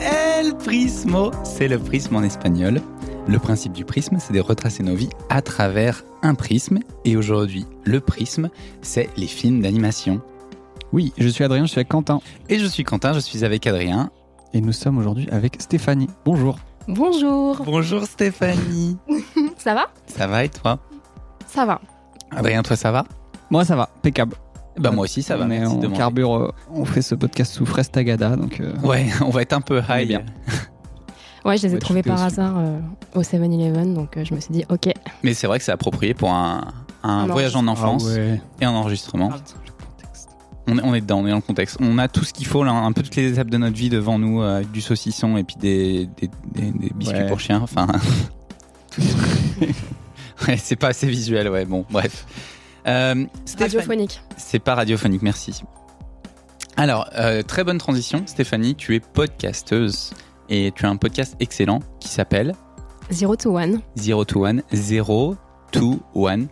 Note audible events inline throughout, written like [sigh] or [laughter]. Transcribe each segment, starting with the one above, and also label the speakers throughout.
Speaker 1: El Prismo, c'est le prisme en espagnol. Le principe du prisme, c'est de retracer nos vies à travers un prisme. Et aujourd'hui, le prisme, c'est les films d'animation.
Speaker 2: Oui, je suis Adrien, je suis avec Quentin.
Speaker 1: Et je suis Quentin, je suis avec Adrien.
Speaker 2: Et nous sommes aujourd'hui avec Stéphanie. Bonjour.
Speaker 3: Bonjour,
Speaker 1: Bonjour Stéphanie.
Speaker 3: ça va
Speaker 1: Ça va et toi
Speaker 3: Ça va.
Speaker 1: Adrien, toi ça va
Speaker 2: Moi, ça va, impeccable.
Speaker 1: Bah moi aussi ça va.
Speaker 2: on est
Speaker 1: merci de
Speaker 2: en
Speaker 1: demander.
Speaker 2: carbure, euh, on fait ce podcast sous fraise tagada, donc euh,
Speaker 1: Ouais, on va être un peu
Speaker 2: On
Speaker 1: high.
Speaker 2: est bien.
Speaker 3: Ouais, je les ai
Speaker 2: Ouais,
Speaker 3: trouvés
Speaker 2: tu fais
Speaker 3: par
Speaker 2: au
Speaker 3: hasard euh, au 7-Eleven, donc euh, je me suis dit, ok,
Speaker 1: Mais c'est vrai que c'est approprié pour un, un
Speaker 3: Un
Speaker 1: voyage en enfance
Speaker 2: Ah ouais. Ah,
Speaker 1: et un enregistrement.
Speaker 2: Le contexte.
Speaker 1: On est, on est dedans, on est dans le contexte. On a tout ce qu'il faut, là, un peu toutes les étapes de notre vie devant nous, euh, avec du saucisson et puis des, des- des- des biscuits
Speaker 2: Ouais.
Speaker 1: pour chiens. Enfin, [laughs] tout- ouais, c'est pas assez visuel, ouais. Bon, bref. Euh, Stéphanie-
Speaker 3: radiophonique.
Speaker 1: c'est pas radiophonique, merci. Alors, euh, très bonne transition, Stéphanie. Tu es podcasteuse et tu as un podcast excellent qui s'appelle
Speaker 3: Zero to One.
Speaker 1: Zero to One, Zero to One.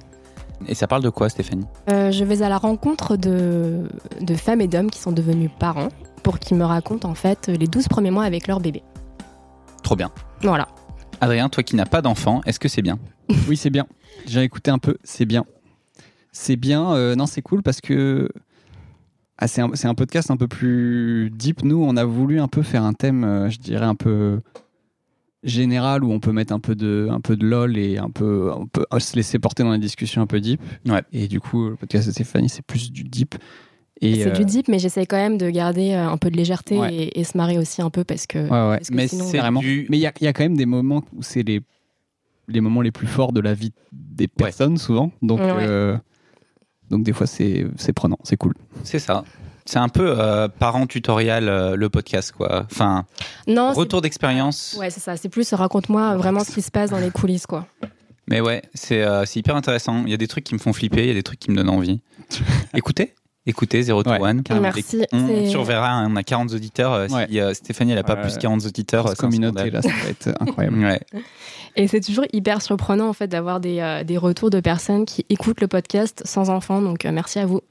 Speaker 1: Et ça parle de quoi, Stéphanie
Speaker 3: Euh, je vais à la rencontre de, de femmes et d'hommes qui sont devenus parents pour qu'ils me racontent en fait les 12 premiers mois avec leur bébé.
Speaker 1: Trop bien.
Speaker 3: Voilà.
Speaker 1: Adrien, toi qui n'as pas d'enfant, est-ce que c'est bien
Speaker 2: Oui, c'est bien. J'ai écouté un peu, c'est bien. C'est bien, euh, non, c'est cool parce que ah, c'est un, c'est un podcast un peu plus deep. Nous, on a voulu un peu faire un thème, euh, je dirais, un peu général où on peut mettre un peu de, un peu de lol et un peu, on peut euh, se laisser porter dans les discussions un peu deep.
Speaker 1: Ouais.
Speaker 2: Et du coup, le podcast de Stéphanie, c'est plus du deep. Et,
Speaker 3: C'est
Speaker 2: euh,
Speaker 3: du deep, mais j'essaie quand même de garder euh, un peu de légèreté
Speaker 2: Ouais.
Speaker 3: et, et se marrer aussi un peu parce que.
Speaker 2: Ouais, ouais.
Speaker 3: parce que
Speaker 1: Mais
Speaker 3: sinon,
Speaker 1: c'est
Speaker 2: Carrément.
Speaker 1: du-
Speaker 2: Mais il y a, il y a quand même des moments où c'est les, les moments les plus forts de la vie des personnes, souvent. Donc,
Speaker 3: Ouais, ouais.
Speaker 2: euh, donc des fois, c'est c'est prenant, c'est cool.
Speaker 1: C'est ça. C'est un peu euh, parent tutoriel euh, le podcast quoi. Enfin,
Speaker 3: Non, c'est-
Speaker 1: retour d'expérience.
Speaker 3: Ouais, c'est ça. C'est plus euh, raconte-moi euh, vraiment ce qui se passe dans les coulisses, quoi.
Speaker 1: Mais ouais, c'est euh, c'est hyper intéressant. Il y a des trucs qui me font flipper, il y a des trucs qui me donnent
Speaker 2: [laughs]
Speaker 1: envie. écoutez, écoutez Zero to
Speaker 2: Ouais,
Speaker 1: One.
Speaker 2: carrément.
Speaker 3: Merci,
Speaker 1: Et On
Speaker 3: c'est-
Speaker 1: surverra, hein, on a 40 auditeurs. euh, Si
Speaker 2: Ouais.
Speaker 1: euh, Stéphanie, elle a pas
Speaker 2: Ouais.
Speaker 1: plus 40 auditeurs,
Speaker 2: Cette
Speaker 1: c'est un
Speaker 2: communauté,
Speaker 1: scandale.
Speaker 2: là, ça va être incroyable.
Speaker 1: [laughs] Ouais.
Speaker 3: Et c'est toujours hyper surprenant en fait d'avoir des, euh, des retours de personnes qui écoutent le podcast sans enfants. Donc euh, merci à vous.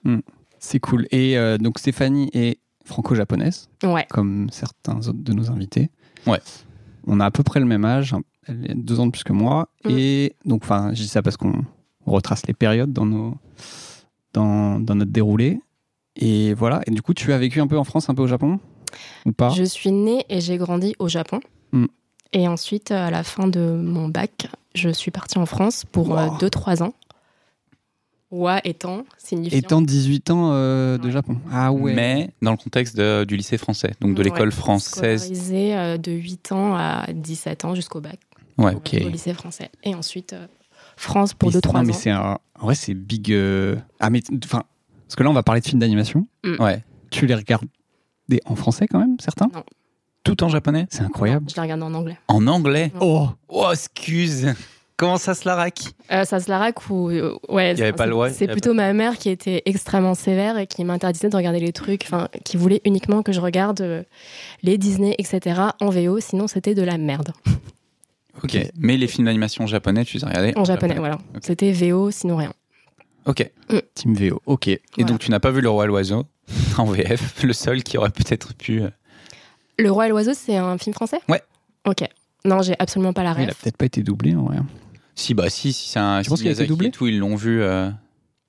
Speaker 2: c'est cool. Et euh, donc, Stéphanie est franco-japonaise,
Speaker 3: Ouais,
Speaker 2: comme certains autres de nos invités.
Speaker 1: Ouais.
Speaker 2: On a à peu près le même âge. hein. Elle est deux ans de plus que moi.
Speaker 3: Mm.
Speaker 2: Et donc, enfin, je dis ça parce qu'on on retrace les périodes dans, nos, dans, dans notre déroulé. Et voilà. Et du coup, tu as vécu un peu en France, un peu au Japon Ou pas
Speaker 3: je suis née et j'ai grandi au Japon.
Speaker 2: Ah. Mm.
Speaker 3: Et ensuite, à la fin de mon bac, je suis partie en France pour
Speaker 2: Wow.
Speaker 3: 2-3 ans. Ouah étant signifiant.
Speaker 2: Étant 18 ans euh, de
Speaker 3: Ouais.
Speaker 2: Japon. Ah ouais.
Speaker 1: Mais dans le contexte de- du lycée français, donc de
Speaker 3: Ouais,
Speaker 1: l'école française.
Speaker 3: Scolarisée euh, de 8 ans à 17 ans jusqu'au bac,
Speaker 1: Ouais.
Speaker 2: Ok.
Speaker 3: au lycée français. Et ensuite, euh, France pour
Speaker 2: Mais c'est- non,
Speaker 3: 2-3
Speaker 2: mais
Speaker 3: ans.
Speaker 2: c'est un- En vrai, c'est big. euh, Ah, mais. Enfin, parce que là, on va parler de films d'animation.
Speaker 1: Ouais.
Speaker 2: Tu les regardes des- en français quand même, certains
Speaker 1: Tout en japonais
Speaker 2: C'est incroyable.
Speaker 3: Je la regarde en anglais.
Speaker 1: En anglais
Speaker 2: Oh
Speaker 1: Oh, excuse Comment ça se laraque
Speaker 3: Euh, ça se la raque ou. euh, ouais,
Speaker 1: Il y avait
Speaker 3: c'est-
Speaker 1: pas le ouais, il y
Speaker 3: C'est
Speaker 1: avait
Speaker 3: plutôt ma mère qui était extrêmement sévère et qui m'interdisait de regarder les trucs, enfin, qui voulait uniquement que je regarde euh, les Disney, etc. en VO, sinon c'était de la merde.
Speaker 1: Ok, mais les films d'animation japonais, tu les as regardés
Speaker 3: En japonais, voilà.
Speaker 1: Ok.
Speaker 3: C'était VO, sinon rien.
Speaker 1: Ok, et
Speaker 2: Team VO, ok.
Speaker 3: Voilà.
Speaker 1: donc tu n'as pas vu Le Roi et l'Oiseau [laughs] en VF, le seul qui aurait peut-être pu. euh,
Speaker 3: Le Roi et l'Oiseau, c'est un film français
Speaker 1: Ouais.
Speaker 3: Ok. Non, j'ai absolument pas la
Speaker 2: Il a
Speaker 3: ref.
Speaker 2: peut-être pas été doublé en vrai.
Speaker 1: Si, bah si, si c'est un.
Speaker 2: Tu penses qu'il a été
Speaker 1: Miyazaki et
Speaker 2: doublé
Speaker 1: tout, ils l'ont vu. euh,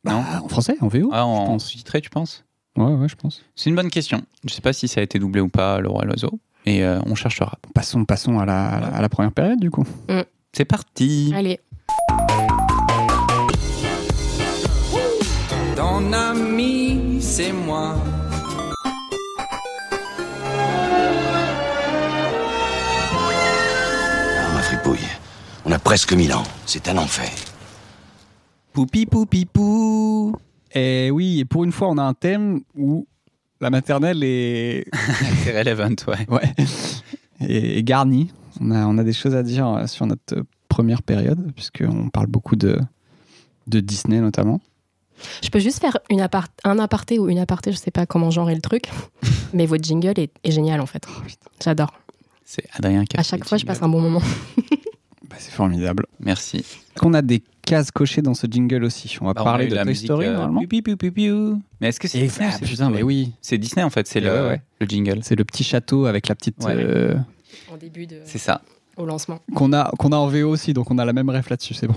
Speaker 1: Non.
Speaker 2: Bah, en français, en VO
Speaker 1: Ah, en
Speaker 2: pense.
Speaker 1: sous-titré, tu penses
Speaker 2: Ouais, ouais, je pense.
Speaker 1: C'est une bonne question. Je sais pas si ça a été doublé ou pas, Le Roi et l'Oiseau, et euh, on cherchera.
Speaker 2: Passons, passons à, la, à la- à la première période du coup.
Speaker 1: C'est parti [laughs]
Speaker 3: Allez,
Speaker 4: Ton ami, c'est moi.
Speaker 5: Ah, ma fripouille, on a presque mille ans. C'est un enfer.
Speaker 1: Poupi poupi pou
Speaker 2: Et Eh oui, et pour une fois, on a un thème où la maternelle est,
Speaker 1: C'est relevant, ouais.
Speaker 2: ouais, est, est garnie. On a, on a des choses à dire euh, sur notre première période, puisqu'on parle beaucoup de, de Disney notamment.
Speaker 3: Je peux juste faire une apart- un aparté ou une aparté, je sais pas comment genrer le truc, mais votre jingle est, est génial en fait. J'adore.
Speaker 1: C'est Adrien qui a
Speaker 3: À
Speaker 1: fait
Speaker 3: chaque
Speaker 1: le
Speaker 3: fois, je
Speaker 1: jingle.
Speaker 3: passe un bon moment.
Speaker 2: Bah, c'est formidable.
Speaker 1: Merci.
Speaker 2: Est-ce qu'on a des cases cochées dans ce jingle aussi On va
Speaker 1: Bah, on a
Speaker 2: parler
Speaker 1: eu
Speaker 2: de Toy Story
Speaker 1: euh,
Speaker 2: normalement.
Speaker 1: piou, piou, piou, piou. Mais est-ce que c'est
Speaker 2: Et-
Speaker 1: Disney,
Speaker 2: ah,
Speaker 1: c'est
Speaker 2: putain, mais oui.
Speaker 1: C'est Disney en fait, c'est
Speaker 2: Ouais,
Speaker 1: le,
Speaker 2: ouais.
Speaker 1: le jingle.
Speaker 2: C'est le petit château avec la petite.
Speaker 1: Ouais, ouais.
Speaker 2: euh,
Speaker 3: En début de.
Speaker 1: C'est ça.
Speaker 3: Au lancement.
Speaker 2: qu'on a, qu'on a en VO aussi, donc on a la même ref
Speaker 1: [laughs]
Speaker 2: là-dessus, c'est bon.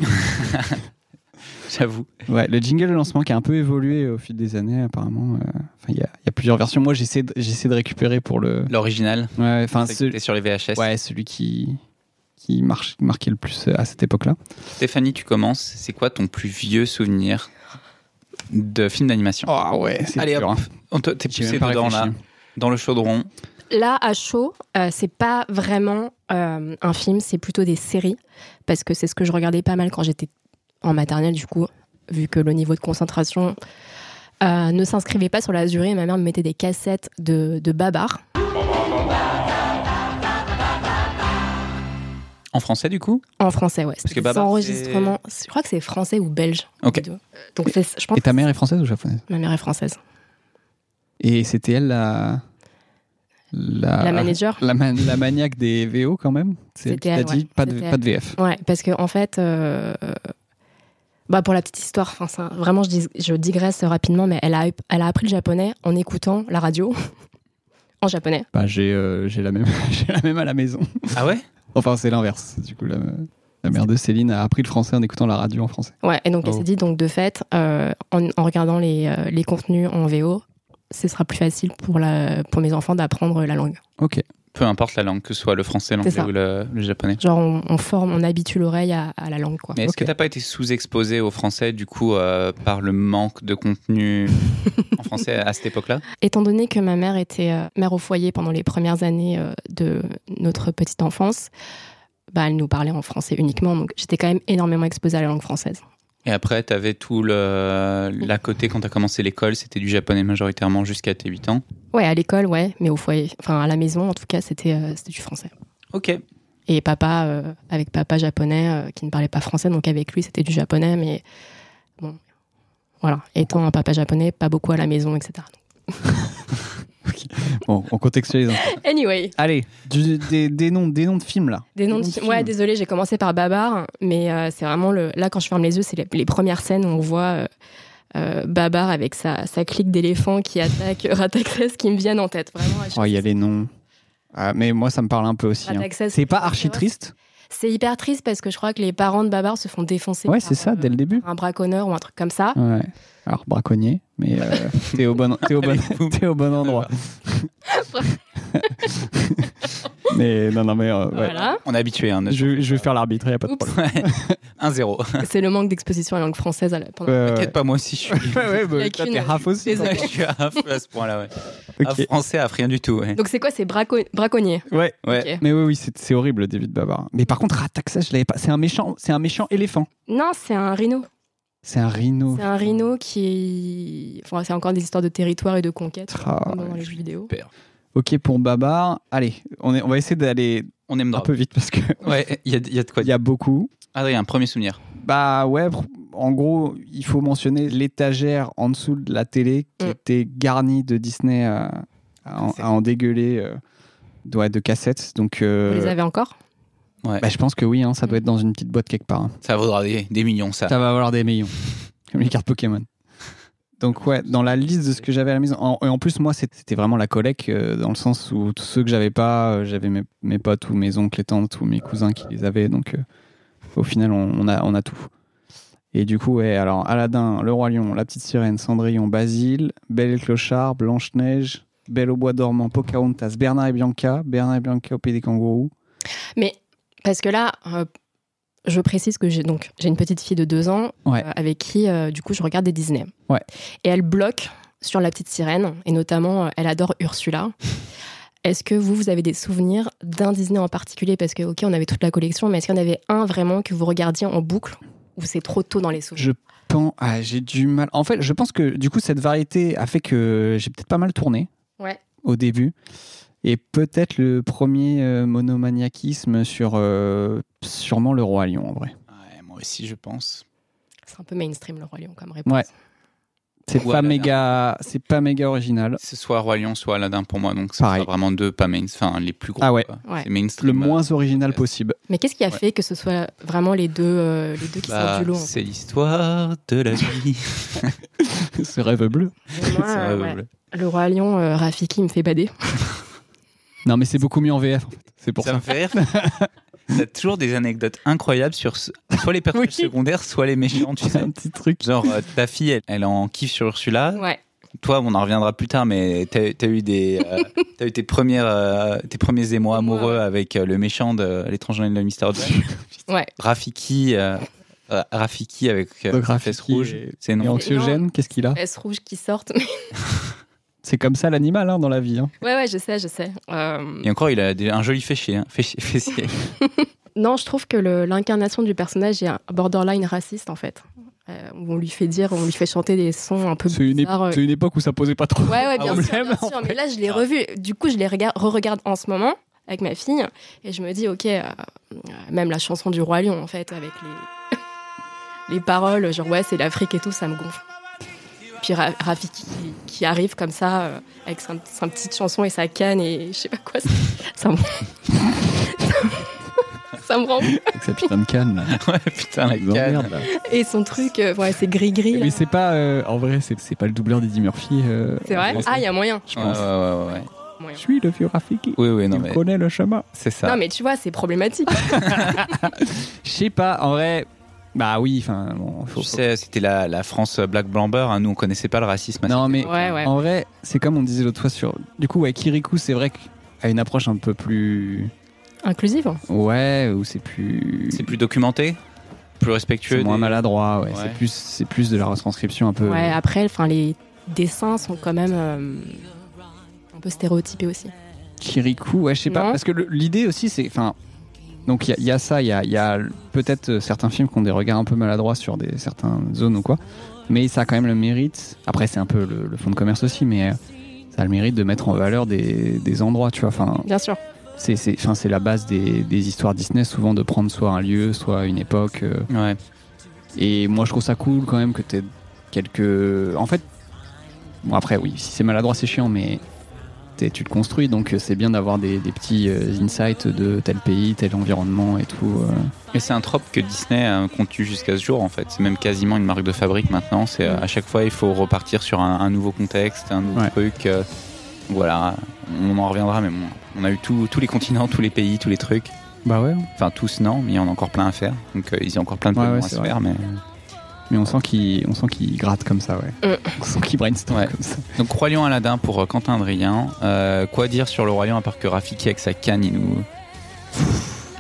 Speaker 1: J'avoue.
Speaker 2: Ouais, le jingle de lancement qui a un peu évolué euh, au fil des années, apparemment. euh, Enfin, il y, a- il y a plusieurs versions. Moi, j'essaie de, j'essaie de récupérer pour le.
Speaker 1: L'original,
Speaker 2: Ouais, enfin,
Speaker 1: c'est-
Speaker 2: ce-
Speaker 1: c'était sur les VHS.
Speaker 2: ouais, celui qui, qui marche, marquait le plus euh, à cette époque-là.
Speaker 1: Stéphanie, tu commences. C'est quoi ton plus vieux souvenir de film d'animation
Speaker 2: Ah ouais, c'est
Speaker 1: Allez,
Speaker 2: dur.
Speaker 1: hop.
Speaker 2: hein.
Speaker 1: On te- T'es
Speaker 2: J'ai
Speaker 1: poussé
Speaker 2: même pas
Speaker 1: dedans là,
Speaker 2: réfléchi.
Speaker 1: dans le chaudron.
Speaker 3: Là, à chaud, euh, c'est pas vraiment euh, un film, c'est plutôt des séries, parce que c'est ce que je regardais pas mal quand j'étais en maternelle, du coup, vu que le niveau de concentration euh, ne s'inscrivait pas sur la durée, ma mère me mettait des cassettes de, de babar.
Speaker 1: En français du coup
Speaker 3: En français, ouais.
Speaker 1: que
Speaker 3: C'était des
Speaker 1: Babar,
Speaker 3: enregistrements. Je crois que c'est français ou belge.
Speaker 1: Ok.
Speaker 3: les deux. Donc, c'est- je pense
Speaker 2: Et ta mère est française ou japonaise
Speaker 3: que ma mère est française.
Speaker 2: Et c'était elle la.
Speaker 1: Ah,
Speaker 2: La,
Speaker 3: La manager
Speaker 2: la man- la maniaque des VO quand même C'est elle qui
Speaker 3: C'était
Speaker 2: t'a
Speaker 3: elle,
Speaker 2: dit
Speaker 3: ouais.
Speaker 2: pas, de,
Speaker 3: C'était
Speaker 2: pas de VF.
Speaker 3: Ouais, parce que en fait, euh, bah pour la petite histoire, enfin ça, vraiment je, dis- je digresse rapidement, mais elle a, elle a appris le japonais en écoutant la radio [laughs] en japonais.
Speaker 2: Bah, j'ai euh, j'ai la, même- [laughs] j'ai la même à la maison.
Speaker 1: Ah ouais
Speaker 2: Enfin, c'est l'inverse. Du coup, la, la mère de Céline a appris le français en écoutant la radio en français.
Speaker 3: Ouais, et donc elle
Speaker 2: Oh.
Speaker 3: s'est dit donc de fait, euh, en, en regardant les, euh, les contenus en VO, ce sera plus facile pour la, pour mes enfants d'apprendre la langue.
Speaker 2: Ok.
Speaker 1: Peu importe la langue, que ce soit le français, l'anglais
Speaker 3: ça.
Speaker 1: ou le, le japonais.
Speaker 3: Genre on, on forme, on habitue l'oreille à, à la langue quoi.
Speaker 1: Mais est-ce que
Speaker 2: Ok.
Speaker 1: t'as pas été sous-exposé au français du coup euh, par le manque de [laughs] contenu en français à cette époque-là
Speaker 3: Étant donné que ma mère était euh, mère au foyer pendant les premières années euh, de notre petite enfance, bah, elle nous parlait en français uniquement, donc j'étais quand même énormément exposée à la langue française.
Speaker 1: Et après, t'avais tout le l'à côté quand t'as commencé l'école, c'était du japonais majoritairement jusqu'à tes 8 ans.
Speaker 3: Ouais, à l'école, ouais, mais au foyer, enfin à la maison en tout cas, c'était euh, c'était du français.
Speaker 1: Ok.
Speaker 3: Et papa, euh, avec papa japonais euh, qui ne parlait pas français, donc avec lui c'était du japonais, mais bon, voilà. Étant un papa japonais, pas beaucoup à la maison, etc.
Speaker 2: Bon, on contextualise. un peu.
Speaker 3: Anyway,
Speaker 2: [laughs] Allez, du- des, des noms, des noms de films là.
Speaker 3: Des noms
Speaker 2: Des noms
Speaker 3: de
Speaker 2: de
Speaker 3: films.
Speaker 2: films.
Speaker 3: Ouais, désolé, j'ai commencé par Babar, mais euh, c'est vraiment le. Là, quand je ferme les yeux, c'est les, les premières scènes où on voit euh, euh, Babar avec sa, sa clique d'éléphants qui attaque [laughs] Rataxès qui me viennent en tête. Vraiment, à chaque-
Speaker 2: Oh, il y a les noms. Ah, mais moi, ça me parle un peu aussi. hein.
Speaker 3: Rataxès.
Speaker 2: C'est pas archi triste
Speaker 3: C'est hyper triste parce que je crois que les parents de Babar se font défoncer.
Speaker 2: Ouais,
Speaker 3: par,
Speaker 2: c'est ça,
Speaker 3: euh,
Speaker 2: dès le début.
Speaker 3: Un braconneur ou un truc comme ça.
Speaker 2: Ouais. Alors, braconnier, mais
Speaker 3: [laughs]
Speaker 2: euh, t'es au, bon, t'es au, bon, t'es au bon endroit. [laughs] mais non, non, mais. euh, ouais. [laughs]
Speaker 3: Voilà.
Speaker 1: On est habitué, [laughs] hein. notre-
Speaker 2: Je, je vais faire l'arbitre, il a pas de
Speaker 3: Oups.
Speaker 2: problème.
Speaker 1: [laughs] 1-0.
Speaker 3: C'est le manque d'exposition à la langue française à la- pendant-
Speaker 2: Ouais, ouais.
Speaker 1: T'inquiète pas, moi aussi, je suis,
Speaker 2: Euh, [laughs] Ouais, ouais, bah, toi,
Speaker 3: Lacune.
Speaker 2: t'es raf aussi.
Speaker 3: Désolé.
Speaker 1: [laughs] je suis à, à ce point-là, ouais. À
Speaker 2: Ok.
Speaker 1: français, à rien du tout, ouais.
Speaker 3: Donc, c'est quoi ces braco- braconniers
Speaker 2: Ouais,
Speaker 1: Ouais.
Speaker 3: Ok.
Speaker 2: Mais oui, oui, c'est c'est horrible, David Babar. Mais par contre, Rataxa, je l'avais pas. C'est un méchant, c'est un méchant éléphant.
Speaker 3: Non, c'est un rhino.
Speaker 2: C'est un rhino.
Speaker 3: C'est un rhino qui. Enfin, c'est encore des histoires de territoire et de conquête.
Speaker 2: Ah,
Speaker 3: comme dans
Speaker 2: ouais.
Speaker 3: les jeux vidéo.
Speaker 2: Ok pour Babar. Allez, on, est, on va essayer d'aller
Speaker 1: On aime
Speaker 2: un
Speaker 1: drop.
Speaker 2: peu vite parce que [laughs]
Speaker 1: Ouais, il y a, il y a de quoi
Speaker 2: il y
Speaker 1: dire.
Speaker 2: a beaucoup.
Speaker 1: Adrien, premier souvenir.
Speaker 2: Bah ouais, pr- en gros, il faut mentionner l'étagère en dessous de la télé qui
Speaker 3: Mm.
Speaker 2: était garnie de Disney à, à en,
Speaker 1: C'est-
Speaker 2: à en dégueuler euh, de, ouais, de cassettes. Donc euh,
Speaker 3: Vous les avez encore
Speaker 2: bah, je pense que oui, hein, ça doit être dans une petite boîte quelque part. hein.
Speaker 1: Ça vaudra des, des millions, ça.
Speaker 2: Ça va valoir des millions. [laughs] Comme les cartes Pokémon. Donc ouais, dans la liste de ce que j'avais à la maison. En, et en plus, moi, c'est- c'était vraiment la collecte euh, dans le sens où tous ceux que j'avais pas, euh, j'avais mes, mes potes ou mes oncles et tantes ou mes cousins qui les avaient. Donc euh, au final, on, on a, on a tout. Et du coup, ouais, alors Aladdin, Le Roi Lion, La Petite Sirène, Cendrillon, Basile, Belle et le Clochard, Blanche-Neige, Belle au Bois dormant, Pocahontas, Bernard et Bianca, Bernard et Bianca au Pays des Kangourous.
Speaker 3: Mais parce que là, euh, je précise que j'ai donc j'ai une petite fille de deux ans
Speaker 2: Ouais.
Speaker 3: euh, avec qui euh, du coup je regarde des Disney.
Speaker 2: Ouais.
Speaker 3: Et elle bloque sur la petite sirène et notamment euh, elle adore
Speaker 2: [laughs]
Speaker 3: Ursula. Est-ce que vous, vous avez des souvenirs d'un Disney en particulier Parce que, ok, on avait toute la collection, mais est-ce qu'il y en avait un vraiment que vous regardiez en boucle Ou c'est trop tôt dans les souvenirs
Speaker 2: Je pense. Ah, j'ai du mal. En fait, je pense que du coup, cette variété a fait que j'ai peut-être pas mal tourné
Speaker 3: Ouais.
Speaker 2: au début. Et peut-être le premier euh, monomaniaquisme sur euh, sûrement le roi lion en vrai.
Speaker 1: Ouais, moi aussi, je pense.
Speaker 3: C'est un peu mainstream, le Roi Lion, comme réponse.
Speaker 2: Ouais. C'est
Speaker 1: Ou
Speaker 2: pas
Speaker 1: Aladdin.
Speaker 2: méga, c'est pas méga original.
Speaker 1: C'est soit Roi Lion, soit Aladdin pour moi. Donc, c'est
Speaker 2: Pareil.
Speaker 1: vraiment deux, pas mainstream. Enfin, les plus gros.
Speaker 2: Ah ouais.
Speaker 1: quoi.
Speaker 3: Ouais.
Speaker 1: C'est mainstream.
Speaker 2: Le moins original
Speaker 1: yes.
Speaker 2: possible.
Speaker 3: Mais qu'est-ce qui a
Speaker 1: Ouais.
Speaker 3: fait que ce soit vraiment les deux, euh, les deux qui
Speaker 1: Bah,
Speaker 3: sortent du lot en fait
Speaker 1: c'est l'histoire de la vie.
Speaker 2: [laughs] Ce rêve bleu.
Speaker 3: Moi,
Speaker 1: [laughs] C'est
Speaker 3: euh, ouais.
Speaker 1: horrible.
Speaker 3: Le roi lion, euh, Rafiki me fait bader.
Speaker 2: Non, mais c'est beaucoup mieux en VF. en fait. C'est pour
Speaker 1: ça,
Speaker 2: ça.
Speaker 1: me fait rire. T'as toujours des anecdotes incroyables sur ce- soit les personnages
Speaker 2: Oui.
Speaker 1: secondaires, soit les méchants,
Speaker 2: [laughs]
Speaker 1: tu
Speaker 2: [laughs] C'est
Speaker 1: sais.
Speaker 2: un petit truc.
Speaker 1: Genre, euh, ta fille, elle, elle en kiffe sur Ursula.
Speaker 3: Ouais.
Speaker 1: Toi, on en reviendra plus tard, mais t'as as eu, des,
Speaker 3: [laughs]
Speaker 1: euh, t'as eu tes, premières, euh, tes premiers émois amoureux avec euh, le méchant de euh, L'étranger et le mystère de [laughs]
Speaker 3: Ouais.
Speaker 1: Rafiki, euh, euh, Rafiki avec euh,
Speaker 2: Donc,
Speaker 1: la fesse
Speaker 2: Rafiki
Speaker 1: rouge.
Speaker 2: est-
Speaker 1: C'est
Speaker 2: Et
Speaker 1: non.
Speaker 2: anxiogène, qu'est-ce qu'il a
Speaker 3: Fesses rouges qui sortent. [laughs]
Speaker 2: C'est comme ça l'animal hein, dans la vie. hein.
Speaker 3: ouais, ouais, je sais, je sais. Euh,
Speaker 1: Et encore, il a des- un joli fessier. Hein. Fessier- [laughs] fessier.
Speaker 2: [laughs]
Speaker 3: Non, je trouve que le- l'incarnation du personnage est un borderline raciste en fait. Euh, où on lui fait dire, on lui fait chanter des sons un peu
Speaker 2: C'est une, ép-
Speaker 3: bizarres. euh,
Speaker 2: c'est une époque où ça posait pas trop.
Speaker 3: Ouais, ouais,
Speaker 1: Ah,
Speaker 3: bien
Speaker 1: on
Speaker 3: sûr,
Speaker 2: l'aime,
Speaker 3: bien
Speaker 2: en
Speaker 3: sûr. Mais là, je l'ai revu. Du coup, je les rega- re-regarde en ce moment avec ma fille. Et je me dis, OK, euh, euh, même la chanson du Roi Lion, en fait, avec les, les [laughs] paroles, genre, ouais, c'est l'Afrique et tout, ça me gonfle. Puis Ra- Rafik qui, qui arrive comme ça, euh, avec sa, sa petite chanson et sa canne et je sais pas quoi. Ça, ça me... [laughs] ça me rend...
Speaker 2: Avec sa putain de canne là.
Speaker 1: ouais, putain, la
Speaker 2: Ils emmerdent,
Speaker 1: canne.
Speaker 2: là.
Speaker 3: Et son truc, euh, ouais, c'est gris-gris. là.
Speaker 2: Mais c'est pas. euh, en vrai, c'est c'est pas le doubleur d'Eddie Murphy. euh,
Speaker 3: C'est
Speaker 2: en
Speaker 3: vrai
Speaker 2: français,
Speaker 3: Ah, il y a moyen.
Speaker 2: je
Speaker 1: Ouais,
Speaker 2: pense.
Speaker 1: ouais, ouais, ouais.
Speaker 2: Je suis le vieux Rafiki.
Speaker 1: Oui, oui, non,
Speaker 2: Il
Speaker 1: mais
Speaker 2: connaît le chemin.
Speaker 1: c'est ça.
Speaker 3: Non, mais tu vois, c'est problématique.
Speaker 2: Je sais pas, en vrai. Bah oui, enfin. Bon, faut-
Speaker 1: Tu sais, c'était la, la France Black Blamber. Hein. Nous, on connaissait pas le racisme. à
Speaker 2: Non, mais
Speaker 3: Ouais, ouais.
Speaker 2: en vrai, c'est comme on disait l'autre fois sur. Du coup, ouais, Kirikou, c'est vrai qu'à une approche un peu plus.
Speaker 3: Inclusive.
Speaker 2: Ouais, où c'est plus.
Speaker 1: C'est plus documenté, plus
Speaker 2: c'est
Speaker 1: respectueux.
Speaker 2: moins
Speaker 1: des-
Speaker 2: maladroit, ouais.
Speaker 1: Ouais.
Speaker 2: C'est plus, c'est plus de la retranscription un peu. euh.
Speaker 3: Ouais, après, enfin, les dessins sont quand même euh, un peu stéréotypés aussi.
Speaker 2: Kirikou, ouais, je sais pas.
Speaker 3: Non.
Speaker 2: Parce que le- l'idée aussi, c'est. Enfin. Donc il y, a- il y a ça, il y a, il y a peut-être euh, certains films qui ont des regards un peu maladroits sur des, certaines zones ou quoi, mais ça a quand même le mérite, après c'est un peu le, le fond de commerce aussi, mais euh, ça a le mérite de mettre en valeur des, des endroits, tu vois. Enfin,
Speaker 3: Bien sûr.
Speaker 2: c'est c'est- enfin, c'est la base des, des histoires Disney, souvent de prendre soit un lieu, soit une époque. euh.
Speaker 1: Ouais.
Speaker 2: Et moi je trouve ça cool quand même que t'aies quelques... En fait, bon après oui, si c'est maladroit c'est chiant, mais t'es- tu le construis, donc euh, c'est bien d'avoir des, des petits euh, insights de tel pays, tel environnement et tout. euh.
Speaker 1: Et c'est un trope que Disney euh, continue jusqu'à ce jour en fait. C'est même quasiment une marque de fabrique maintenant. C'est euh, à chaque fois il faut repartir sur un, un nouveau contexte, un nouveau
Speaker 2: Mm. Ouais.
Speaker 1: truc. euh, voilà, on en reviendra. Mais bon, on a eu tout- tous les continents, tous les pays, tous les trucs.
Speaker 2: Bah ouais.
Speaker 1: Enfin tous non, mais il y en a encore plein à faire. Donc euh, il y a encore plein de
Speaker 2: Ouais,
Speaker 1: bonnes
Speaker 2: ouais,
Speaker 1: à
Speaker 2: c'est
Speaker 1: se
Speaker 2: vrai.
Speaker 1: faire. Mais
Speaker 2: Mais on sent qu'il on sent qu'il gratte comme ça, ouais.
Speaker 3: Euh.
Speaker 2: [laughs] On sent qu'il brainstorm
Speaker 1: Ouais.
Speaker 2: comme ça.
Speaker 1: donc Roi Lion Aladdin pour euh, Quentin Drian. Euh, quoi dire sur le Roi Lion à part que Rafiki avec sa canne, il nous.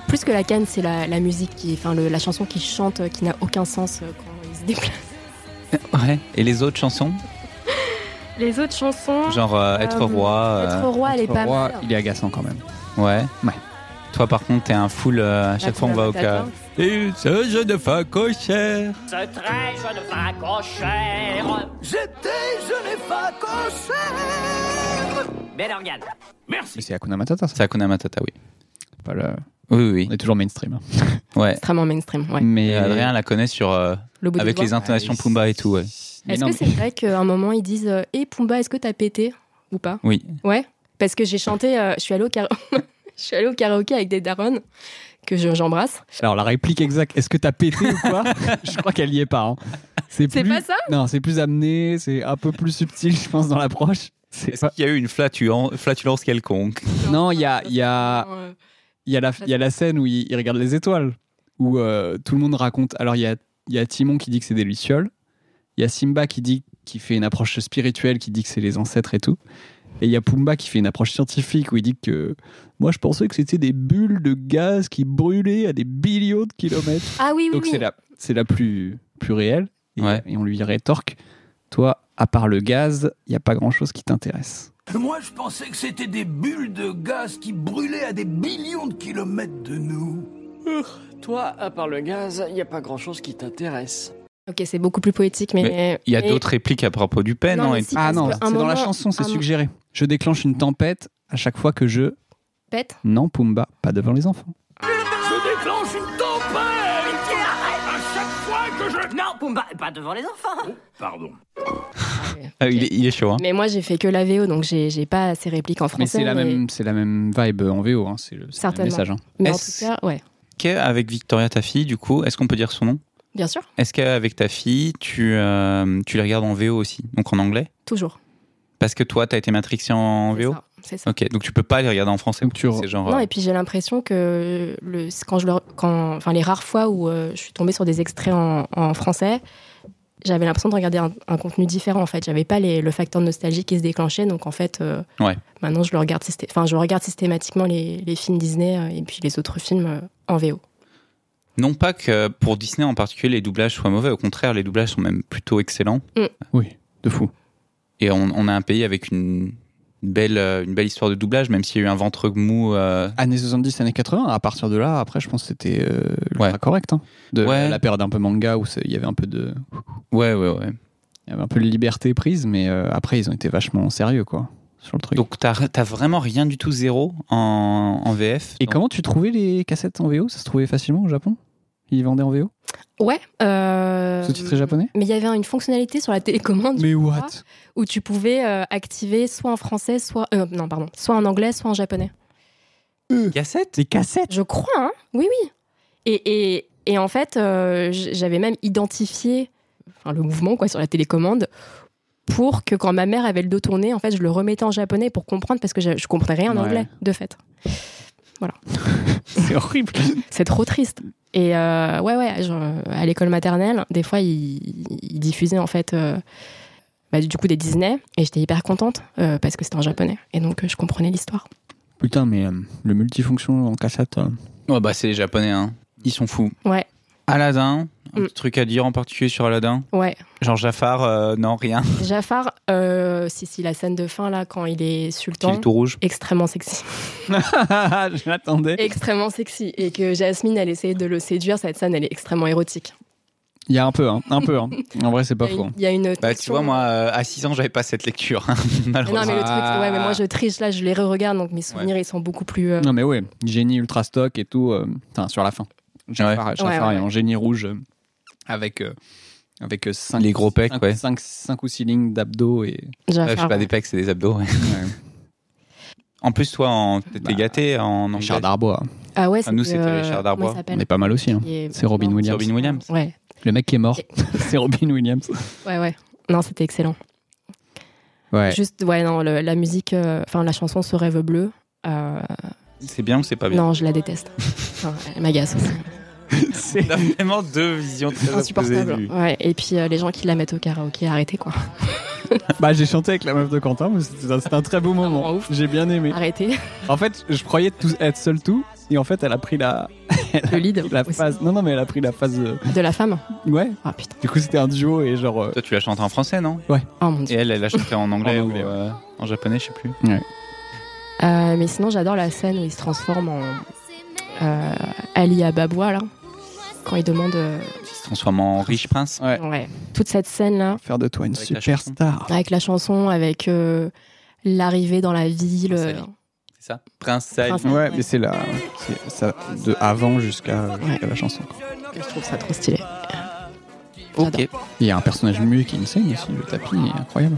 Speaker 3: Plus que la canne, c'est la, la musique, qui, enfin, le- la chanson qu'il chante euh, qui n'a aucun sens euh, quand il se déplace.
Speaker 1: Ouais. Et les autres chansons,
Speaker 3: [laughs] Les autres chansons.
Speaker 1: genre euh, être
Speaker 3: Euh,
Speaker 1: roi. euh,
Speaker 3: Être roi, elle est
Speaker 2: Notre
Speaker 3: pas
Speaker 2: roi,
Speaker 3: mal.
Speaker 2: il est agaçant quand même.
Speaker 1: Ouais.
Speaker 2: Ouais.
Speaker 1: Toi, par contre, t'es un full. euh, à chaque fois, on va au cas. Et ce jeu de facochère.
Speaker 6: Ce très jeune facochère.
Speaker 5: J'étais jeune
Speaker 6: Belle organe.
Speaker 2: Mais c'est Hakuna Matata, ça.
Speaker 1: C'est Hakuna Matata, oui.
Speaker 2: Pas le-
Speaker 1: Oui,
Speaker 2: On
Speaker 1: oui,
Speaker 2: est toujours mainstream. hein.
Speaker 1: oui. Ouais.
Speaker 3: Extrêmement mainstream, ouais.
Speaker 2: Mais
Speaker 1: Et Adrien la connaît sur. euh,
Speaker 3: Le bout
Speaker 1: avec
Speaker 3: du
Speaker 1: les
Speaker 3: doigt.
Speaker 1: intonations Pumba et tout, ouais.
Speaker 2: Mais
Speaker 3: Est-ce
Speaker 2: non,
Speaker 3: que
Speaker 2: mais-
Speaker 3: c'est vrai qu'à un moment, ils disent euh, Hé Pumba, est-ce que t'as pété Ou pas
Speaker 1: Oui.
Speaker 3: Ouais, parce que j'ai chanté, euh, je suis allée au kara- [laughs] je suis allée au karaoké avec des darons que je- j'embrasse.
Speaker 2: Alors la réplique exacte, est-ce que t'as pété ou quoi [laughs] Je crois qu'elle y est pas. hein. C'est
Speaker 3: C'est
Speaker 2: plus-
Speaker 3: pas ça
Speaker 2: Non, c'est plus amené, c'est un peu plus subtil, je pense, dans l'approche. C'est
Speaker 1: Est-ce
Speaker 2: pas-
Speaker 1: qu'il y a eu une flatulen- flatulence quelconque
Speaker 2: Non, il y a, il y, a,
Speaker 3: Euh,
Speaker 2: il y, a la, il y a la scène où il, il regarde les étoiles, où euh, tout le monde raconte. Alors il y a, il y a Timon qui dit que c'est des lucioles, il y a Simba qui dit qui fait une approche spirituelle, qui dit que c'est les ancêtres et tout, et il y a Pumba qui fait une approche scientifique où il dit que moi je pensais que c'était des bulles de gaz qui brûlaient à des billions de kilomètres.
Speaker 3: Ah oui, oui,
Speaker 2: Donc
Speaker 3: oui.
Speaker 2: c'est la, c'est la plus, plus réelle. Et,
Speaker 1: Ouais.
Speaker 2: et on lui rétorque, toi, à part le gaz, il n'y a pas grand-chose qui t'intéresse.
Speaker 5: Moi, je pensais que c'était des bulles de gaz qui brûlaient à des billions de kilomètres de nous.
Speaker 7: Toi, à part le gaz, il n'y a pas grand-chose qui t'intéresse.
Speaker 3: Ok, c'est beaucoup plus poétique, mais...
Speaker 1: Il y a
Speaker 3: mais-
Speaker 1: d'autres répliques à propos du pen,
Speaker 3: Non,
Speaker 1: non,
Speaker 3: mais
Speaker 1: et-
Speaker 3: si,
Speaker 2: Ah
Speaker 3: parce
Speaker 2: non,
Speaker 3: que
Speaker 2: c'est
Speaker 3: un
Speaker 2: dans la
Speaker 3: moment-
Speaker 2: chanson, c'est
Speaker 3: un mo-
Speaker 2: suggéré. Je déclenche une tempête à chaque fois que je...
Speaker 3: Pète
Speaker 2: Non, Pumba, pas devant les enfants.
Speaker 6: Je déclenche une tempête. À chaque fois que je. Non, Bah, pas devant les enfants.
Speaker 5: Pardon.
Speaker 1: Ah, il, est, il est chaud. hein.
Speaker 3: Mais moi, j'ai fait que la VO, donc j'ai j'ai pas ces répliques en français.
Speaker 2: Mais c'est la, même, c'est la même vibe en VO, hein, c'est le, c'est le même
Speaker 3: Certainement.
Speaker 2: message. hein.
Speaker 3: mais en tout
Speaker 1: Est-ce-
Speaker 3: cas, ouais,
Speaker 1: Ok, Avec Victoria, ta fille, du coup, est-ce qu'on peut dire son nom
Speaker 3: bien sûr,
Speaker 1: Est-ce qu'avec ta fille, tu, euh, tu les regardes en VO aussi, donc en anglais
Speaker 3: toujours.
Speaker 1: Parce que toi, t'as été matrixé en
Speaker 3: C'est
Speaker 1: VO
Speaker 3: ça, C'est ça.
Speaker 1: Ok, donc tu peux pas les regarder en français.
Speaker 2: Donc tu re-
Speaker 1: C'est genre.
Speaker 3: Non,
Speaker 1: euh,
Speaker 3: et puis j'ai l'impression que le, quand je le, quand, enfin, les rares fois où euh, je suis tombée sur des extraits en, en français, j'avais l'impression de regarder un, un contenu différent en fait. J'avais pas les- le facteur nostalgie qui se déclenchait, donc en fait, euh,
Speaker 1: Ouais.
Speaker 3: maintenant je le regarde, systé- enfin, je regarde systématiquement les, les films Disney euh, et puis les autres films euh, en VO.
Speaker 1: Non pas que pour Disney en particulier les doublages soient mauvais, au contraire les doublages sont même plutôt excellents.
Speaker 2: Oui, de fou.
Speaker 1: Et on, on a un pays avec une belle, euh, une belle histoire de doublage, même s'il y a eu un ventre mou. euh,
Speaker 2: Années 70, années 80, à partir de là, après, je pense que c'était euh, ultra
Speaker 1: Ouais.
Speaker 2: correct. hein. De
Speaker 1: Ouais.
Speaker 2: la période un peu manga où c'est- il y avait un peu de,
Speaker 1: Ouais, ouais, ouais.
Speaker 2: il y avait un peu de liberté prise, mais euh, après, ils ont été vachement sérieux, quoi, sur le truc.
Speaker 1: Donc t'as t'as vraiment rien du tout zéro en, en VF.
Speaker 2: Et
Speaker 1: Donc,
Speaker 2: comment tu trouvais les cassettes en VO Ça se trouvait facilement au Japon Ils vendaient en VO
Speaker 3: Ouais. Euh,
Speaker 2: Sous-titré japonais
Speaker 3: Mais il y avait une fonctionnalité sur la télécommande
Speaker 2: Mais
Speaker 3: what où tu pouvais euh, activer soit en français, soit euh, non pardon, soit en anglais, soit en japonais. Euh.
Speaker 1: Cassette
Speaker 2: Les cassettes
Speaker 3: Je crois, hein oui, oui. Et, et, et en fait, euh, j- j'avais même identifié enfin, le mouvement quoi, sur la télécommande pour que quand ma mère avait le dos tourné, en fait, je le remettais en japonais pour comprendre parce que je, je comprenais rien en
Speaker 2: Ouais.
Speaker 3: anglais, de fait.
Speaker 2: C'est horrible
Speaker 3: C'est trop triste. Et euh, ouais, ouais, genre, euh, à l'école maternelle, des fois, ils, ils diffusaient en fait euh, bah, du coup des Disney et j'étais hyper contente euh, parce que c'était en japonais et donc euh, je comprenais l'histoire.
Speaker 2: [laughs] Putain, mais euh, le multifonction en cassette. euh,
Speaker 1: Ouais, bah c'est les Japonais, hein. Ils sont fous.
Speaker 3: Ouais,
Speaker 1: Aladdin, un
Speaker 3: Mm.
Speaker 1: petit truc à dire en particulier sur Aladdin
Speaker 3: ouais.
Speaker 1: Genre Jafar, euh, non, rien.
Speaker 3: Jafar, euh, si, si, la scène de fin là, quand il est
Speaker 1: Il
Speaker 3: sultan.
Speaker 1: est tout rouge. [laughs]
Speaker 3: extrêmement sexy.
Speaker 2: [laughs] je l'attendais.
Speaker 3: extrêmement sexy. Et que Jasmine, elle essaye de le séduire, cette scène, elle est extrêmement érotique.
Speaker 2: Il y a un peu, hein, un peu. hein. En vrai, c'est pas
Speaker 3: [laughs] il, y a
Speaker 2: faux.
Speaker 3: une- il y a une.
Speaker 1: Bah tu
Speaker 3: tension.
Speaker 1: vois, moi, euh, à 6 ans, j'avais pas cette lecture, hein,
Speaker 3: Mais
Speaker 1: malheureusement.
Speaker 3: Non, mais le truc, ouais,
Speaker 1: ah.
Speaker 3: mais moi je triche là, je les re-regarde, donc mes souvenirs ils sont beaucoup plus. euh,
Speaker 2: Non, mais ouais, génie ultra stock et tout. euh, Putain, sur la fin. Jafar, Jafar
Speaker 3: Ouais, ouais,
Speaker 2: est
Speaker 3: ouais.
Speaker 2: en génie rouge euh, avec. euh, avec 5,
Speaker 1: Les gros pecs, ouais.
Speaker 2: 5, ou 6 lignes d'abdos et.
Speaker 1: Ouais, Ah, je
Speaker 3: Jafar,
Speaker 1: sais pas, des pecs, c'est des abdos. ouais. [laughs] En plus, toi, en- t'es
Speaker 2: Bah,
Speaker 1: gâté en anglais.
Speaker 2: Richard Darbois.
Speaker 3: Ah ouais,
Speaker 1: Ah, nous, c'était
Speaker 3: euh,
Speaker 1: Richard Darbois.
Speaker 3: comment il
Speaker 2: On
Speaker 3: s'appelle
Speaker 2: est pas mal aussi. hein.
Speaker 3: Qui est
Speaker 2: C'est Robin
Speaker 3: mort.
Speaker 2: Williams.
Speaker 1: Robin Williams.
Speaker 3: Ouais,
Speaker 2: Le mec qui est
Speaker 3: [laughs]
Speaker 2: mort, [laughs] c'est Robin Williams.
Speaker 3: ouais, ouais. Non, c'était excellent.
Speaker 2: Ouais.
Speaker 3: Juste, ouais, non, le- la musique, euh, enfin la chanson Ce rêve bleu. euh,
Speaker 2: Ah
Speaker 1: C'est bien ou c'est pas bien
Speaker 3: non, je
Speaker 2: [laughs]
Speaker 3: la déteste. Enfin, elle m'agace aussi.
Speaker 1: On a vraiment deux visions très
Speaker 3: Insupportable. Ouais, et puis euh, les gens qui la mettent au karaoké, arrêtez quoi.
Speaker 2: Bah, j'ai chanté avec la meuf de Quentin, mais c'était un, c'était un très beau
Speaker 3: Ah,
Speaker 2: moment.
Speaker 3: ouf.
Speaker 2: J'ai bien aimé.
Speaker 3: Arrêtez
Speaker 2: En fait, je croyais tout, être seul tout, et en fait, [laughs] elle a pris la,
Speaker 3: le lead
Speaker 2: la
Speaker 3: aussi.
Speaker 2: phase. Non, non, mais elle a pris la phase. euh,
Speaker 3: de la femme.
Speaker 2: Ouais.
Speaker 3: Ah putain.
Speaker 2: Du coup, c'était un duo et genre. euh,
Speaker 1: Toi, tu l'as chanté en français, non
Speaker 3: Oh mon
Speaker 1: Et
Speaker 3: dieu.
Speaker 1: elle, elle l'a chanté en anglais,
Speaker 2: En anglais,
Speaker 1: ou,
Speaker 2: ouais.
Speaker 1: euh, en japonais, je sais plus.
Speaker 3: Euh, mais sinon, j'adore la scène où il se transforme en euh, Ali Ababwa, là. Quand il demande. euh,
Speaker 1: Il se transforme en riche prince.
Speaker 2: Ouais.
Speaker 3: ouais. Toute cette scène-là,
Speaker 2: Faire de toi une
Speaker 1: Avec la
Speaker 2: superstar.
Speaker 3: avec la chanson, avec euh, l'arrivée dans la ville.
Speaker 1: Prince
Speaker 3: euh,
Speaker 1: Ali. C'est ça Prince Sally.
Speaker 3: Prince-
Speaker 2: Ouais, mais c'est la. c'est ça, de avant jusqu'à jusqu'à la chanson. quoi.
Speaker 3: je trouve ça trop stylé.
Speaker 1: Ok,
Speaker 2: Il y a un personnage mu qui me saigne aussi, le tapis il est incroyable.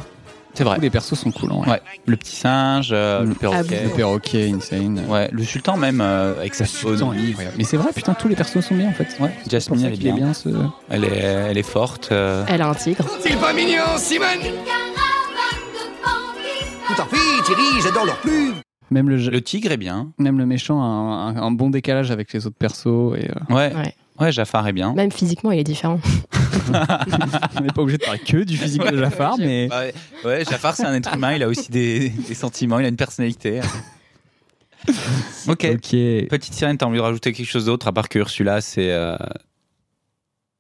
Speaker 1: c'est vrai.
Speaker 2: Tous les persos sont cool. hein,
Speaker 1: Ouais. Le petit singe, euh, le
Speaker 2: Mm.
Speaker 1: perroquet.
Speaker 3: Ah,
Speaker 2: Le perroquet, insane.
Speaker 1: Ouais, le sultan même, euh, avec sa bonne
Speaker 2: Putain,
Speaker 1: olive.
Speaker 2: incroyable. Mais c'est vrai, putain, tous les persos sont bien en fait. Ouais.
Speaker 1: Jasmine, elle est bien.
Speaker 2: ce...
Speaker 1: Elle est, elle est forte. euh,
Speaker 3: Elle a un tigre.
Speaker 5: C'est pas mignon, Simon Tout à fait, Thierry, j'adore leur plume
Speaker 2: Même le, jeu-
Speaker 1: Le tigre est bien.
Speaker 2: même le méchant a un, un- un bon décalage avec les autres persos. Et, euh,
Speaker 1: Ouais.
Speaker 3: Ouais.
Speaker 1: Ouais, Jafar est bien.
Speaker 3: Même physiquement, il est différent.
Speaker 2: [laughs] on n'est pas obligé de parler que du physique de Jafar, mais.
Speaker 1: Bah ouais, ouais, Jafar, c'est un être humain, il a aussi des, des sentiments, il a une
Speaker 2: [laughs]
Speaker 1: personnalité. ok.
Speaker 2: Ok.
Speaker 1: Petite sirène, t'as envie de rajouter quelque chose d'autre à part que Ursula, c'est euh,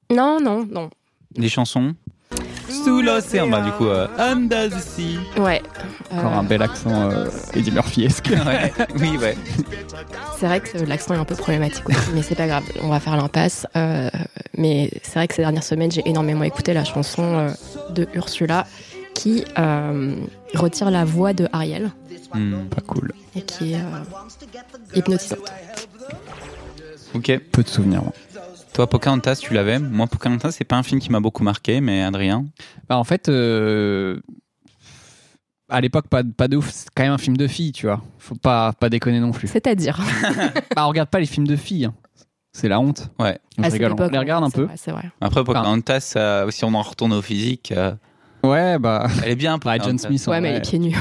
Speaker 3: Non, non, non.
Speaker 1: les chansons Sous l'océan, bah du coup, euh, Under the Sea.
Speaker 3: Ouais. Euh,
Speaker 2: Encore un bel accent euh, Eddie Murphy-esque.
Speaker 1: [laughs] Ouais, oui, ouais.
Speaker 3: c'est vrai que l'accent est un peu problématique aussi, mais c'est pas grave. On va faire l'impasse. Euh, mais c'est vrai que ces dernières semaines, j'ai énormément écouté la chanson euh, de Ursula qui euh, retire la voix de Ariel.
Speaker 1: Hmm,
Speaker 2: Pas cool.
Speaker 3: et qui est euh, hypnotisante.
Speaker 1: Ok.
Speaker 2: Peu de souvenirs. moi.
Speaker 1: Toi, Pocahontas, tu l'avais. Moi, Pocahontas, c'est pas un film qui m'a beaucoup marqué, mais Adrien.
Speaker 2: Bah, en fait, euh, à l'époque, pas, de- pas de ouf. C'est quand même un film de filles, tu vois. Faut pas, pas déconner non plus.
Speaker 3: C'est-à-dire
Speaker 2: Bah, on regarde pas les films de filles. hein. C'est la honte.
Speaker 1: Ouais.
Speaker 2: Je
Speaker 3: [laughs] à cette
Speaker 2: rigole. On
Speaker 3: époque,
Speaker 2: les regarde un
Speaker 3: c'est
Speaker 2: peu.
Speaker 3: vrai, C'est vrai.
Speaker 1: Après, Pocahontas, euh, si on en retourne au physique, euh,
Speaker 2: Ouais, bah.
Speaker 1: elle est bien.
Speaker 2: Bah, John
Speaker 1: Pocahontas.
Speaker 2: Smith, en
Speaker 3: Ouais, mais
Speaker 2: vrai. [laughs]
Speaker 3: les pieds nus,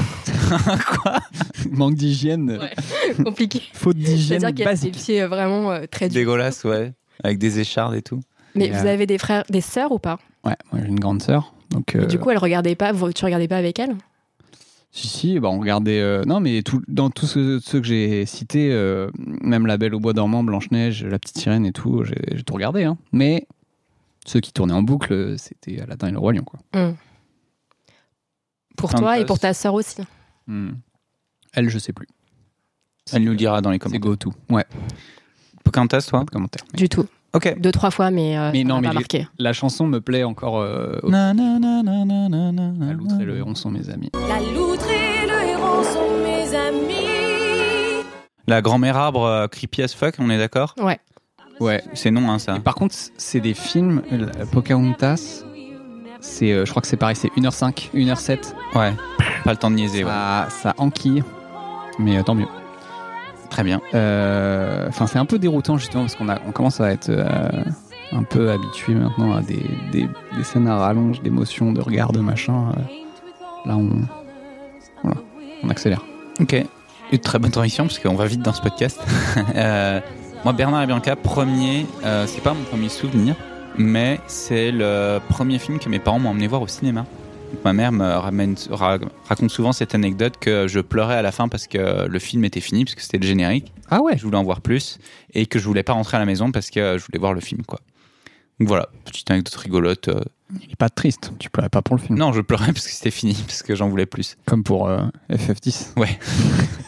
Speaker 2: manque d'hygiène,
Speaker 3: Ouais. compliqué.
Speaker 2: faute d'hygiène
Speaker 3: C'est-à-dire qu'il y a des
Speaker 2: basique.
Speaker 3: pieds euh, vraiment euh, très durs.
Speaker 1: Dégueulasse, ouais. Avec des échardes et tout.
Speaker 3: Mais
Speaker 2: Et,
Speaker 3: vous
Speaker 2: euh,
Speaker 3: avez des frères, des sœurs ou pas
Speaker 2: Ouais, moi j'ai une grande sœur, donc
Speaker 3: Et
Speaker 2: euh,
Speaker 3: Du coup, elle regardait pas. vous- Tu regardais pas avec elle
Speaker 2: si si, bah on regardait. euh, non, mais tout, dans tous ceux, ceux que j'ai cités, euh, même La Belle au bois dormant, Blanche Neige, La Petite Sirène et tout, j'ai j'ai tout regardé. hein. Mais ceux qui tournaient en boucle, c'était Aladdin et le roi lion, quoi.
Speaker 3: Pour
Speaker 1: Plein de
Speaker 3: toi et
Speaker 1: postes.
Speaker 3: pour ta sœur aussi.
Speaker 2: Hmm. Elle, je sais plus.
Speaker 1: Elle nous le dira dans les
Speaker 2: C'est
Speaker 1: commentaires.
Speaker 2: go to. Ouais,
Speaker 1: Pocahontas,
Speaker 2: pas
Speaker 1: toi
Speaker 2: de commentaire. Mais
Speaker 3: Du tout.
Speaker 1: Ok.
Speaker 3: Deux trois fois, mais, euh,
Speaker 2: Mais
Speaker 3: ça
Speaker 2: non,
Speaker 3: m'a
Speaker 2: mais
Speaker 3: pas
Speaker 2: les-
Speaker 3: marqué.
Speaker 2: La chanson me plaît encore. euh, au-
Speaker 1: Na, na, na, na, na, na, na, na.
Speaker 2: La loutre et le héron sont mes amis.
Speaker 8: La loutre et le héron sont mes amis.
Speaker 1: La grand-mère arbre euh, creepy as fuck, on est d'accord
Speaker 3: Ouais.
Speaker 2: Ouais.
Speaker 1: C'est non, hein, ça.
Speaker 2: Et par contre, c'est des films. la- Pocahontas, c'est, euh, je crois que c'est pareil, c'est 1h05, 1h07.
Speaker 1: Ouais. Pas le temps de niaiser, ouais.
Speaker 2: Ça, ça enquille, mais euh, tant mieux.
Speaker 1: Très bien.
Speaker 2: Euh, Enfin, c'est un peu déroutant justement parce qu'on a, on commence à être euh, un peu habitué maintenant à des, des, des scènes à rallonge, d'émotions, de regards, de machin. euh. Là, on, voilà, on accélère.
Speaker 1: Ok. [laughs] Une très bonne transition, parce qu'on va vite dans ce podcast. [laughs] Euh, moi, Bernard et Bianca, premier, euh, c'est pas mon premier souvenir, mais c'est le premier film que mes parents m'ont emmené voir au cinéma. Donc, Ma mère me ramène- ra- raconte souvent cette anecdote que je pleurais à la fin parce que le film était fini, parce que c'était le générique.
Speaker 2: Ah ouais.
Speaker 1: Je voulais en voir plus et que je voulais pas rentrer à la maison parce que je voulais voir le film, quoi. Donc voilà, petite anecdote rigolote. euh.
Speaker 2: Il est pas triste. Tu pleurais pas pour le film.
Speaker 1: Non, je pleurais parce que c'était fini, parce que j'en voulais plus. [laughs]
Speaker 2: Comme pour euh, FF10.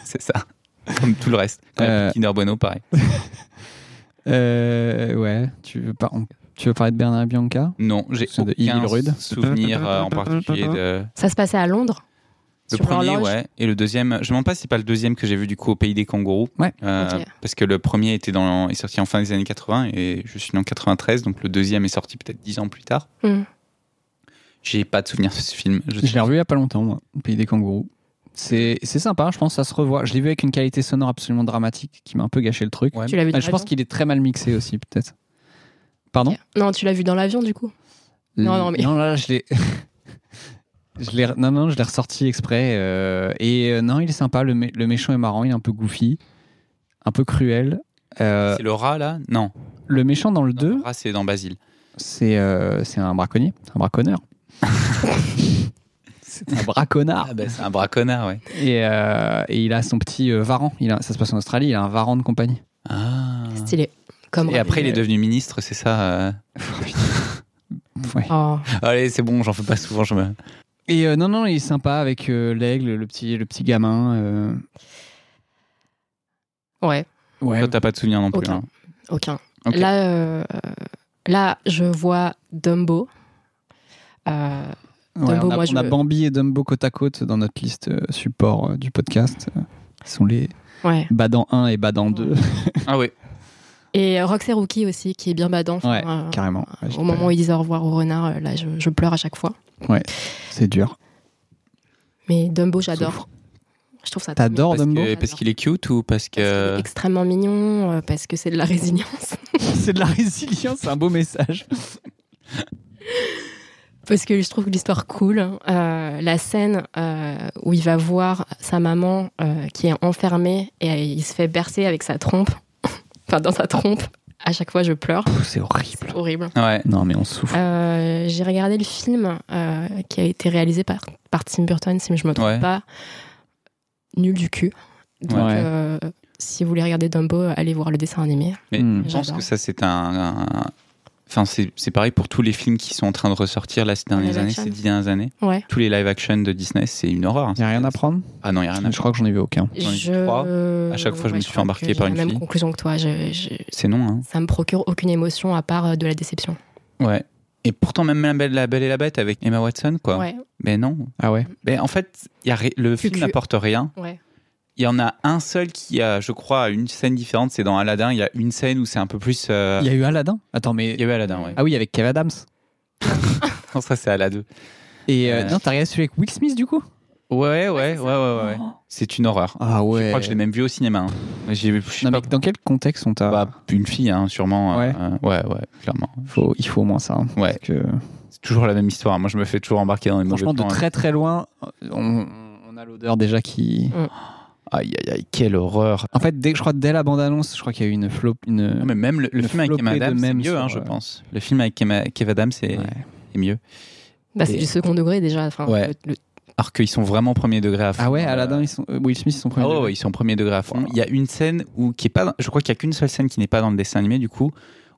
Speaker 1: C'est ça. Comme tout le reste. Comme
Speaker 2: Euh.
Speaker 1: Kinder Bueno, pareil.
Speaker 2: Euh, ouais. Tu veux pas. on- Tu veux parler de Bernard et Bianca
Speaker 1: Non, j'ai
Speaker 2: Ceux de
Speaker 1: aucun
Speaker 2: Evil Rude.
Speaker 1: souvenir euh, en particulier de
Speaker 3: Ça se passait à Londres.
Speaker 1: le
Speaker 3: Sur
Speaker 1: premier,
Speaker 3: l'horloge.
Speaker 1: ouais, et le deuxième. Je me demande pas si c'est pas le deuxième que j'ai vu du coup au pays des kangourous,
Speaker 2: Ouais.
Speaker 1: Euh,
Speaker 3: Ok.
Speaker 1: parce que le premier était dans est sorti en fin des années 80 et je suis né en 93, donc le deuxième est sorti peut-être dix ans plus tard.
Speaker 3: Hmm.
Speaker 1: J'ai pas de souvenir de ce film. Je-
Speaker 2: Je l'ai revu il y a pas longtemps, moi, Le Pays des kangourous. C'est c'est sympa, je pense, ça se revoit. Je l'ai vu avec une qualité sonore absolument dramatique qui m'a un peu gâché le truc.
Speaker 1: Ouais.
Speaker 3: Tu l'as vu
Speaker 2: Ah,
Speaker 3: dans
Speaker 2: je pense
Speaker 3: l'avion
Speaker 2: qu'il est très mal mixé aussi, peut-être. Pardon
Speaker 3: Non, tu l'as vu dans l'avion du coup. Non, non, mais-
Speaker 2: Non, là, je l'ai. [laughs] je l'ai re- non, non, je l'ai ressorti exprès. euh, Et euh, non, il est sympa, le, mé- le méchant est marrant, il est un peu goofy, un peu cruel. Euh,
Speaker 1: C'est le rat là Non.
Speaker 2: le méchant dans le
Speaker 1: Non,
Speaker 2: 2,
Speaker 1: Le rat c'est dans Basile.
Speaker 2: c'est euh, c'est un braconnier, un [laughs] braconneur. c'est un braconnard.
Speaker 1: Ah ben c'est un braconnard, ouais.
Speaker 2: Et, euh, et il a son petit euh, varan. Il a- ça se passe en Australie. Il a un varan de compagnie.
Speaker 1: Ah.
Speaker 3: Stylé. Comme.
Speaker 1: Et après il est
Speaker 2: euh,
Speaker 1: devenu ministre, c'est ça. euh.
Speaker 2: Ouais.
Speaker 3: Oh.
Speaker 1: Allez, c'est bon, j'en fais pas souvent, je me.
Speaker 2: Et euh, non, non, il est sympa avec euh, l'aigle, le petit, le petit gamin. euh,
Speaker 3: Ouais.
Speaker 2: Ouais.
Speaker 1: Toi t'as pas de souvenir non plus.
Speaker 3: Aucun.
Speaker 1: hein.
Speaker 3: Aucun.
Speaker 1: Ok.
Speaker 3: Là, euh, là, je vois Dumbo. Euh,
Speaker 2: Ouais,
Speaker 3: Dumbo,
Speaker 2: on a,
Speaker 3: moi,
Speaker 2: on
Speaker 3: je-
Speaker 2: a Bambi et Dumbo côte à côte dans notre liste euh, support euh, du podcast. Euh, Ils sont les
Speaker 3: ouais.
Speaker 2: badans 1 et badans 2.
Speaker 1: Ah oui.
Speaker 3: Et euh, Roxy Rookie aussi, qui est bien badant. Enfin,
Speaker 2: Ouais,
Speaker 3: euh,
Speaker 2: carrément. Ouais, j'ai
Speaker 3: au
Speaker 2: pas-
Speaker 3: moment où ils disent au revoir au renard, euh, là, je, je pleure à chaque fois.
Speaker 2: C'est
Speaker 3: [laughs]
Speaker 2: dur.
Speaker 3: Mais Dumbo, j'adore. Je trouve ça. trop mignon.
Speaker 2: T'adores
Speaker 1: Parce
Speaker 2: Dumbo
Speaker 1: que- parce qu'il est cute ou parce
Speaker 3: Parce qu'il
Speaker 1: que
Speaker 3: est extrêmement mignon, euh, parce que c'est de la [laughs] résilience,
Speaker 2: C'est de la résilience, c'est un beau message.
Speaker 3: parce que je trouve l'histoire cool. Euh, la scène euh, où il va voir sa maman euh, qui est enfermée et euh, il se fait bercer avec sa trompe, [laughs] enfin dans sa trompe, à chaque fois je pleure,
Speaker 2: C'est horrible.
Speaker 3: Ah, c'est horrible.
Speaker 1: Ouais.
Speaker 2: Non, mais on souffre.
Speaker 3: Euh, J'ai regardé le film euh, qui a été réalisé par, par Tim Burton, si je me trompe
Speaker 1: Ouais.
Speaker 3: pas, nul du cul. Donc,
Speaker 2: Ouais.
Speaker 3: euh, si vous voulez regarder Dumbo, allez voir le dessin animé.
Speaker 1: Mais
Speaker 2: Hmm.
Speaker 1: je pense
Speaker 3: J'adore.
Speaker 1: que ça, c'est un. un- Enfin, c'est c'est pareil pour tous les films qui sont en train de ressortir là ces dernières
Speaker 3: live
Speaker 1: années,
Speaker 3: action.
Speaker 1: ces dix dernières années.
Speaker 3: Ouais.
Speaker 1: Tous les live action de Disney, c'est une horreur. hein.
Speaker 2: Il a rien à prendre
Speaker 1: Ah non, il n'y a rien à
Speaker 2: Je crois que j'en ai vu aucun.
Speaker 1: J'en ai vu trois. À chaque fois, je me suis fait
Speaker 3: crois
Speaker 1: embarquer
Speaker 3: que j'ai
Speaker 1: par une
Speaker 3: La
Speaker 1: fille.
Speaker 3: même conclusion que toi. Je, je-
Speaker 1: C'est non, hein.
Speaker 3: Ça me procure aucune émotion à part euh, de la déception.
Speaker 1: Ouais. Et pourtant, même la belle, la belle et la bête avec Emma Watson, quoi.
Speaker 3: Ouais,
Speaker 1: Mais non.
Speaker 2: Ah ouais
Speaker 1: Mais en fait, y a ri- le film
Speaker 3: Cucu.
Speaker 1: n'apporte rien.
Speaker 3: ouais.
Speaker 1: Il y en a un seul qui a, je crois, une scène différente. C'est dans Aladdin. Il y a une scène où c'est un peu plus. euh,
Speaker 2: Il y a eu Aladdin. Attends, mais.
Speaker 1: Il y a eu Aladdin, ouais.
Speaker 2: Ah oui, avec Kev Adams.
Speaker 1: Non, ça, c'est Aladdin.
Speaker 2: Et euh,
Speaker 1: Euh.
Speaker 2: non, t'as regardé celui avec Will Smith du coup
Speaker 1: Ouais, ouais, ouais, ouais, ouais. ouais.
Speaker 3: Oh.
Speaker 1: C'est une horreur.
Speaker 2: Ah ouais.
Speaker 1: Je crois que je l'ai même vu au cinéma. hein. J'ai je sais
Speaker 2: Non, mais
Speaker 1: pas.
Speaker 2: dans quel contexte on t'a.
Speaker 1: bah, une fille, hein, sûrement. euh,
Speaker 2: Ouais.
Speaker 1: euh, ouais, ouais, clairement.
Speaker 2: Faut- il faut au moins ça. hein,
Speaker 1: Ouais.
Speaker 2: parce que-
Speaker 1: C'est toujours la même histoire. Moi, je me fais toujours embarquer dans les mauvais
Speaker 2: Franchement, de
Speaker 1: plans, hein.
Speaker 2: très très loin, on, on a l'odeur déjà qui.
Speaker 1: Aïe, aïe, aïe, quelle horreur.
Speaker 2: En fait, dès, je crois dès la bande-annonce, je crois qu'il y a eu une flop. Une...
Speaker 1: Non, mais même le, le
Speaker 2: Le
Speaker 1: film avec Kev
Speaker 2: flopé de
Speaker 1: Adams, c'est
Speaker 2: même
Speaker 1: mieux, hein, je
Speaker 2: sur, euh,
Speaker 1: pense. Le film avec Kev Kev Adams, c'est
Speaker 2: Ouais.
Speaker 1: est mieux.
Speaker 3: Bah, c'est
Speaker 1: Et-
Speaker 3: du second degré déjà. Enfin,
Speaker 1: Ouais.
Speaker 3: le- le-
Speaker 1: Alors qu'ils sont vraiment premier degré à fond.
Speaker 2: Ah ouais,
Speaker 1: Euh,
Speaker 2: Aladdin, ils sont... euh, Will Smith, ils sont premiers.
Speaker 1: Ah ouais, ouais, ils sont premier degré à fond. Il y a une scène où qui est pas. dans- je crois qu'il y a qu'une seule scène qui n'est pas dans le dessin animé du coup,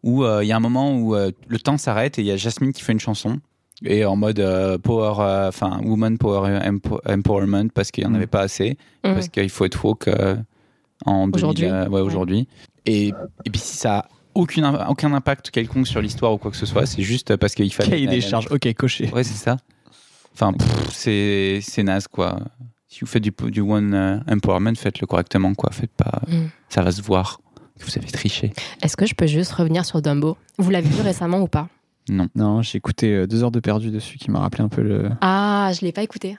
Speaker 1: où euh, il y a un moment où euh, le temps s'arrête et il y a Jasmine qui fait une chanson et en mode euh, power, euh, enfin woman power empo- empowerment parce qu'il n'y en
Speaker 2: Mm.
Speaker 1: avait pas assez
Speaker 3: Mm.
Speaker 1: parce qu'il faut être woke euh, en 2000,
Speaker 3: Aujourd'hui.
Speaker 1: euh, ouais, aujourd'hui. Et, et puis si ça a aucune, im- aucun impact quelconque sur l'histoire ou quoi que ce soit, c'est juste parce qu'il fallait.
Speaker 2: Cahier des charges, ok, coché.
Speaker 1: Ouais, c'est ça. Enfin, pff, c'est c'est naze, quoi. Si vous faites du, du one euh, empowerment, faites-le correctement, quoi. Faites pas.
Speaker 3: Mm.
Speaker 1: Ça va se voir que vous avez triché.
Speaker 3: Est-ce que je peux juste revenir sur Dumbo Vous l'avez vu récemment ou pas
Speaker 2: Non, j'ai écouté euh, deux heures de perdu dessus qui m'a rappelé un peu le.
Speaker 3: Ah, je l'ai pas écouté.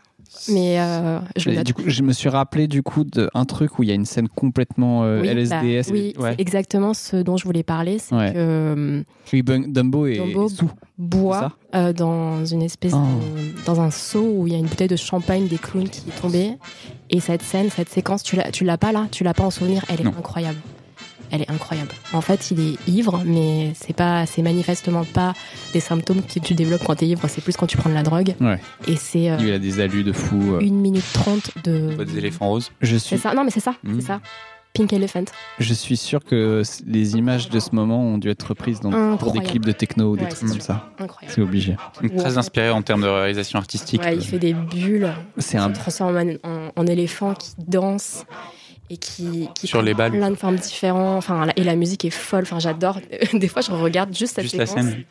Speaker 3: Mais euh, je le
Speaker 2: Et
Speaker 3: note.
Speaker 2: Du coup, je me suis rappelé du coup d'un truc où il y a une scène complètement euh,
Speaker 3: Oui,
Speaker 2: LSDS.
Speaker 3: bah, oui,
Speaker 2: Ouais.
Speaker 3: c'est exactement ce dont je voulais parler. C'est
Speaker 2: Ouais.
Speaker 3: que euh,
Speaker 2: Oui, Bun- Dumbo et
Speaker 3: Dumbo.
Speaker 2: sous.
Speaker 3: boit euh, dans une espèce,
Speaker 2: Oh.
Speaker 3: de- dans un seau où il y a une bouteille de champagne des clowns qui est tombée. Et cette scène, cette séquence, tu l'as, tu l'as pas là, tu l'as pas en souvenir. Elle est
Speaker 1: Non.
Speaker 3: incroyable. Elle est incroyable. En fait, il est ivre, mais c'est pas, c'est manifestement pas des symptômes que tu développes quand t'es ivre. C'est plus quand tu prends de la drogue.
Speaker 2: Ouais.
Speaker 3: Et c'est euh,
Speaker 2: Il a des allus de fou. euh.
Speaker 3: une minute trente de.
Speaker 1: Pas des éléphants roses.
Speaker 2: Je
Speaker 3: C'est
Speaker 2: suis,
Speaker 3: ça. Non, mais c'est ça.
Speaker 1: Mm.
Speaker 3: C'est ça. Pink Elephant.
Speaker 2: je suis sûr que c- les images de ce moment ont dû être reprises dans pour Mmh. des
Speaker 3: Incroyable.
Speaker 2: clips de techno ou des
Speaker 3: Ouais,
Speaker 2: trucs
Speaker 3: c'est
Speaker 2: comme
Speaker 3: sûr.
Speaker 2: ça.
Speaker 3: Incroyable.
Speaker 2: C'est obligé.
Speaker 1: Donc,
Speaker 3: Ouais.
Speaker 1: Très inspiré en termes de réalisation artistique.
Speaker 3: Ouais, il fait des bulles.
Speaker 2: C'est
Speaker 3: qui
Speaker 2: un
Speaker 3: se transforme en, en- en éléphant, qui danse et qui, qui
Speaker 1: Sur les
Speaker 3: prend
Speaker 1: balles.
Speaker 3: plein de formes différentes. Enfin, la- et la musique est folle. Enfin, j'adore. [laughs] Des fois, je regarde juste cette
Speaker 1: Juste la
Speaker 3: séquence.
Speaker 1: scène.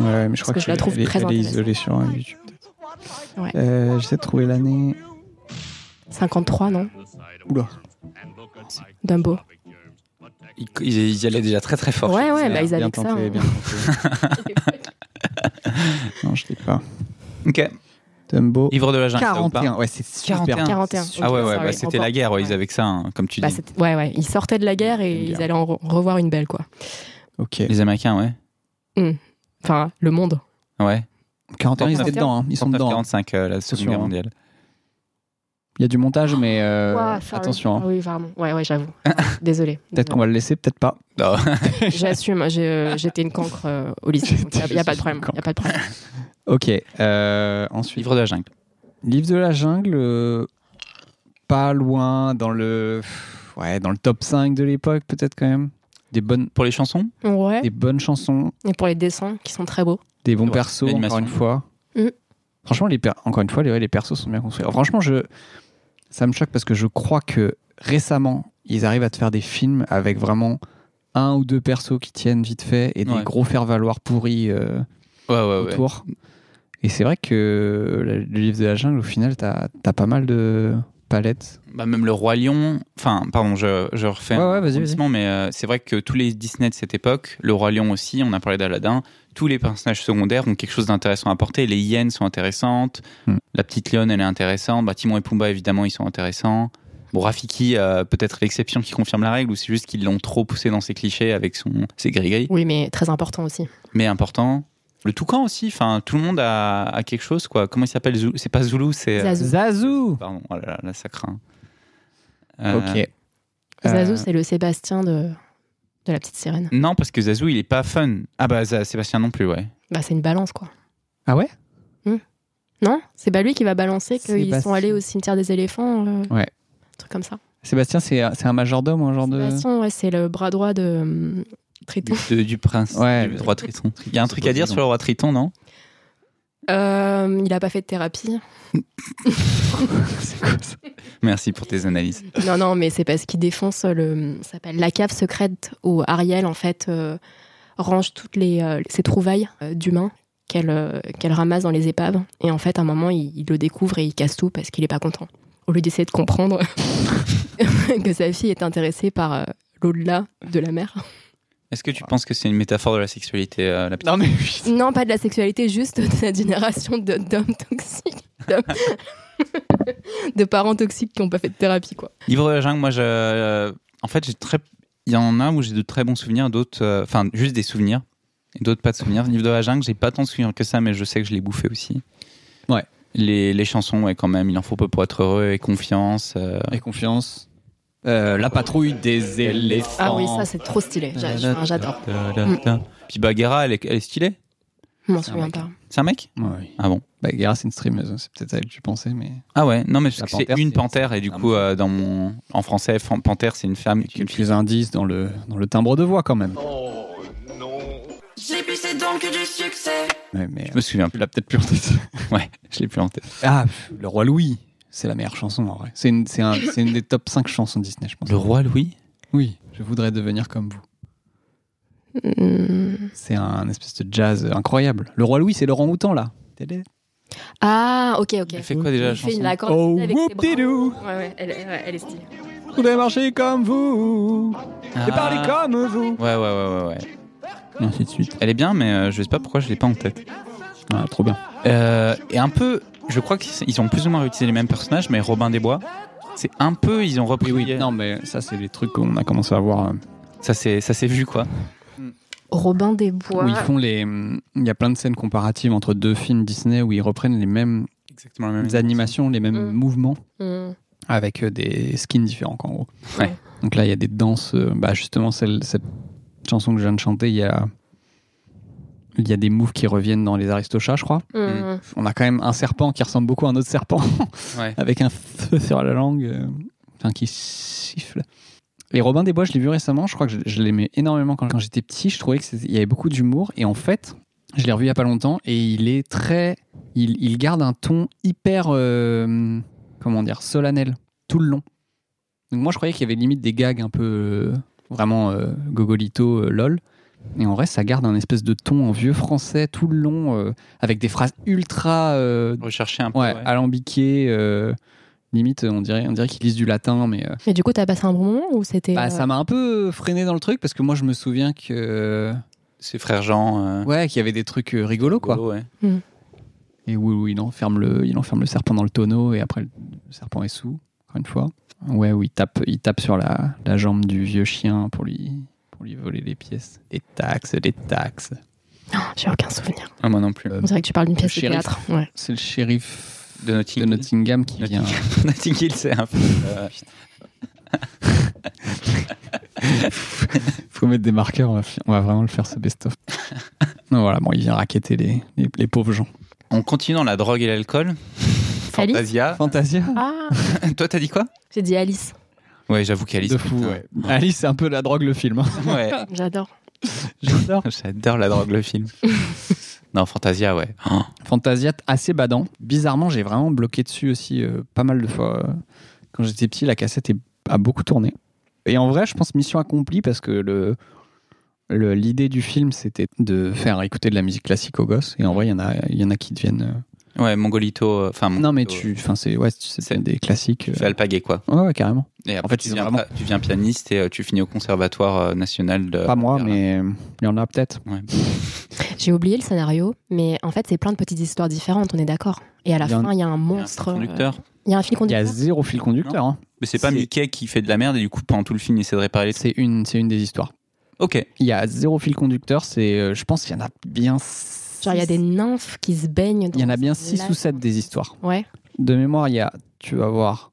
Speaker 2: Ouais, ouais, mais je crois
Speaker 3: Parce que je la
Speaker 2: elle-
Speaker 3: trouve
Speaker 2: elle est-
Speaker 3: très
Speaker 2: elle est
Speaker 3: intéressante.
Speaker 2: isolée sur euh, YouTube. peut-être.
Speaker 3: Ouais.
Speaker 2: Euh, J'essaie de trouver l'année.
Speaker 3: 53, non
Speaker 2: Oula.
Speaker 3: Dumbo.
Speaker 1: Ils, ils y allaient déjà très très fort.
Speaker 3: ouais, ouais,
Speaker 1: C'est-
Speaker 3: bah, ils
Speaker 2: bien
Speaker 3: avaient que
Speaker 2: tenté,
Speaker 3: ça. hein.
Speaker 2: bien tenté.
Speaker 3: [laughs]
Speaker 2: non, je l'ai pas.
Speaker 1: Ok.
Speaker 2: Dumbo.
Speaker 1: Ivre de la jungle. ça ou pas
Speaker 2: 41. Ouais, c'est super.
Speaker 1: 41.
Speaker 3: 41.
Speaker 1: Ah ouais,
Speaker 3: Ok,
Speaker 1: ouais,
Speaker 3: sorry,
Speaker 1: bah, c'était
Speaker 3: encore.
Speaker 1: la guerre, ouais, ils
Speaker 3: Ouais.
Speaker 1: avaient que ça, hein, comme tu
Speaker 3: Bah,
Speaker 1: dis.
Speaker 3: c'était- ouais, ouais. Ils sortaient de la guerre et
Speaker 2: Une guerre.
Speaker 3: ils allaient en re- revoir une belle, quoi.
Speaker 2: Ok.
Speaker 1: Les Américains, ouais.
Speaker 3: Enfin, le monde.
Speaker 1: Ouais.
Speaker 2: 41, ils étaient
Speaker 3: 41.
Speaker 2: dedans. hein. Ils sont dedans. hein.
Speaker 1: 45, la Seconde
Speaker 2: Attention,
Speaker 1: Guerre
Speaker 2: hein.
Speaker 1: mondiale.
Speaker 2: Il y a du montage, mais euh,
Speaker 3: Ouah, sorry.
Speaker 2: attention. hein.
Speaker 3: Ah Oui, pardon. Ouais, ouais,
Speaker 1: [laughs]
Speaker 3: j'avoue. Désolée.
Speaker 2: Peut-être qu'on va le laisser, peut-être pas.
Speaker 1: Non.
Speaker 3: J'assume. hein, j'ai- J'étais une cancre euh, au lycée. Il n'y a pas de problème. Il a pas de problème.
Speaker 2: Ok. euh, ensuite,
Speaker 1: Ivre de la jungle.
Speaker 2: Livre de la jungle, euh, pas loin dans le, pff, ouais, dans le top 5 de l'époque, peut-être quand même. Des bonnes,
Speaker 1: Pour les chansons
Speaker 3: Ouais.
Speaker 2: des bonnes chansons,
Speaker 3: Et pour les dessins qui sont très beaux.
Speaker 2: des bons
Speaker 1: Ouais,
Speaker 2: persos
Speaker 1: l'animation.
Speaker 2: encore une fois
Speaker 3: Mm.
Speaker 2: franchement les per- encore une fois les, ouais, les persos sont bien construits Alors, franchement je ça me choque parce que je crois que récemment ils arrivent à te faire des films avec vraiment un ou deux persos qui tiennent vite fait et
Speaker 1: Ouais.
Speaker 2: des gros faire-valoir pourris euh,
Speaker 1: Ouais, ouais, ouais.
Speaker 2: autour et c'est vrai que le le livre de la jungle au final t'as as pas mal de palettes
Speaker 1: Bah, même le Roi Lion, enfin, pardon, je, je refais
Speaker 2: Ouais,
Speaker 1: un
Speaker 2: ouais, vas-y,
Speaker 1: arrondissement, mais euh, c'est vrai que tous les Disney de cette époque, le Roi Lion aussi, on a parlé d'Aladin, tous les personnages secondaires ont quelque chose d'intéressant à apporter. Les hyènes sont intéressantes,
Speaker 2: Hmm.
Speaker 1: la petite lionne, elle est intéressante, bah, Timon et Pumbaa, évidemment, ils sont intéressants. Bon, Rafiki, euh, peut-être l'exception qui confirme la règle, ou c'est juste qu'ils l'ont trop poussé dans ses clichés avec son, ses gris
Speaker 3: Oui, mais très important aussi.
Speaker 1: mais important. Le toucan aussi, enfin, tout le monde a, a quelque chose, quoi. Comment il s'appelle Zou- C'est pas Zoulou, c'est. euh,
Speaker 3: Zazu.
Speaker 2: Zazou
Speaker 1: Pardon, oh là là, là, ça craint. Euh,
Speaker 2: ok
Speaker 3: Zazu,
Speaker 2: Euh,
Speaker 3: c'est le Sébastien de, de la petite sirène.
Speaker 1: Non, parce que Zazou, il est pas fun. Ah bah, Za- Sébastien non plus, ouais.
Speaker 3: Bah, c'est une balance, quoi.
Speaker 2: ah ouais
Speaker 3: Non C'est pas lui qui va balancer qu'ils
Speaker 2: Sébastien.
Speaker 3: sont allés au cimetière des éléphants euh,
Speaker 2: Ouais.
Speaker 3: Un truc comme ça.
Speaker 2: Sébastien c'est un c'est un majordome ou un genre de
Speaker 3: Sébastien, ouais, c'est le bras droit de hum,
Speaker 1: Du,
Speaker 3: Triton.
Speaker 1: de- du prince,
Speaker 2: Ouais.
Speaker 1: du roi Triton. [laughs] Il y a un truc
Speaker 2: c'est
Speaker 1: à dire
Speaker 2: Poséidon.
Speaker 1: sur le roi Triton, non
Speaker 3: Euh, il a pas fait de thérapie.
Speaker 2: C'est quoi ça
Speaker 1: [laughs] Merci pour tes analyses.
Speaker 3: non, non, mais c'est parce qu'il défonce le. ça s'appelle la cave secrète où Ariel, en fait, euh, range toutes les, euh, ses trouvailles euh, d'humains qu'elle euh, qu'elle ramasse dans les épaves. Et en fait, à un moment, il, il le découvre et il casse tout parce qu'il est pas content. au lieu d'essayer de comprendre [laughs] que sa fille est intéressée par euh, l'au-delà de la mer.
Speaker 1: Est-ce que tu penses que c'est une métaphore de la sexualité, euh, la petite
Speaker 2: Non, mais oui. [laughs]
Speaker 3: Non, pas de la sexualité, juste de la génération de- d'hommes toxiques. d'hommes- [laughs] de parents toxiques qui n'ont pas fait de thérapie, quoi.
Speaker 1: Livre de la jungle, moi, je, euh, en fait, j'ai très, il y en a où j'ai de très bons souvenirs, d'autres, euh, enfin, juste des souvenirs, et d'autres pas de souvenirs. Livre de la jungle, j'ai pas tant de souvenirs que ça, mais je sais que je l'ai bouffé aussi.
Speaker 2: Ouais.
Speaker 1: Les, les chansons, ouais, quand même, il en faut peu pour être heureux et confiance. euh,
Speaker 2: Et confiance. Euh, la patrouille des éléphants.
Speaker 3: Ah oui, ça, c'est trop stylé. J'a- j'a- J'adore.
Speaker 1: da, da, da. Puis Bagheera, elle est, elle est stylée.
Speaker 3: Je m'en
Speaker 2: C'est un
Speaker 3: souviens
Speaker 2: mec.
Speaker 3: pas.
Speaker 1: C'est un mec
Speaker 2: Ouais, oui.
Speaker 1: Ah bon
Speaker 2: Bah, Guerra, c'est une streameuse. C'est peut-être à elle que tu pensais, mais.
Speaker 1: Ah ouais, non, mais parce
Speaker 2: La
Speaker 1: que c'est
Speaker 2: panthère,
Speaker 1: une
Speaker 2: c'est-
Speaker 1: panthère, et du
Speaker 2: c'est un
Speaker 1: coup,
Speaker 2: mec.
Speaker 1: euh, dans mon, en français, fan- panthère, c'est une femme, une fille.
Speaker 2: Quelques indices dans le, dans le timbre de voix, quand même.
Speaker 8: J'ai pissé dans le cul du succès.
Speaker 2: Ouais, mais
Speaker 1: Je me souviens
Speaker 2: tu
Speaker 1: plus.
Speaker 2: l'as peut-être plus en tête.
Speaker 1: [laughs] Ouais, je l'ai plus en tête.
Speaker 2: Ah, pff, le roi Louis. C'est la meilleure chanson, en vrai. C'est une, c'est un- c'est une des top 5 chansons Disney, je pense.
Speaker 1: Le roi Louis
Speaker 2: Oui, je voudrais devenir comme vous.
Speaker 3: Hmm.
Speaker 2: C'est un espèce de jazz incroyable. Le roi Louis, c'est Laurent Houtan, là.
Speaker 3: Ah, ok, ok.
Speaker 1: Elle fait quoi déjà la
Speaker 3: Il fait
Speaker 1: chanson
Speaker 3: une accord
Speaker 2: Oh,
Speaker 3: avec ses bras.
Speaker 2: whoop-dee-doo.
Speaker 3: Ouais, ouais, elle, est- ouais, elle est stylée.
Speaker 2: Je voudrais marcher comme vous
Speaker 1: Ah.
Speaker 2: et parler comme vous.
Speaker 1: Ouais, ouais, ouais, ouais, ouais.
Speaker 2: Et ainsi de suite.
Speaker 1: Elle est bien, mais euh, je sais pas pourquoi je l'ai pas en tête.
Speaker 2: Ah, trop bien.
Speaker 1: Euh, et un peu, je crois qu'ils ils ont plus ou moins réutilisé les mêmes personnages, mais Robin des Bois, c'est un peu, ils ont repris.
Speaker 2: Oui, non, mais ça, c'est les trucs qu'on a commencé à voir. euh,
Speaker 1: Ça s'est ça s'est vu quoi.
Speaker 3: Robin des Bois.
Speaker 2: Où ils font les. mm, Il y a plein de scènes comparatives entre deux films Disney où ils reprennent les mêmes euh,
Speaker 1: Exactement la même.
Speaker 2: animations, les mêmes
Speaker 3: Mm.
Speaker 2: mouvements,
Speaker 3: Hmm.
Speaker 2: avec euh, des skins différents, quoi, en gros.
Speaker 1: Ouais.
Speaker 2: Donc là, il y a des danses. euh, bah, justement, celle- cette chanson que je viens de chanter, il y a. Il y a des moves qui reviennent dans les Aristochats, je crois.
Speaker 3: Hmm.
Speaker 2: Euh, On a quand même un serpent qui ressemble beaucoup à un autre serpent, [laughs]
Speaker 1: Ouais.
Speaker 2: avec un feu sur la langue, euh, enfin qui siffle. Et Robin des Bois, je l'ai vu récemment, je crois que je, je l'aimais énormément quand, quand j'étais petit, je trouvais qu'il y avait beaucoup d'humour, et en fait, je l'ai revu il n'y a pas longtemps, et il est très... Il, il garde un ton hyper, euh, comment dire, solennel, tout le long. Donc moi, je croyais qu'il y avait limite des gags un peu euh, vraiment euh, gogolito, euh, lol, et en vrai, ça garde un espèce de ton en vieux français tout le long, euh, avec des phrases ultra euh,
Speaker 1: Rechercher un peu.
Speaker 2: ouais,
Speaker 1: ouais.
Speaker 2: alambiquées, euh, limite, on dirait, on dirait qu'ils lisent du latin, mais euh,
Speaker 3: Mais du coup, t'as passé un bon moment ou c'était.
Speaker 2: bah,
Speaker 3: euh,
Speaker 2: ça m'a un peu freiné dans le truc parce que moi, je me souviens que euh,
Speaker 1: C'est frère Jean. euh,
Speaker 2: ouais, qu'il y avait des trucs euh, rigolos, quoi.
Speaker 1: Golo, ouais.
Speaker 2: Et où, où il enferme le, il enferme le serpent dans le tonneau et après le serpent est sous, encore une fois. Ouais, où il tape, il tape sur la, la jambe du vieux chien pour lui, pour lui voler les pièces. Des taxes, des taxes.
Speaker 3: Oh, J'ai aucun souvenir.
Speaker 1: Ah, moi non plus. [laughs]
Speaker 2: Euh,
Speaker 3: On dirait que tu parles d'une pièce de
Speaker 2: shérif.
Speaker 3: théâtre. Ouais.
Speaker 2: C'est le shérif
Speaker 1: De Notting
Speaker 2: de Nottingham [laughs] qui
Speaker 1: Notting-
Speaker 2: vient.
Speaker 1: Notting Hill, c'est un peu. euh,
Speaker 2: Faut mettre des marqueurs, on va, fi- on va vraiment le faire ce [laughs] best-of. Non, voilà, bon, il vient raqueter les, les, les pauvres gens.
Speaker 1: On continue dans la drogue et l'alcool.
Speaker 3: Alice
Speaker 1: Fantasia.
Speaker 2: Fantasia
Speaker 3: Ah
Speaker 1: [laughs] Toi, t'as dit quoi
Speaker 3: J'ai dit Alice.
Speaker 1: Ouais, j'avoue qu'Alice.
Speaker 2: De fou,
Speaker 1: putain.
Speaker 2: ouais. Alice, c'est un peu la drogue, le film. hein.
Speaker 1: [laughs] Ouais.
Speaker 3: J'adore.
Speaker 2: J'adore.
Speaker 1: J'adore la drogue, le
Speaker 3: [laughs]
Speaker 1: film. non, Fantasia, ouais. Oh,
Speaker 2: Fantasia, assez badant. Bizarrement, j'ai vraiment bloqué dessus aussi euh, pas mal de fois. euh. Quand j'étais petit, la cassette est- a beaucoup tourné. Et en vrai, je pense mission accomplie parce que le. le- L'idée du film, c'était de faire écouter de la musique classique aux gosses. Et en vrai, il y, en a- il y en a qui deviennent. euh,
Speaker 1: Ouais, Mongolito. euh, Enfin, Mongolito,
Speaker 2: Non, mais tu. Enfin, c'est ouais, c'est- c'est des classiques.
Speaker 1: Tu
Speaker 2: euh,
Speaker 1: fais alpaguer, quoi.
Speaker 2: Ouais, ouais, carrément.
Speaker 1: Et en
Speaker 2: En fait,
Speaker 1: fait, tu
Speaker 2: ils ont
Speaker 1: deviens,
Speaker 2: vraiment-
Speaker 1: pa- tu deviens pianiste et euh, tu finis au conservatoire euh, national de.
Speaker 2: Pas moi,
Speaker 1: Berlin.
Speaker 2: mais euh, il y en a peut-être.
Speaker 3: J'ai oublié le scénario, mais en fait, c'est plein de petites histoires différentes, on est d'accord. Et à la
Speaker 2: Il y a un-
Speaker 3: fin, il y a un
Speaker 1: Il y a un
Speaker 3: monstre. euh,
Speaker 1: conducteur.
Speaker 3: Il y a un fil
Speaker 2: Il y a
Speaker 3: conducteur.
Speaker 2: zéro fil conducteur. hein.
Speaker 1: Mais c'est pas
Speaker 2: c'est-
Speaker 1: Mickey qui fait de la merde et du coup pendant tout le film il essaie de réparer les trucs.
Speaker 2: C'est une, c'est une des histoires.
Speaker 1: Ok.
Speaker 2: Il y a zéro fil conducteur. C'est, euh, je pense qu'il y en a bien. six-
Speaker 3: Genre, il y a des nymphes qui se baignent dans
Speaker 2: Il y en a bien
Speaker 3: un
Speaker 2: 6
Speaker 3: lac.
Speaker 2: ou 7 des histoires.
Speaker 3: Ouais.
Speaker 2: De mémoire, il y a, tu vas voir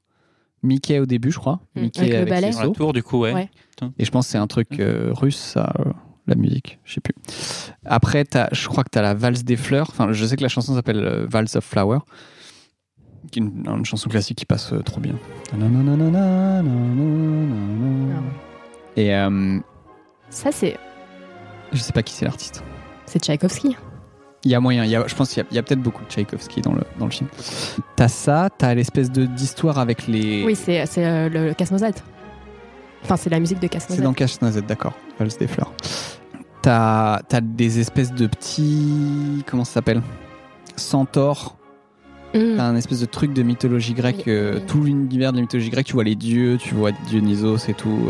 Speaker 2: Mickey au début, je crois.
Speaker 3: Mm,
Speaker 2: Mickey
Speaker 3: avec le
Speaker 2: avec,
Speaker 3: balai. Mm.
Speaker 2: ses
Speaker 1: Sur la
Speaker 2: sauts.
Speaker 1: tour du coup ouais.
Speaker 3: Ouais.
Speaker 2: Et je pense que c'est un truc euh, russe, ça, euh, la musique. Je sais plus. Après, t'as- je crois que tu as la valse des fleurs. Enfin, je sais que la chanson s'appelle euh, Valse of Flower, qui est une, une chanson classique qui passe euh, trop bien. Nananana,
Speaker 3: Ah
Speaker 2: nananana. Et euh,
Speaker 3: Ça, c'est
Speaker 2: je sais pas qui c'est l'artiste.
Speaker 3: c'est Tchaïkovski.
Speaker 2: Il y a moyen, il y a- je pense qu'il y a- il y a, peut-être beaucoup de Tchaïkovski dans le, dans le film. T'as ça, t'as l'espèce de d'histoire avec les.
Speaker 3: Oui, c'est c'est, euh, le, le casse-noisette. Enfin, c'est la musique de
Speaker 2: C'est
Speaker 3: casse-noisette.
Speaker 2: dans Cache-Noisette, d'accord. Valse des fleurs. T'as as des espèces de petits. Comment ça s'appelle Centaures
Speaker 3: Mm.
Speaker 2: T'as un espèce de truc de mythologie grecque, euh,
Speaker 3: Oui.
Speaker 2: tout l'univers de la mythologie grecque, tu vois les dieux, tu vois Dionysos et tout.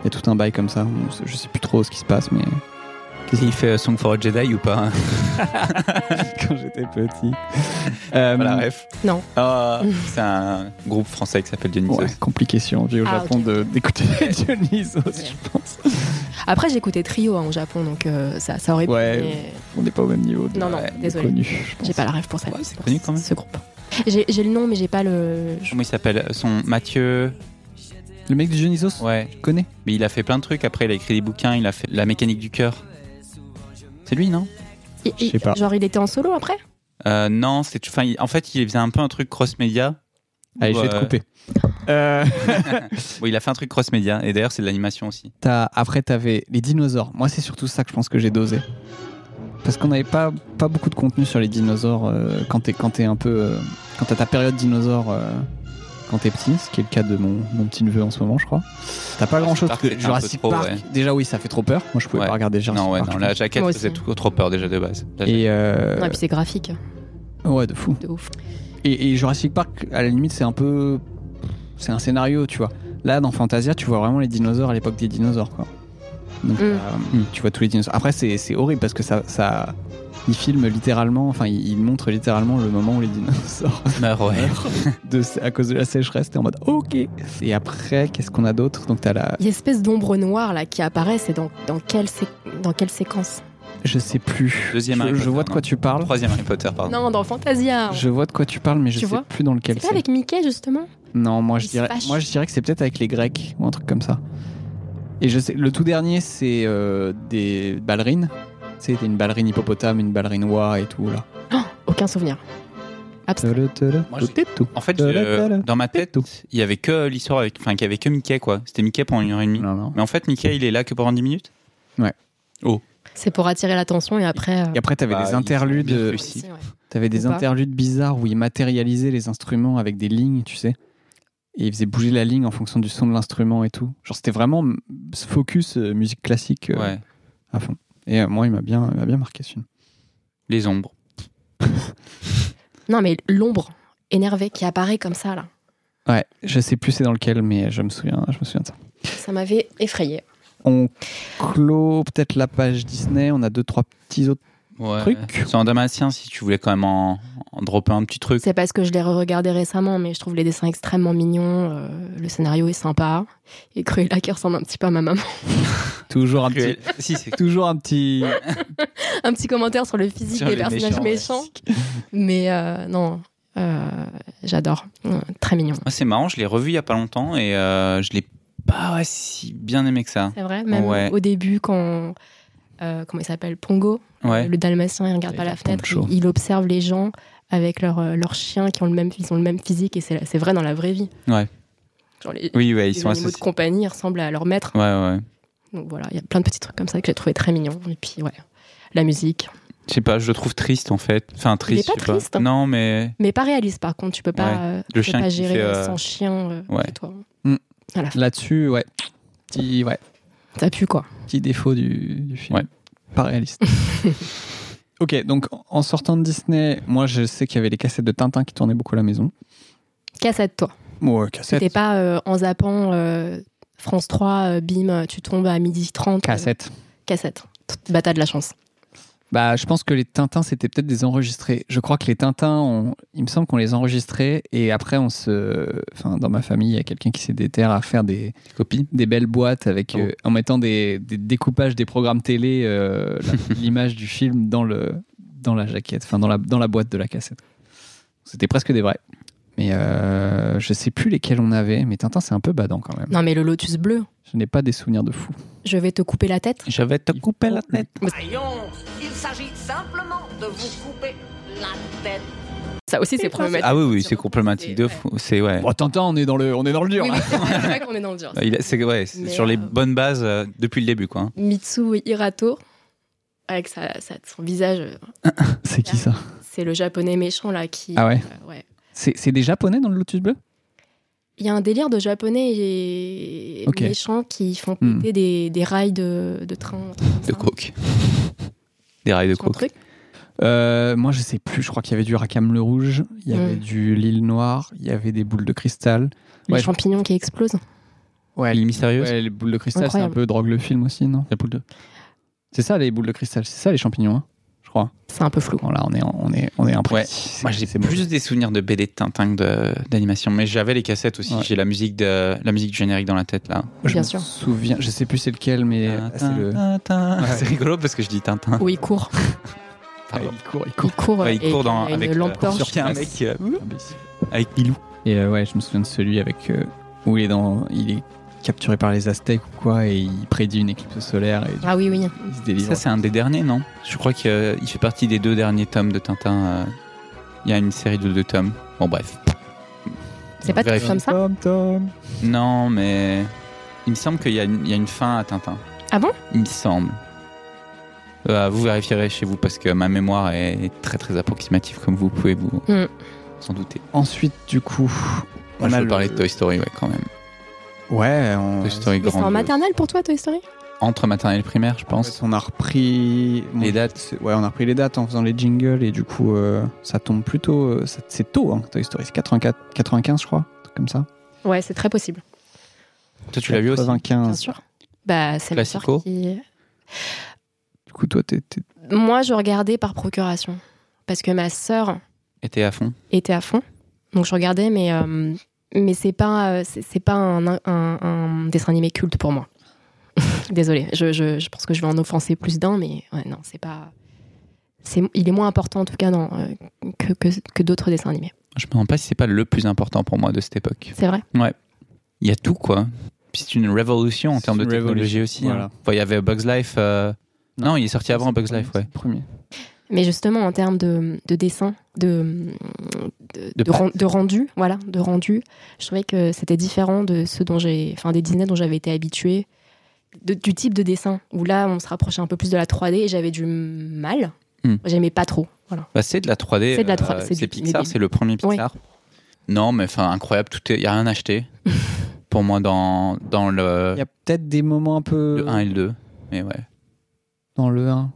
Speaker 2: Il y a tout un bail comme ça. Bon, c'est- je sais plus trop ce qui se passe, mais [laughs]
Speaker 1: Il fait euh, Song for a Jedi ou pas hein
Speaker 2: quand j'étais petit. Euh,
Speaker 1: Voilà, bref.
Speaker 3: Non. [laughs]
Speaker 1: Ah, c'est un groupe français qui s'appelle Dionysos.
Speaker 2: Ouais, compliqué si on vit au
Speaker 3: Ah,
Speaker 2: Japon
Speaker 3: ok.
Speaker 2: de- d'écouter [laughs] Dionysos, je pense.
Speaker 3: Après, j'écoutais Trio hein, au Japon, donc euh, ça, ça aurait
Speaker 2: Ouais.
Speaker 3: pu. mais
Speaker 2: On n'est pas au même niveau. de-
Speaker 3: Non, non,
Speaker 2: de
Speaker 3: désolé.
Speaker 2: Connu, je pense.
Speaker 3: J'ai pas la rêve pour ça.
Speaker 1: Ouais, c'est
Speaker 3: pour
Speaker 1: connu quand même.
Speaker 3: Ce groupe. J'ai j'ai le nom, mais j'ai pas le. je-
Speaker 1: Comment il s'appelle Son Mathieu.
Speaker 2: Le mec du Dionysos,
Speaker 1: Ouais.
Speaker 2: tu connais
Speaker 1: Mais il a fait plein de trucs. Après, il a écrit des bouquins. Il a fait La mécanique du cœur. C'est lui, non
Speaker 3: il- il-
Speaker 2: sais pas.
Speaker 3: Genre, il était en solo après
Speaker 1: Euh, Non, c'est. Enfin, il- en fait, il faisait un peu un truc cross-média.
Speaker 2: Allez,
Speaker 1: Ou,
Speaker 2: je vais te
Speaker 1: euh,
Speaker 2: couper. Euh,
Speaker 1: Oui, il a fait un truc cross-média. Et d'ailleurs, c'est de l'animation aussi.
Speaker 2: t'as- après, t'avais les dinosaures. Moi, c'est surtout ça que je pense que j'ai dosé. Parce qu'on n'avait pas, pas beaucoup de contenu sur les dinosaures euh, quand t'es quand t'es un peu. euh, quand t'as ta période dinosaure euh, quand t'es petit, ce qui est le cas de mon, mon petit neveu en ce moment, je crois. T'as pas grand chose.
Speaker 1: Ah, Park, c'était un peu
Speaker 2: Jurassic
Speaker 1: trop,
Speaker 2: Park,
Speaker 1: ouais.
Speaker 2: déjà, oui, ça fait trop peur. Moi, je pouvais
Speaker 1: Ouais.
Speaker 2: pas regarder Jurassic
Speaker 1: non, ouais,
Speaker 2: Park.
Speaker 1: non.
Speaker 2: je
Speaker 1: La
Speaker 2: pense.
Speaker 1: jaquette
Speaker 3: Moi
Speaker 1: faisait
Speaker 3: aussi.
Speaker 1: trop, trop peur déjà de base. La jaquette.
Speaker 2: Et, euh,
Speaker 3: Non, et puis c'est graphique, hein,
Speaker 2: ouais, de fou. [laughs]
Speaker 3: de ouf.
Speaker 2: Et, et Jurassic Park, à la limite, c'est un peu. C'est un scénario, tu vois. Là, dans Fantasia, tu vois vraiment les dinosaures à l'époque des dinosaures, quoi. Donc,
Speaker 3: Mm.
Speaker 2: t'as- tu vois tous les dinosaures. Après, c'est c'est horrible parce que ça. ça... Ils filment littéralement, enfin, ils ils montrent littéralement le moment où les dinosaures [laughs]
Speaker 1: Meurt, ouais.
Speaker 2: meurent de, à cause de la sécheresse. T'es en mode OK. Et après, qu'est-ce qu'on a d'autre Donc, t'as la.
Speaker 3: Il y a une espèce d'ombre noire là qui apparaît, c'est dans, dans, quelle sé- dans quelle séquence
Speaker 2: Je sais plus.
Speaker 1: Deuxième
Speaker 2: Je,
Speaker 1: Harry
Speaker 2: je
Speaker 1: Potter,
Speaker 2: vois de quoi
Speaker 1: non.
Speaker 2: tu
Speaker 1: [laughs]
Speaker 2: parles.
Speaker 1: Troisième Harry Potter, pardon.
Speaker 3: Non, dans Fantasia
Speaker 2: Oh. Je vois de quoi tu parles, mais je
Speaker 3: Tu
Speaker 2: sais
Speaker 3: vois
Speaker 2: plus dans lequel
Speaker 3: C'est
Speaker 2: c'est.
Speaker 3: pas avec Mickey justement
Speaker 2: Non, moi je,
Speaker 3: Ils se
Speaker 2: dirais,
Speaker 3: fâchent.
Speaker 2: moi je dirais que c'est peut-être avec les Grecs ou un truc comme ça. Et je sais, le tout dernier, c'est euh, des ballerines. C'est une ballerine hippopotame, une ballerine oie et tout là.
Speaker 3: Oh, Aucun souvenir. Abstrait.
Speaker 2: Tadam, tadam,
Speaker 1: Moi, j'ai-
Speaker 2: tout est tout.
Speaker 1: En fait, j'ai- euh,
Speaker 2: Tadam, tadam.
Speaker 1: dans ma tête,
Speaker 2: Tout.
Speaker 1: il y avait que l'histoire avec. Enfin, qu'il y avait que Mickey, quoi. C'était Mickey pendant une heure et demie.
Speaker 2: Non, non.
Speaker 1: Mais en fait, Mickey, il est là que pendant 10 minutes.
Speaker 3: C'est pour attirer l'attention et après. euh,
Speaker 2: Et après, t'avais
Speaker 1: Bah, ils
Speaker 2: des
Speaker 1: ont
Speaker 2: interludes,
Speaker 1: bien
Speaker 2: euh,
Speaker 1: réussi. aussi.
Speaker 3: ouais.
Speaker 2: t'avais des
Speaker 3: Ou pas.
Speaker 2: interludes bizarres où ils matérialisaient les instruments avec des lignes, tu sais. Et ils faisaient bouger la ligne en fonction du son de l'instrument et tout. Genre, c'était vraiment mm, ce focus euh, musique classique euh,
Speaker 1: Ouais.
Speaker 2: à fond. Et euh, moi, il m'a bien, il m'a bien marqué ce film.
Speaker 1: Les ombres.
Speaker 3: Non, mais l'ombre énervée qui apparaît comme ça là,
Speaker 2: Ouais, je sais plus c'est dans lequel, mais je me souviens, je me souviens de ça.
Speaker 3: ça m'avait effrayée.
Speaker 2: On clôt peut-être la page Disney. On a deux, trois petits autres.
Speaker 1: Ouais.
Speaker 2: Truc.
Speaker 1: C'est en Damasien, si tu voulais quand même en, en dropper un petit truc.
Speaker 3: C'est parce que je l'ai regardé récemment, mais je trouve les dessins extrêmement mignons, euh, le scénario est sympa, et Cruella qui ressemble un petit peu à ma maman. [laughs]
Speaker 2: Toujours un petit.
Speaker 1: Cruel. [laughs] si, c'est
Speaker 2: Toujours un petit.
Speaker 3: un petit commentaire sur le physique
Speaker 1: Sur
Speaker 3: des
Speaker 1: les
Speaker 3: personnages méchants,
Speaker 1: méchants,
Speaker 3: mais euh, non, euh, j'adore, Euh, très mignon.
Speaker 1: Moi, c'est marrant, je l'ai revu il y a pas longtemps et euh, je l'ai pas ouais, si bien aimé que ça.
Speaker 3: C'est vrai, même
Speaker 1: Ouais.
Speaker 3: au début quand euh, comment il s'appelle Pongo,
Speaker 1: Ouais.
Speaker 3: le dalmatien, il regarde
Speaker 2: Il
Speaker 3: par la
Speaker 2: est
Speaker 3: fenêtre,
Speaker 2: poncho.
Speaker 3: il, il observe les gens avec leurs euh, leurs chiens qui ont le même ils ont le même physique et c'est c'est vrai dans la vraie vie.
Speaker 1: Ouais.
Speaker 3: Genre les,
Speaker 1: Oui, ouais, ils
Speaker 3: les
Speaker 1: sont
Speaker 3: animaux
Speaker 1: associés.
Speaker 3: de compagnie ils ressemblent à leur maître.
Speaker 1: Ouais, ouais.
Speaker 3: Donc voilà, il y a plein de petits trucs comme ça que j'ai trouvé très mignons. Et puis ouais, la musique,
Speaker 1: Je sais pas, je le trouve triste en fait. Enfin, triste,
Speaker 3: pas
Speaker 1: je sais pas.
Speaker 3: triste, hein.
Speaker 1: Non, mais.
Speaker 3: mais pas réaliste par contre, tu peux pas,
Speaker 1: Ouais.
Speaker 3: euh, tu
Speaker 1: Le
Speaker 3: peux
Speaker 1: chien
Speaker 3: pas
Speaker 1: qui
Speaker 3: gérer
Speaker 1: fait, euh,
Speaker 3: sans chien euh,
Speaker 1: ouais.
Speaker 3: chez toi.
Speaker 2: Mm.
Speaker 3: À la
Speaker 2: [laughs]
Speaker 3: fin,
Speaker 2: Là-dessus, ouais. Petit, ouais.
Speaker 3: ça pue quoi.
Speaker 2: petit défaut du, du film.
Speaker 1: Ouais.
Speaker 2: Pas [laughs] réaliste. ok, donc en sortant de Disney, moi je sais qu'il y avait les cassettes de Tintin qui tournaient beaucoup à la maison.
Speaker 3: Cassette toi.
Speaker 2: Ouais, cassettes.
Speaker 3: C'était pas euh, en zappant euh, France 3, euh, bim, tu tombes à midi 30. euh,
Speaker 2: Cassettes.
Speaker 3: cassette. Bah t'as de la chance.
Speaker 2: Bah, je pense que les Tintins, c'était peut-être des enregistrés. Je crois que les Tintins, on- il me semble qu'on les enregistrait et après, on se. Enfin, dans ma famille, il y a quelqu'un qui s'est déterre à faire des,
Speaker 1: Copie.
Speaker 2: des belles boîtes avec,
Speaker 1: Ah bon
Speaker 2: euh, en mettant des, des découpages des programmes télé, euh, [laughs] la- l'image du film dans, le, dans la jaquette, enfin dans la, dans la boîte de la cassette. C'était presque des vrais. Mais euh, je sais plus lesquels on avait, mais Tintin, c'est un peu badant quand même.
Speaker 3: Non mais le lotus bleu,
Speaker 2: Je n'ai pas des souvenirs de fou.
Speaker 3: je vais te couper la tête.
Speaker 1: Je vais te couper la tête.
Speaker 6: Voyons, il s'agit simplement de vous couper la tête.
Speaker 3: Ça aussi c'est problématique.
Speaker 1: Ah oui, oui, c'est problématique de fou. C'est ouais.
Speaker 2: Bon, Tintin, on est dans le, on est dans le dur.
Speaker 3: Oui,
Speaker 2: là.
Speaker 3: oui, c'est vrai qu'on est dans le dur.
Speaker 1: Bah, Il a- C'est ouais, c'est
Speaker 3: Mais,
Speaker 1: sur les
Speaker 3: euh,
Speaker 1: bonnes bases euh, depuis le début, quoi. hein.
Speaker 3: Mitsu Hirato, avec sa- sa- son visage, euh,
Speaker 2: C'est qui ça
Speaker 3: c'est le japonais méchant là qui.
Speaker 2: Ah ouais
Speaker 3: euh, ouais.
Speaker 2: C'est c'est des Japonais dans le Lotus Bleu
Speaker 3: Il y a un délire de japonais et
Speaker 2: Ok.
Speaker 3: méchants qui font péter
Speaker 2: Hmm.
Speaker 3: des, des rails de, de train. un truc comme
Speaker 1: De
Speaker 3: ça.
Speaker 1: coke. [laughs] Des rails de
Speaker 3: Son
Speaker 1: coke.
Speaker 3: truc.
Speaker 2: Euh, moi, je sais plus. Je crois qu'il y avait du racam le rouge, il y
Speaker 3: Mm.
Speaker 2: avait du lille noir, il y avait des boules de cristal.
Speaker 3: Les
Speaker 2: Ouais.
Speaker 3: champignons qui explosent.
Speaker 2: Ouais,
Speaker 1: Elle est mystérieuse.
Speaker 2: Ouais, les boules de cristal,
Speaker 3: Incroyable.
Speaker 2: c'est un peu drogue le film aussi, non
Speaker 1: La boule de-
Speaker 2: C'est ça les boules de cristal, c'est ça les champignons, hein, je crois.
Speaker 3: C'est un peu flou.
Speaker 2: Bon, là, on est, on est, on est imprécis.
Speaker 1: Ouais.
Speaker 2: C'est-
Speaker 1: Moi, j'ai
Speaker 2: c'est bon.
Speaker 1: plus des souvenirs de BD de Tintin que de- d'animation, mais j'avais les cassettes aussi.
Speaker 2: Ouais.
Speaker 1: J'ai la musique de la musique du générique dans la tête là.
Speaker 2: Je
Speaker 3: Bien
Speaker 2: me
Speaker 3: sûr.
Speaker 2: souviens, je sais plus c'est lequel, mais ah, c'est
Speaker 1: Tintin,
Speaker 2: le.
Speaker 1: Tintin.
Speaker 2: Ouais.
Speaker 1: Ah, C'est rigolo parce que je dis Tintin.
Speaker 3: Où ils courent.
Speaker 1: Pardon.
Speaker 2: Ouais, il Ah. court, il
Speaker 3: Ils
Speaker 2: court.
Speaker 3: courent,
Speaker 1: Ouais, il court dans,
Speaker 3: avec
Speaker 1: avec
Speaker 3: une lampe
Speaker 1: euh,
Speaker 3: torche.
Speaker 1: sur- il y a un mec euh,
Speaker 2: Imbécile.
Speaker 1: avec Milou.
Speaker 2: Et euh, ouais, je me souviens de celui avec euh, où il est dans, il est capturé par les Aztèques ou quoi, et il prédit une éclipse solaire et du
Speaker 3: Ah oui, oui.
Speaker 2: coup, il se délivre.
Speaker 1: Ça, c'est un des derniers, non Je crois qu'il euh, il fait partie des deux derniers tomes de Tintin. euh, Il y a une série de deux tomes. Bon, bref.
Speaker 3: C'est pas
Speaker 1: Vérifie.
Speaker 3: comme ça
Speaker 2: Tom, Tom.
Speaker 1: Non, mais il me semble qu'il y, a une- il y a une fin à Tintin.
Speaker 3: Ah bon
Speaker 1: Il me semble. Euh, vous vérifierez chez vous parce que ma mémoire est très très approximative, comme vous pouvez vous
Speaker 3: Hmm.
Speaker 1: en douter.
Speaker 2: Ensuite, du coup,
Speaker 1: Moi,
Speaker 2: on
Speaker 1: je
Speaker 2: a
Speaker 1: veux
Speaker 2: le-
Speaker 1: parler de Toy Story, euh, ouais, quand même.
Speaker 2: Ouais, on...
Speaker 1: Toy Story
Speaker 3: Mais c'est
Speaker 1: grande.
Speaker 3: en maternelle pour toi, Toy Story
Speaker 1: Entre maternelle et primaire, je pense.
Speaker 2: on a repris
Speaker 1: Les
Speaker 2: je-
Speaker 1: dates.
Speaker 2: c'est- Ouais, on a repris les dates en faisant les jingles et du coup, euh, ça tombe plutôt. euh, ça- c'est tôt, hein, Toy Story. C'est 84, 95, je crois, un truc comme ça.
Speaker 3: Ouais, c'est très possible.
Speaker 1: Toi, tu l'as vu aussi
Speaker 2: 95.
Speaker 3: Bien sûr. Bah, c'est ma sœur
Speaker 1: Classico.
Speaker 3: qui.
Speaker 2: Du coup, toi, t'es. t'es-
Speaker 3: Moi, je regardais par procuration. Parce que ma sœur
Speaker 1: Était à fond.
Speaker 3: était à fond. Donc je regardais, mais, euh, mais c'est pas, euh, c'est, c'est pas un, un- un dessin animé culte pour moi. [laughs] Désolée, je, je- je pense que je vais en offenser plus d'un, mais ouais, non, c'est pas. C'est, il est moins important en tout cas dans, euh, que, que, que d'autres dessins animés.
Speaker 1: Je me demande pas si c'est pas le plus important pour moi de cette époque.
Speaker 3: C'est vrai
Speaker 1: Il y a tout, quoi. Puis c'est une révolution en
Speaker 2: C'est
Speaker 1: termes de
Speaker 2: une
Speaker 1: technologie
Speaker 2: révolution,
Speaker 1: aussi.
Speaker 2: voilà.
Speaker 1: hein. Enfin, il y avait Bugs Life. euh, Non, il est sorti avant Bugs Life, ouais.
Speaker 2: Premier.
Speaker 3: Mais justement, en termes de, de dessin, de, de,
Speaker 1: De
Speaker 3: de ren- de rendu, voilà, de rendu, je trouvais que c'était différent de ceux dont j'ai, enfin, des Disney dont j'avais été habituée, de- du type de dessin où là, on se rapprochait un peu plus de la 3D et j'avais du mal.
Speaker 1: Hmm.
Speaker 3: J'aimais pas trop. Voilà.
Speaker 1: Bah, c'est de la 3D.
Speaker 3: C'est de la 3D, c'est
Speaker 1: c'est
Speaker 3: du-
Speaker 1: Pixar,
Speaker 3: des-
Speaker 1: c'est le premier
Speaker 3: Oui.
Speaker 1: Pixar. Non, mais enfin, incroyable. Il n'y a rien
Speaker 3: [laughs]
Speaker 1: acheté. pour moi, dans, dans le,
Speaker 2: Il y a peut-être des moments un peu.
Speaker 1: le 1 et le 2. Mais ouais.
Speaker 2: Dans le 1.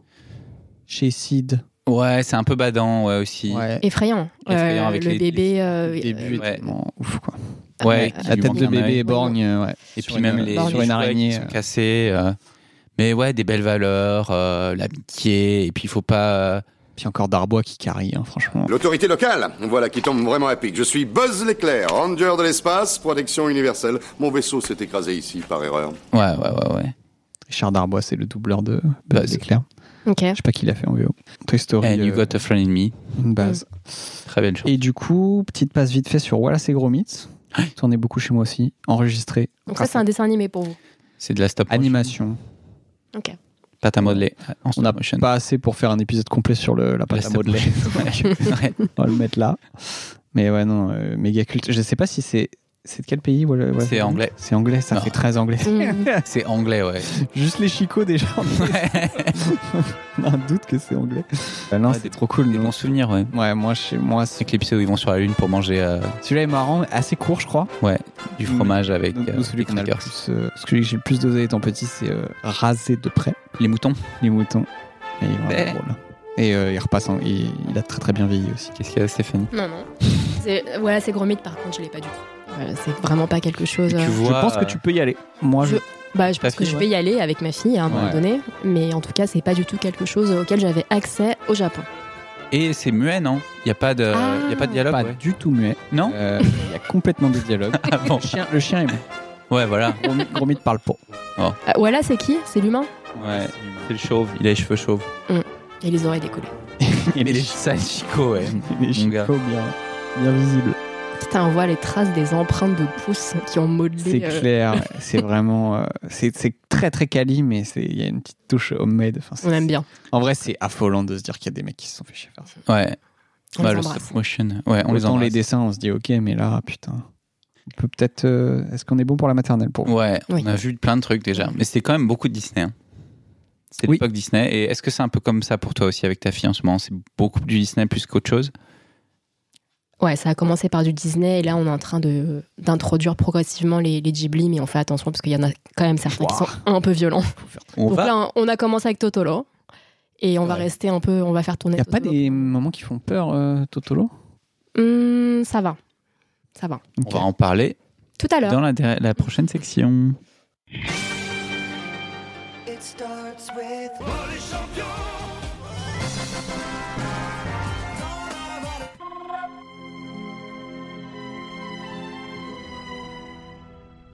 Speaker 2: Chez Sid.
Speaker 1: Ouais, c'est un peu badant ouais, aussi. Ouais,
Speaker 2: Ouais.
Speaker 3: Effrayant. euh,
Speaker 1: Effrayant avec
Speaker 3: le
Speaker 1: les-
Speaker 3: bébé. euh,
Speaker 2: Le début
Speaker 1: euh, ouais.
Speaker 2: est tellement ouf, quoi.
Speaker 3: euh,
Speaker 1: ouais,
Speaker 3: euh,
Speaker 1: qui
Speaker 2: La
Speaker 1: lui
Speaker 2: tête
Speaker 1: manque
Speaker 2: de
Speaker 1: un œil.
Speaker 2: bébé borgne, ouais.
Speaker 1: Et
Speaker 2: Sur
Speaker 1: puis même
Speaker 2: une- euh,
Speaker 1: les,
Speaker 2: sur
Speaker 1: les
Speaker 2: une
Speaker 1: jouets
Speaker 2: araignée.
Speaker 1: qui sont
Speaker 2: euh,
Speaker 1: cassés. euh, Mais ouais, des belles valeurs, euh, l'amitié. Et puis, il faut pas. euh,
Speaker 2: Puis encore Darbois qui carie, hein, franchement.
Speaker 9: L'autorité locale, voilà qui tombe vraiment à pic. Je suis Buzz l'éclair, ranger de l'espace, protection universelle. Mon vaisseau s'est écrasé ici par erreur.
Speaker 1: Ouais, ouais, ouais, ouais.
Speaker 2: Richard Darbois, c'est le doubleur de
Speaker 1: Bah,
Speaker 2: Buzz
Speaker 1: c'est-
Speaker 2: l'éclair.
Speaker 3: Ok.
Speaker 2: Je sais pas qui l'a fait en VO. Toy Story.
Speaker 1: And you
Speaker 2: euh,
Speaker 1: got a friend in me.
Speaker 2: une base.
Speaker 3: Mm.
Speaker 1: Très belle chose.
Speaker 2: Et du coup, petite passe vite fait sur Wallace et Gromit. Tourné beaucoup chez moi aussi, enregistré.
Speaker 3: Donc ça, c'est un dessin animé pour vous.
Speaker 1: C'est de la stop motion.
Speaker 2: animation.
Speaker 3: Ok.
Speaker 1: Pâte à modeler en
Speaker 2: On
Speaker 1: stop
Speaker 2: n'a
Speaker 1: motion.
Speaker 2: pas assez pour faire un épisode complet sur le, la
Speaker 1: La
Speaker 2: pâte à
Speaker 1: stop
Speaker 2: modeler. [laughs]
Speaker 1: motion. Ouais. Ouais.
Speaker 2: On va le mettre là. Mais ouais, non, euh, méga culte. Je sais pas si c'est. C'est de quel pays Wallace- Wallace
Speaker 1: C'est
Speaker 2: et Gromit
Speaker 1: anglais.
Speaker 2: C'est anglais, ça
Speaker 1: Non.
Speaker 2: fait très anglais.
Speaker 3: Mm.
Speaker 1: C'est anglais, ouais.
Speaker 2: [laughs] Juste les chicots déjà. [laughs] On a un doute que c'est anglais. Bah non,
Speaker 1: Ouais,
Speaker 2: c'est
Speaker 1: des-
Speaker 2: trop cool.
Speaker 1: Des
Speaker 2: non.
Speaker 1: bons souvenirs, ouais.
Speaker 2: Ouais, moi, chez moi, c'est-
Speaker 1: Avec l'épisode où ils vont sur la lune pour manger euh,
Speaker 2: celui-là est marrant, mais assez court, je crois.
Speaker 1: du fromage avec
Speaker 2: Donc,
Speaker 1: euh,
Speaker 2: nous, celui
Speaker 1: des
Speaker 2: qu'on a le
Speaker 1: crackers.
Speaker 2: plus, euh, celui que j'ai le plus dosé étant petit, c'est euh, rasé de près.
Speaker 1: Les moutons.
Speaker 2: les moutons. Et il est vraiment
Speaker 1: Ouais.
Speaker 2: drôle. Et euh, il repasse, en- il, il a très très bien vieilli aussi.
Speaker 1: Qu'est-ce qu'il y a, Stéphanie [laughs]
Speaker 3: Non, non. C'est, voilà, c'est Gromit, par contre, je l'ai pas du tout. Voilà, c'est vraiment pas quelque chose.
Speaker 1: Et tu
Speaker 3: euh,
Speaker 1: vois,
Speaker 2: je pense que
Speaker 1: euh,
Speaker 2: tu peux y aller. Moi, je.
Speaker 3: je- Bah, je pense
Speaker 1: Ta
Speaker 3: que
Speaker 1: fille,
Speaker 3: je
Speaker 1: ouais.
Speaker 3: vais y aller avec ma fille à un moment
Speaker 2: Ouais.
Speaker 3: donné, mais en tout cas, c'est pas du tout quelque chose auquel j'avais accès au Japon.
Speaker 1: Et c'est muet, non Il n'y a, pas de...
Speaker 3: Ah.
Speaker 1: il y a pas de dialogue
Speaker 2: Pas
Speaker 1: ouais.
Speaker 2: du tout muet.
Speaker 1: Non
Speaker 2: Euh, il y a complètement des [laughs] dialogues.
Speaker 1: Ah bon
Speaker 2: le, chien, le chien est bon.
Speaker 1: Ouais, voilà.
Speaker 2: Gromit- Gromit parle pas.
Speaker 3: Euh, voilà, c'est qui C'est l'humain
Speaker 1: Ouais. C'est le chauve, il a les cheveux chauves.
Speaker 3: Et les oreilles décollées.
Speaker 2: Il
Speaker 1: Et
Speaker 2: est
Speaker 1: les
Speaker 2: chicots
Speaker 1: sales chicots, ouais. gars.
Speaker 2: bien, bien visible.
Speaker 3: Putain, on voit les traces des empreintes de pouces qui ont modelé.
Speaker 2: C'est
Speaker 3: euh,
Speaker 2: clair. C'est vraiment. euh, c'est c'est très très quali, mais c'est- il y a une petite touche homemade. Enfin, c'est-
Speaker 3: On aime bien.
Speaker 2: En vrai, c'est affolant de se dire qu'il y a des mecs qui se sont fait chier faire ça.
Speaker 1: Ouais.
Speaker 3: On
Speaker 1: Bah,
Speaker 3: les
Speaker 1: le
Speaker 3: embrasse.
Speaker 1: stop motion. Ouais, on les
Speaker 2: Autant
Speaker 1: embrasse.
Speaker 2: les dessins, on se dit ok, mais là, putain. On peut peut-être. euh, Est-ce qu'on est bon pour la maternelle pour vous
Speaker 1: Ouais,
Speaker 3: Oui.
Speaker 1: on a vu plein de trucs déjà. Mais c'était quand même beaucoup de Disney. hein. C'était
Speaker 2: Oui.
Speaker 1: l'époque Disney. Et est-ce que c'est un peu comme ça pour toi aussi avec ta fille en ce moment C'est beaucoup du Disney plus qu'autre chose
Speaker 3: Ouais, ça a commencé par du Disney et là on est en train de d'introduire progressivement les, les Ghibli, mais on fait attention parce qu'il y en a quand même certains qui sont un peu violents.
Speaker 1: On
Speaker 3: Donc
Speaker 1: va
Speaker 3: là, on a commencé avec Totoro Et on va rester un peu, on va faire tourner.
Speaker 2: Il a pas
Speaker 3: Totoro.
Speaker 2: des moments qui font peur, euh, Totolo
Speaker 3: Hum, ça va. Ça va.
Speaker 1: On va en parler
Speaker 3: Tout à l'heure.
Speaker 2: Dans la, der- la prochaine section.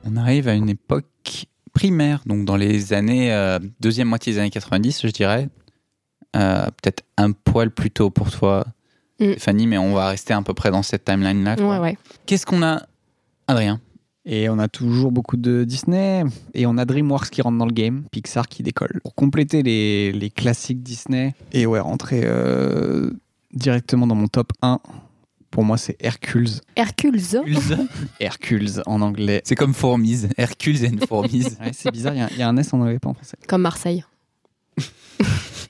Speaker 1: On arrive à une époque primaire, donc dans les années, euh, deuxième moitié des années 90, je dirais. Euh, Peut-être un poil plus tôt pour toi,
Speaker 3: Mm.
Speaker 1: Fanny, mais on va rester à peu près dans cette timeline-là. quoi.
Speaker 3: Ouais, ouais.
Speaker 1: Qu'est-ce qu'on a, Adrien
Speaker 2: Et on a toujours beaucoup de Disney. Et on a DreamWorks qui rentre dans le game, Pixar qui décolle. Pour compléter les, les classiques Disney, et ouais, rentrer euh, directement dans mon top 1, pour moi c'est Hercules.
Speaker 3: Hercule.
Speaker 2: Hercules en anglais.
Speaker 1: C'est comme fourmise, Hercule et une [laughs] fourmise.
Speaker 2: Ouais, c'est bizarre, il y a- il y, a un S, on n'en avait pas en français.
Speaker 3: Comme Marseille.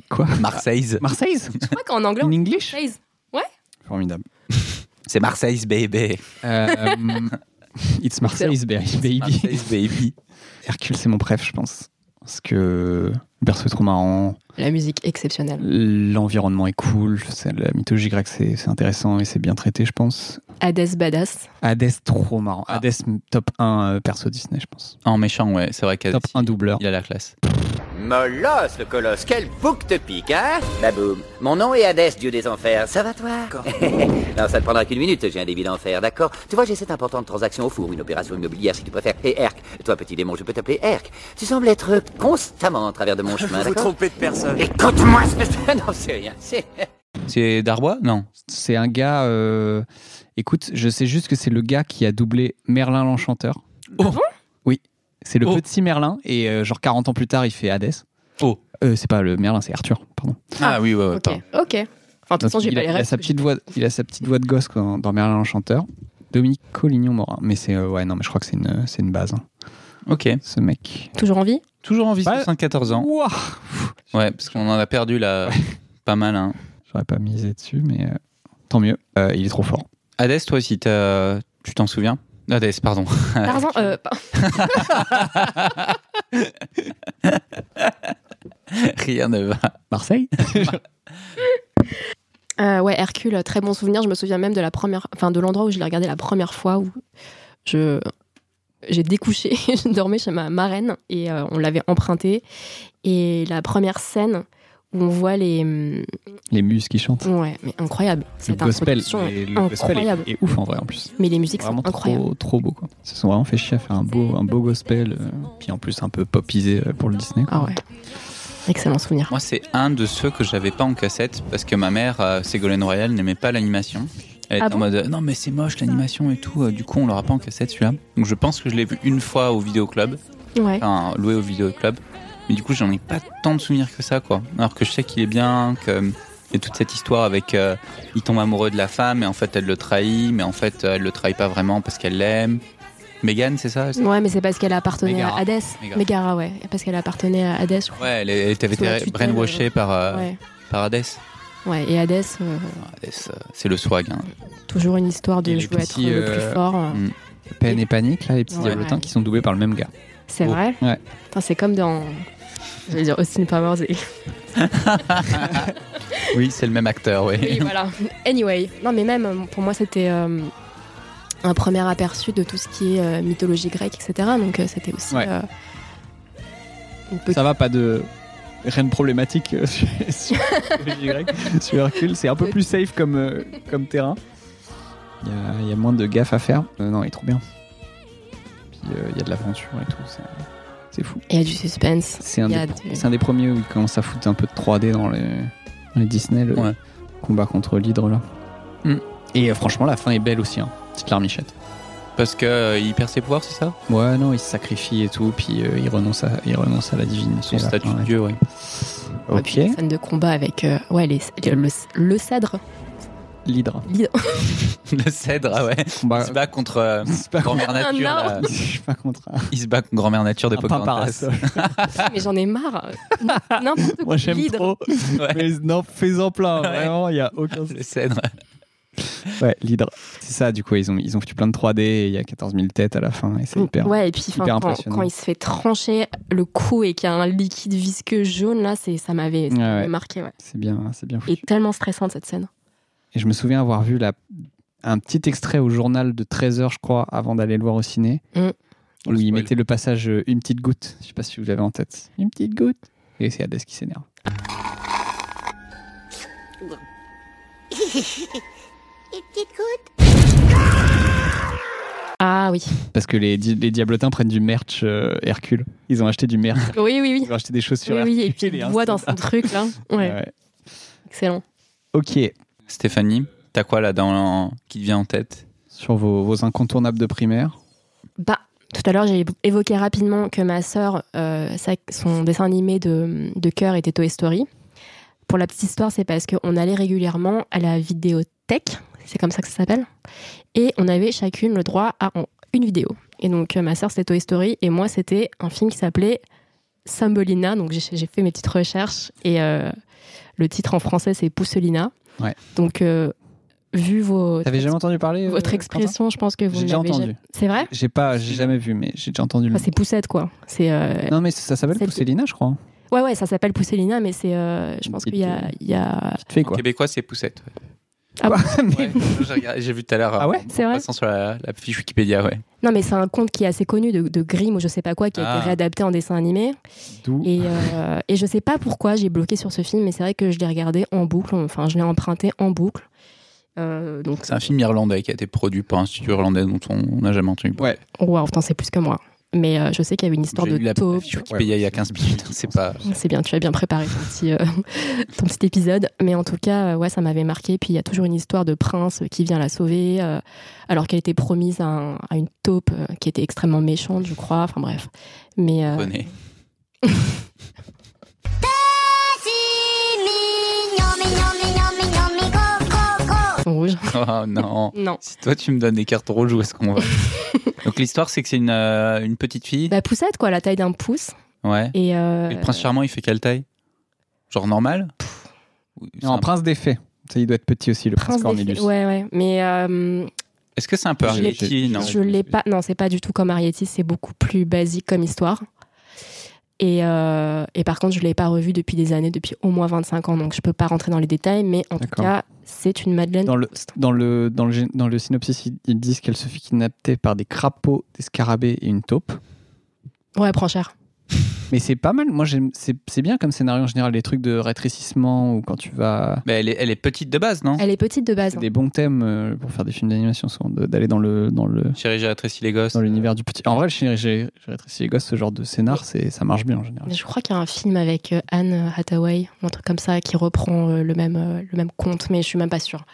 Speaker 2: Quoi
Speaker 1: Marseille,
Speaker 2: Marseille
Speaker 3: Je crois qu'en anglais,
Speaker 2: In
Speaker 3: on
Speaker 2: English
Speaker 3: Marseille.
Speaker 2: Formidable.
Speaker 1: c'est Marseille, baby.
Speaker 2: Euh, [laughs] it's Marseille, baby.
Speaker 1: Marseille, baby.
Speaker 2: Hercule, c'est mon préf, je pense. Parce que le perso est trop marrant,
Speaker 3: La musique exceptionnelle.
Speaker 2: l'environnement est cool, c'est- la mythologie grecque, c'est c'est intéressant et c'est bien traité, je pense.
Speaker 3: Hades Badass.
Speaker 2: Hades, trop marrant.
Speaker 1: Ah.
Speaker 2: Hades, top 1 euh, perso Disney, je pense.
Speaker 1: [laughs] En méchant, ouais, c'est vrai qu'à
Speaker 2: Top 1 doubleur.
Speaker 1: il a la classe.
Speaker 10: Molosse, le colosse, quel bouc te pique, hein Baboum, mon nom est Hadès, dieu des enfers, ça va toi [laughs] Non, ça ne prendra qu'une minute, j'ai un débit d'enfer, d'accord Tu vois, j'ai cette importante transaction au four, une opération immobilière si tu préfères. Et Herc, toi petit démon, je peux t'appeler Herc. Tu sembles être constamment en travers de mon chemin, d'accord
Speaker 4: trompez de personne.
Speaker 10: Écoute-moi, espèce de... Non, c'est [laughs] rien, c'est...
Speaker 1: C'est Darbois Non.
Speaker 2: C'est un gars. euh, Écoute, je sais juste que c'est le gars qui a doublé Merlin l'Enchanteur.
Speaker 1: Oh. Ah bon
Speaker 2: Oui. C'est le
Speaker 1: Oh.
Speaker 2: petit Merlin, et euh, genre 40 ans plus tard, il fait Hadès.
Speaker 1: Oh.
Speaker 2: Euh, c'est pas le Merlin, c'est Arthur, pardon.
Speaker 1: Ah, oui, ouais, ouais,
Speaker 3: Ok.
Speaker 1: pardon.
Speaker 3: Ok. Enfin, de toute façon,
Speaker 2: Donc,
Speaker 3: j'ai
Speaker 2: Euh, il,
Speaker 3: pas
Speaker 2: a,
Speaker 3: les
Speaker 2: il a
Speaker 3: restes.
Speaker 2: sa petite voix, il a sa petite voix de gosse quoi, dans, dans Merlin l'Enchanteur. Dominique Collignon-Morin. Mais c'est. euh, ouais, non, mais je crois que c'est une, c'est une base, hein,
Speaker 1: Ok.
Speaker 2: ce mec.
Speaker 3: Toujours en
Speaker 2: [laughs]
Speaker 3: vie
Speaker 1: Toujours en vie,
Speaker 2: Pas-
Speaker 1: 74 ans.
Speaker 2: Ouah
Speaker 1: Bah, Ouais, parce qu'on en a perdu là. [laughs] Pas mal, hein.
Speaker 2: J'aurais pas misé dessus, mais euh, tant mieux. Euh, il est trop fort.
Speaker 1: Hadès, toi aussi, t'as- tu t'en souviens Hadès, pardon.
Speaker 3: Tarzan. euh, pas-
Speaker 1: [laughs] Rien ne va.
Speaker 2: Marseille
Speaker 3: Euh, ouais, Hercule, très bon souvenir. Je me souviens même de la première, enfin de l'endroit où je l'ai regardé la première fois où je j'ai découché, [laughs] je dormais chez ma marraine et euh, on l'avait emprunté. Et la première scène où on voit les, hum,
Speaker 2: Les muses qui chantent.
Speaker 3: ouais, mais incroyable.
Speaker 2: Le
Speaker 3: Cette
Speaker 2: gospel,
Speaker 3: introduction est
Speaker 2: et le gospel est-
Speaker 3: incroyable.
Speaker 2: est ouf en vrai en plus.
Speaker 3: Mais les musiques sont
Speaker 2: vraiment
Speaker 3: incroyables.
Speaker 2: trop, trop beau quoi. Ils se sont vraiment fait chier à faire un beau, un beau gospel, euh, puis en plus un peu popisé euh, pour le Disney. quoi.
Speaker 3: Ah ouais, excellent souvenir.
Speaker 1: Moi, c'est un de ceux que j'avais pas en cassette parce que ma mère, euh, Ségolène Royal, n'aimait pas l'animation. Elle était
Speaker 3: Ah
Speaker 1: en
Speaker 3: bon
Speaker 1: mode euh, non, mais c'est moche l'animation et tout. euh, Du coup, on l'aura pas en cassette celui-là. Donc, je pense que je l'ai vu une fois au vidéoclub,
Speaker 3: Ouais.
Speaker 1: enfin loué au vidéoclub. Mais du coup, j'en ai pas tant de souvenirs que ça, quoi. Alors que je sais qu'il est bien, que euh, il y a toute cette histoire avec euh, il tombe amoureux de la femme et en fait elle le trahit, mais en fait euh, elle le trahit pas vraiment parce qu'elle l'aime. Megan, c'est ça
Speaker 3: Ouais, mais c'est parce qu'elle appartenait
Speaker 1: Megara.
Speaker 3: à Hades.
Speaker 1: Megara.
Speaker 3: Megara, ouais. Parce qu'elle appartenait à Hades, je crois.
Speaker 1: Ouais, elle, elle t'avait
Speaker 3: Sous la
Speaker 1: été
Speaker 3: tutelle,
Speaker 1: brainwashée par, euh,
Speaker 3: Ouais.
Speaker 1: par Hades.
Speaker 3: ouais. Et Hades, euh,
Speaker 1: Hades, euh, c'est le swag. hein.
Speaker 3: toujours une histoire
Speaker 2: Et
Speaker 3: de
Speaker 2: les
Speaker 3: je veux être
Speaker 2: petits,
Speaker 3: le
Speaker 2: euh,
Speaker 3: plus fort. hein.
Speaker 2: Peine et panique là, les petits
Speaker 3: Ouais.
Speaker 2: diablotins qui sont doublés par le même gars.
Speaker 3: C'est
Speaker 1: Oh.
Speaker 3: vrai
Speaker 2: Ouais.
Speaker 3: Putain, c'est comme dans. Je vais dire Austin Powers
Speaker 2: [laughs]
Speaker 3: et.
Speaker 1: Oui, c'est le même acteur, oui.
Speaker 3: Oui, voilà. Anyway. Non, mais même, euh, pour moi, c'était euh, un premier aperçu de tout ce qui est euh, mythologie grecque, etc. Donc, euh, c'était aussi.
Speaker 2: Ouais.
Speaker 3: euh, une petite-
Speaker 2: Ça va pas de rien de problématique euh, [laughs] sur, sur- sur Hercule, c'est un peu plus safe comme, euh, comme terrain. Il y a, il y a moins de gaffes à faire. Euh, non, il est trop bien. Puis euh, il y a de l'aventure et tout, c'est- c'est fou.
Speaker 3: Il y a du suspense.
Speaker 2: C'est un,
Speaker 3: Il y
Speaker 2: des
Speaker 3: a
Speaker 2: pr-
Speaker 3: du-
Speaker 2: c'est un des premiers où il commence à foutre un peu de 3D dans les, dans les Disney, le
Speaker 1: Ouais.
Speaker 2: combat contre l'hydre là.
Speaker 1: Mm.
Speaker 2: Et euh, franchement, la fin est belle aussi, hein. petite larmichette.
Speaker 1: [laughs] Parce que euh, il perd ses pouvoirs, c'est ça
Speaker 2: Ouais, non, il se sacrifie et tout, puis euh, il, renonce à, il renonce à la divine.
Speaker 1: Son statut de dieu, oui.
Speaker 3: Ouais,
Speaker 2: Ok,
Speaker 3: puis une Scène de combat avec. euh, ouais, les, le, le- le cèdre.
Speaker 2: l'hydre.
Speaker 1: [laughs] le cèdre, ah ouais. Il
Speaker 2: Combat.
Speaker 1: se bat contre euh,
Speaker 2: C'est pas
Speaker 1: grand-mère nature.
Speaker 3: [laughs] Un
Speaker 1: là.
Speaker 2: [laughs] Je suis pas contre un,
Speaker 1: Il se bat contre grand-mère nature de
Speaker 2: un pain
Speaker 1: Pocahontas.
Speaker 2: parasol.
Speaker 3: mais j'en ai [laughs] marre. N'importe quoi.
Speaker 2: Moi j'aime
Speaker 3: L'hydre.
Speaker 2: trop,
Speaker 1: Ouais.
Speaker 2: mais non, fais-en plein, vraiment, il y a aucun
Speaker 1: Le cèdre.
Speaker 2: Ouais, l'hydre. C'est ça, du coup, ils ont, ils ont foutu plein de 3D et il y a 14 000 têtes à la fin et c'est hyper.
Speaker 3: Mm. ouais, et puis
Speaker 2: hyper
Speaker 3: enfin, quand,
Speaker 2: impressionnant.
Speaker 3: quand il se fait trancher le cou et qu'il y a un liquide visqueux jaune, là, c'est- ça m'avait ça
Speaker 2: Ouais,
Speaker 3: m'avait
Speaker 2: Ah ouais.
Speaker 3: marqué. Ouais.
Speaker 2: C'est bien, c'est bien
Speaker 3: Et
Speaker 2: foutu.
Speaker 3: tellement stressante cette scène.
Speaker 2: Et je me souviens avoir vu la, un petit extrait au journal de 13h, je crois, avant d'aller le voir au ciné,
Speaker 3: Mm.
Speaker 1: On le
Speaker 2: où il
Speaker 1: spoil.
Speaker 2: mettait le passage euh, Une petite goutte. Je sais pas si vous l'avez en tête. Une petite goutte. Et c'est Hades qui s'énerve.
Speaker 3: Ah oui.
Speaker 2: Parce que les, di- les diablotins prennent du merch euh, Hercule. Ils ont acheté du merch.
Speaker 3: Oui, oui, oui.
Speaker 2: Ils ont acheté des chaussures
Speaker 3: Oui, oui, et
Speaker 2: Hercule
Speaker 3: puis il
Speaker 2: un
Speaker 3: voit dans
Speaker 2: Stella.
Speaker 3: son truc, là. Eh Ouais,
Speaker 2: [laughs] Ouais.
Speaker 3: excellent.
Speaker 2: Ok,
Speaker 1: Stéphanie, t'as quoi là dans qui te vient en tête
Speaker 2: sur vos, vos incontournables de primaire.
Speaker 3: Bah, tout à l'heure, j'ai évoqué rapidement que ma sœur, euh, sa- son dessin animé de, de cœur était Toy Story. Pour la petite histoire, c'est parce qu'on allait régulièrement à la vidéothèque, c'est comme ça que ça s'appelle, et on avait chacune le droit à en- une vidéo. Et donc, euh, ma sœur, c'était Toy Story, et moi, c'était un film qui s'appelait Sambolina. Donc, j'ai j'ai fait mes petites recherches, et euh, le titre en français, c'est Pousselina.
Speaker 2: Ouais.
Speaker 3: Donc, euh, vu vos,
Speaker 2: T'avais jamais entendu parler euh,
Speaker 3: votre
Speaker 2: Quentin
Speaker 3: expression, je pense que vous
Speaker 2: J'ai déjà
Speaker 3: n'avez
Speaker 2: entendu.
Speaker 3: jamais- C'est vrai
Speaker 2: J'ai pas, j'ai jamais vu, mais j'ai déjà entendu le.
Speaker 3: Enfin, Ah,
Speaker 1: Mm.
Speaker 3: c'est poussette quoi. C'est euh,
Speaker 2: nom. Non, mais ça s'appelle
Speaker 3: c'est-
Speaker 2: Pousselina, je crois.
Speaker 3: ouais ouais ça s'appelle Pousselina mais c'est euh, je pense
Speaker 2: Petite,
Speaker 3: qu'il y a, il y a...
Speaker 2: Tu te fais quoi
Speaker 1: Québécois, c'est Poussette.
Speaker 3: Ah bon
Speaker 1: Ouais, j'ai regardé- j'ai vu tout à l'heure.
Speaker 2: Ah ouais
Speaker 3: C'est
Speaker 1: En
Speaker 3: vrai
Speaker 1: passant sur la, la fiche Wikipédia, ouais.
Speaker 3: non mais c'est un conte qui est assez connu de, de Grimm ou je sais pas quoi qui a
Speaker 1: Ah.
Speaker 3: été réadapté en dessin animé
Speaker 2: D'où
Speaker 3: et euh, et je sais pas pourquoi j'ai bloqué sur ce film mais c'est vrai que je l'ai regardé en boucle enfin je l'ai emprunté en boucle Euh, donc
Speaker 1: C'est un film irlandais qui a été produit par un studio irlandais dont on on n'a jamais entendu. parler.
Speaker 2: Ouais.
Speaker 3: waouh putain c'est plus que moi mais euh, je sais qu'il y avait une histoire
Speaker 1: J'ai
Speaker 3: de
Speaker 1: lu la, la
Speaker 3: taupe
Speaker 1: fiche Wikipédia il y a 15 minutes. C'est pas.
Speaker 3: C'est bien, tu as bien préparé ton petit, euh, [laughs] ton petit épisode. Mais en tout cas, euh, ouais, ça m'avait marqué. Puis il y a toujours une histoire de prince qui vient la sauver, euh, alors qu'elle était promise à, un- à une taupe euh, qui était extrêmement méchante, je crois. Enfin bref. Mais euh,
Speaker 1: Bonnet.
Speaker 3: en rouge.
Speaker 1: [laughs] Oh non.
Speaker 3: Non.
Speaker 1: Si toi tu me donnes des cartes rouges, où est-ce qu'on
Speaker 3: [laughs]
Speaker 1: va Donc l'histoire c'est que c'est une, euh, une petite fille.
Speaker 3: La poussette, quoi, la taille d'un pouce.
Speaker 1: Ouais.
Speaker 3: Bah, Et, euh,
Speaker 1: Et le prince charmant il fait quelle taille Genre normal Ou c'est
Speaker 2: Non,
Speaker 1: un-
Speaker 2: Prince des Fées. Ça, il doit être petit aussi, le
Speaker 3: prince
Speaker 2: Prince
Speaker 3: des
Speaker 2: Cornelius.
Speaker 3: fées. Ouais, ouais. Mais euh,
Speaker 1: Est-ce que c'est un peu
Speaker 3: Je l'ai-
Speaker 1: Arletty Non.
Speaker 3: je l'ai pas. Non, c'est pas du tout comme Arietti. C'est beaucoup plus basique comme histoire. Et, euh, et par contre, je l'ai pas revu depuis des années, depuis au moins 25 ans, donc je peux pas rentrer dans les détails, mais en tout
Speaker 2: D'accord.
Speaker 3: cas, c'est une Madeleine.
Speaker 2: Dans le, dans, le, dans, le, gé- dans le synopsis, ils- ils disent qu'elle se fit kidnapper par des crapauds, des scarabées et une taupe.
Speaker 3: Ouais, prends cher.
Speaker 2: Mais c'est pas mal. Moi, j'aime- c'est c'est bien comme scénario en général, les trucs de rétrécissement ou quand tu vas.
Speaker 1: Mais elle, est, elle est petite de base, non
Speaker 3: Elle est petite de base.
Speaker 2: C'est des bons thèmes euh, pour faire des films d'animation, souvent, de- d'aller dans le, dans le
Speaker 1: Chérie, j'ai rétréci les gosses.
Speaker 2: dans l'univers du petit. En vrai, le chien j'ai rétréci les gosses, ce genre de scénar, c'est ça marche bien en général.
Speaker 3: hein. Mais Je crois qu'il y a un film avec euh, Anne Hathaway, ou un truc comme ça, qui reprend euh, le même, euh, le même conte, mais je suis même pas sûre.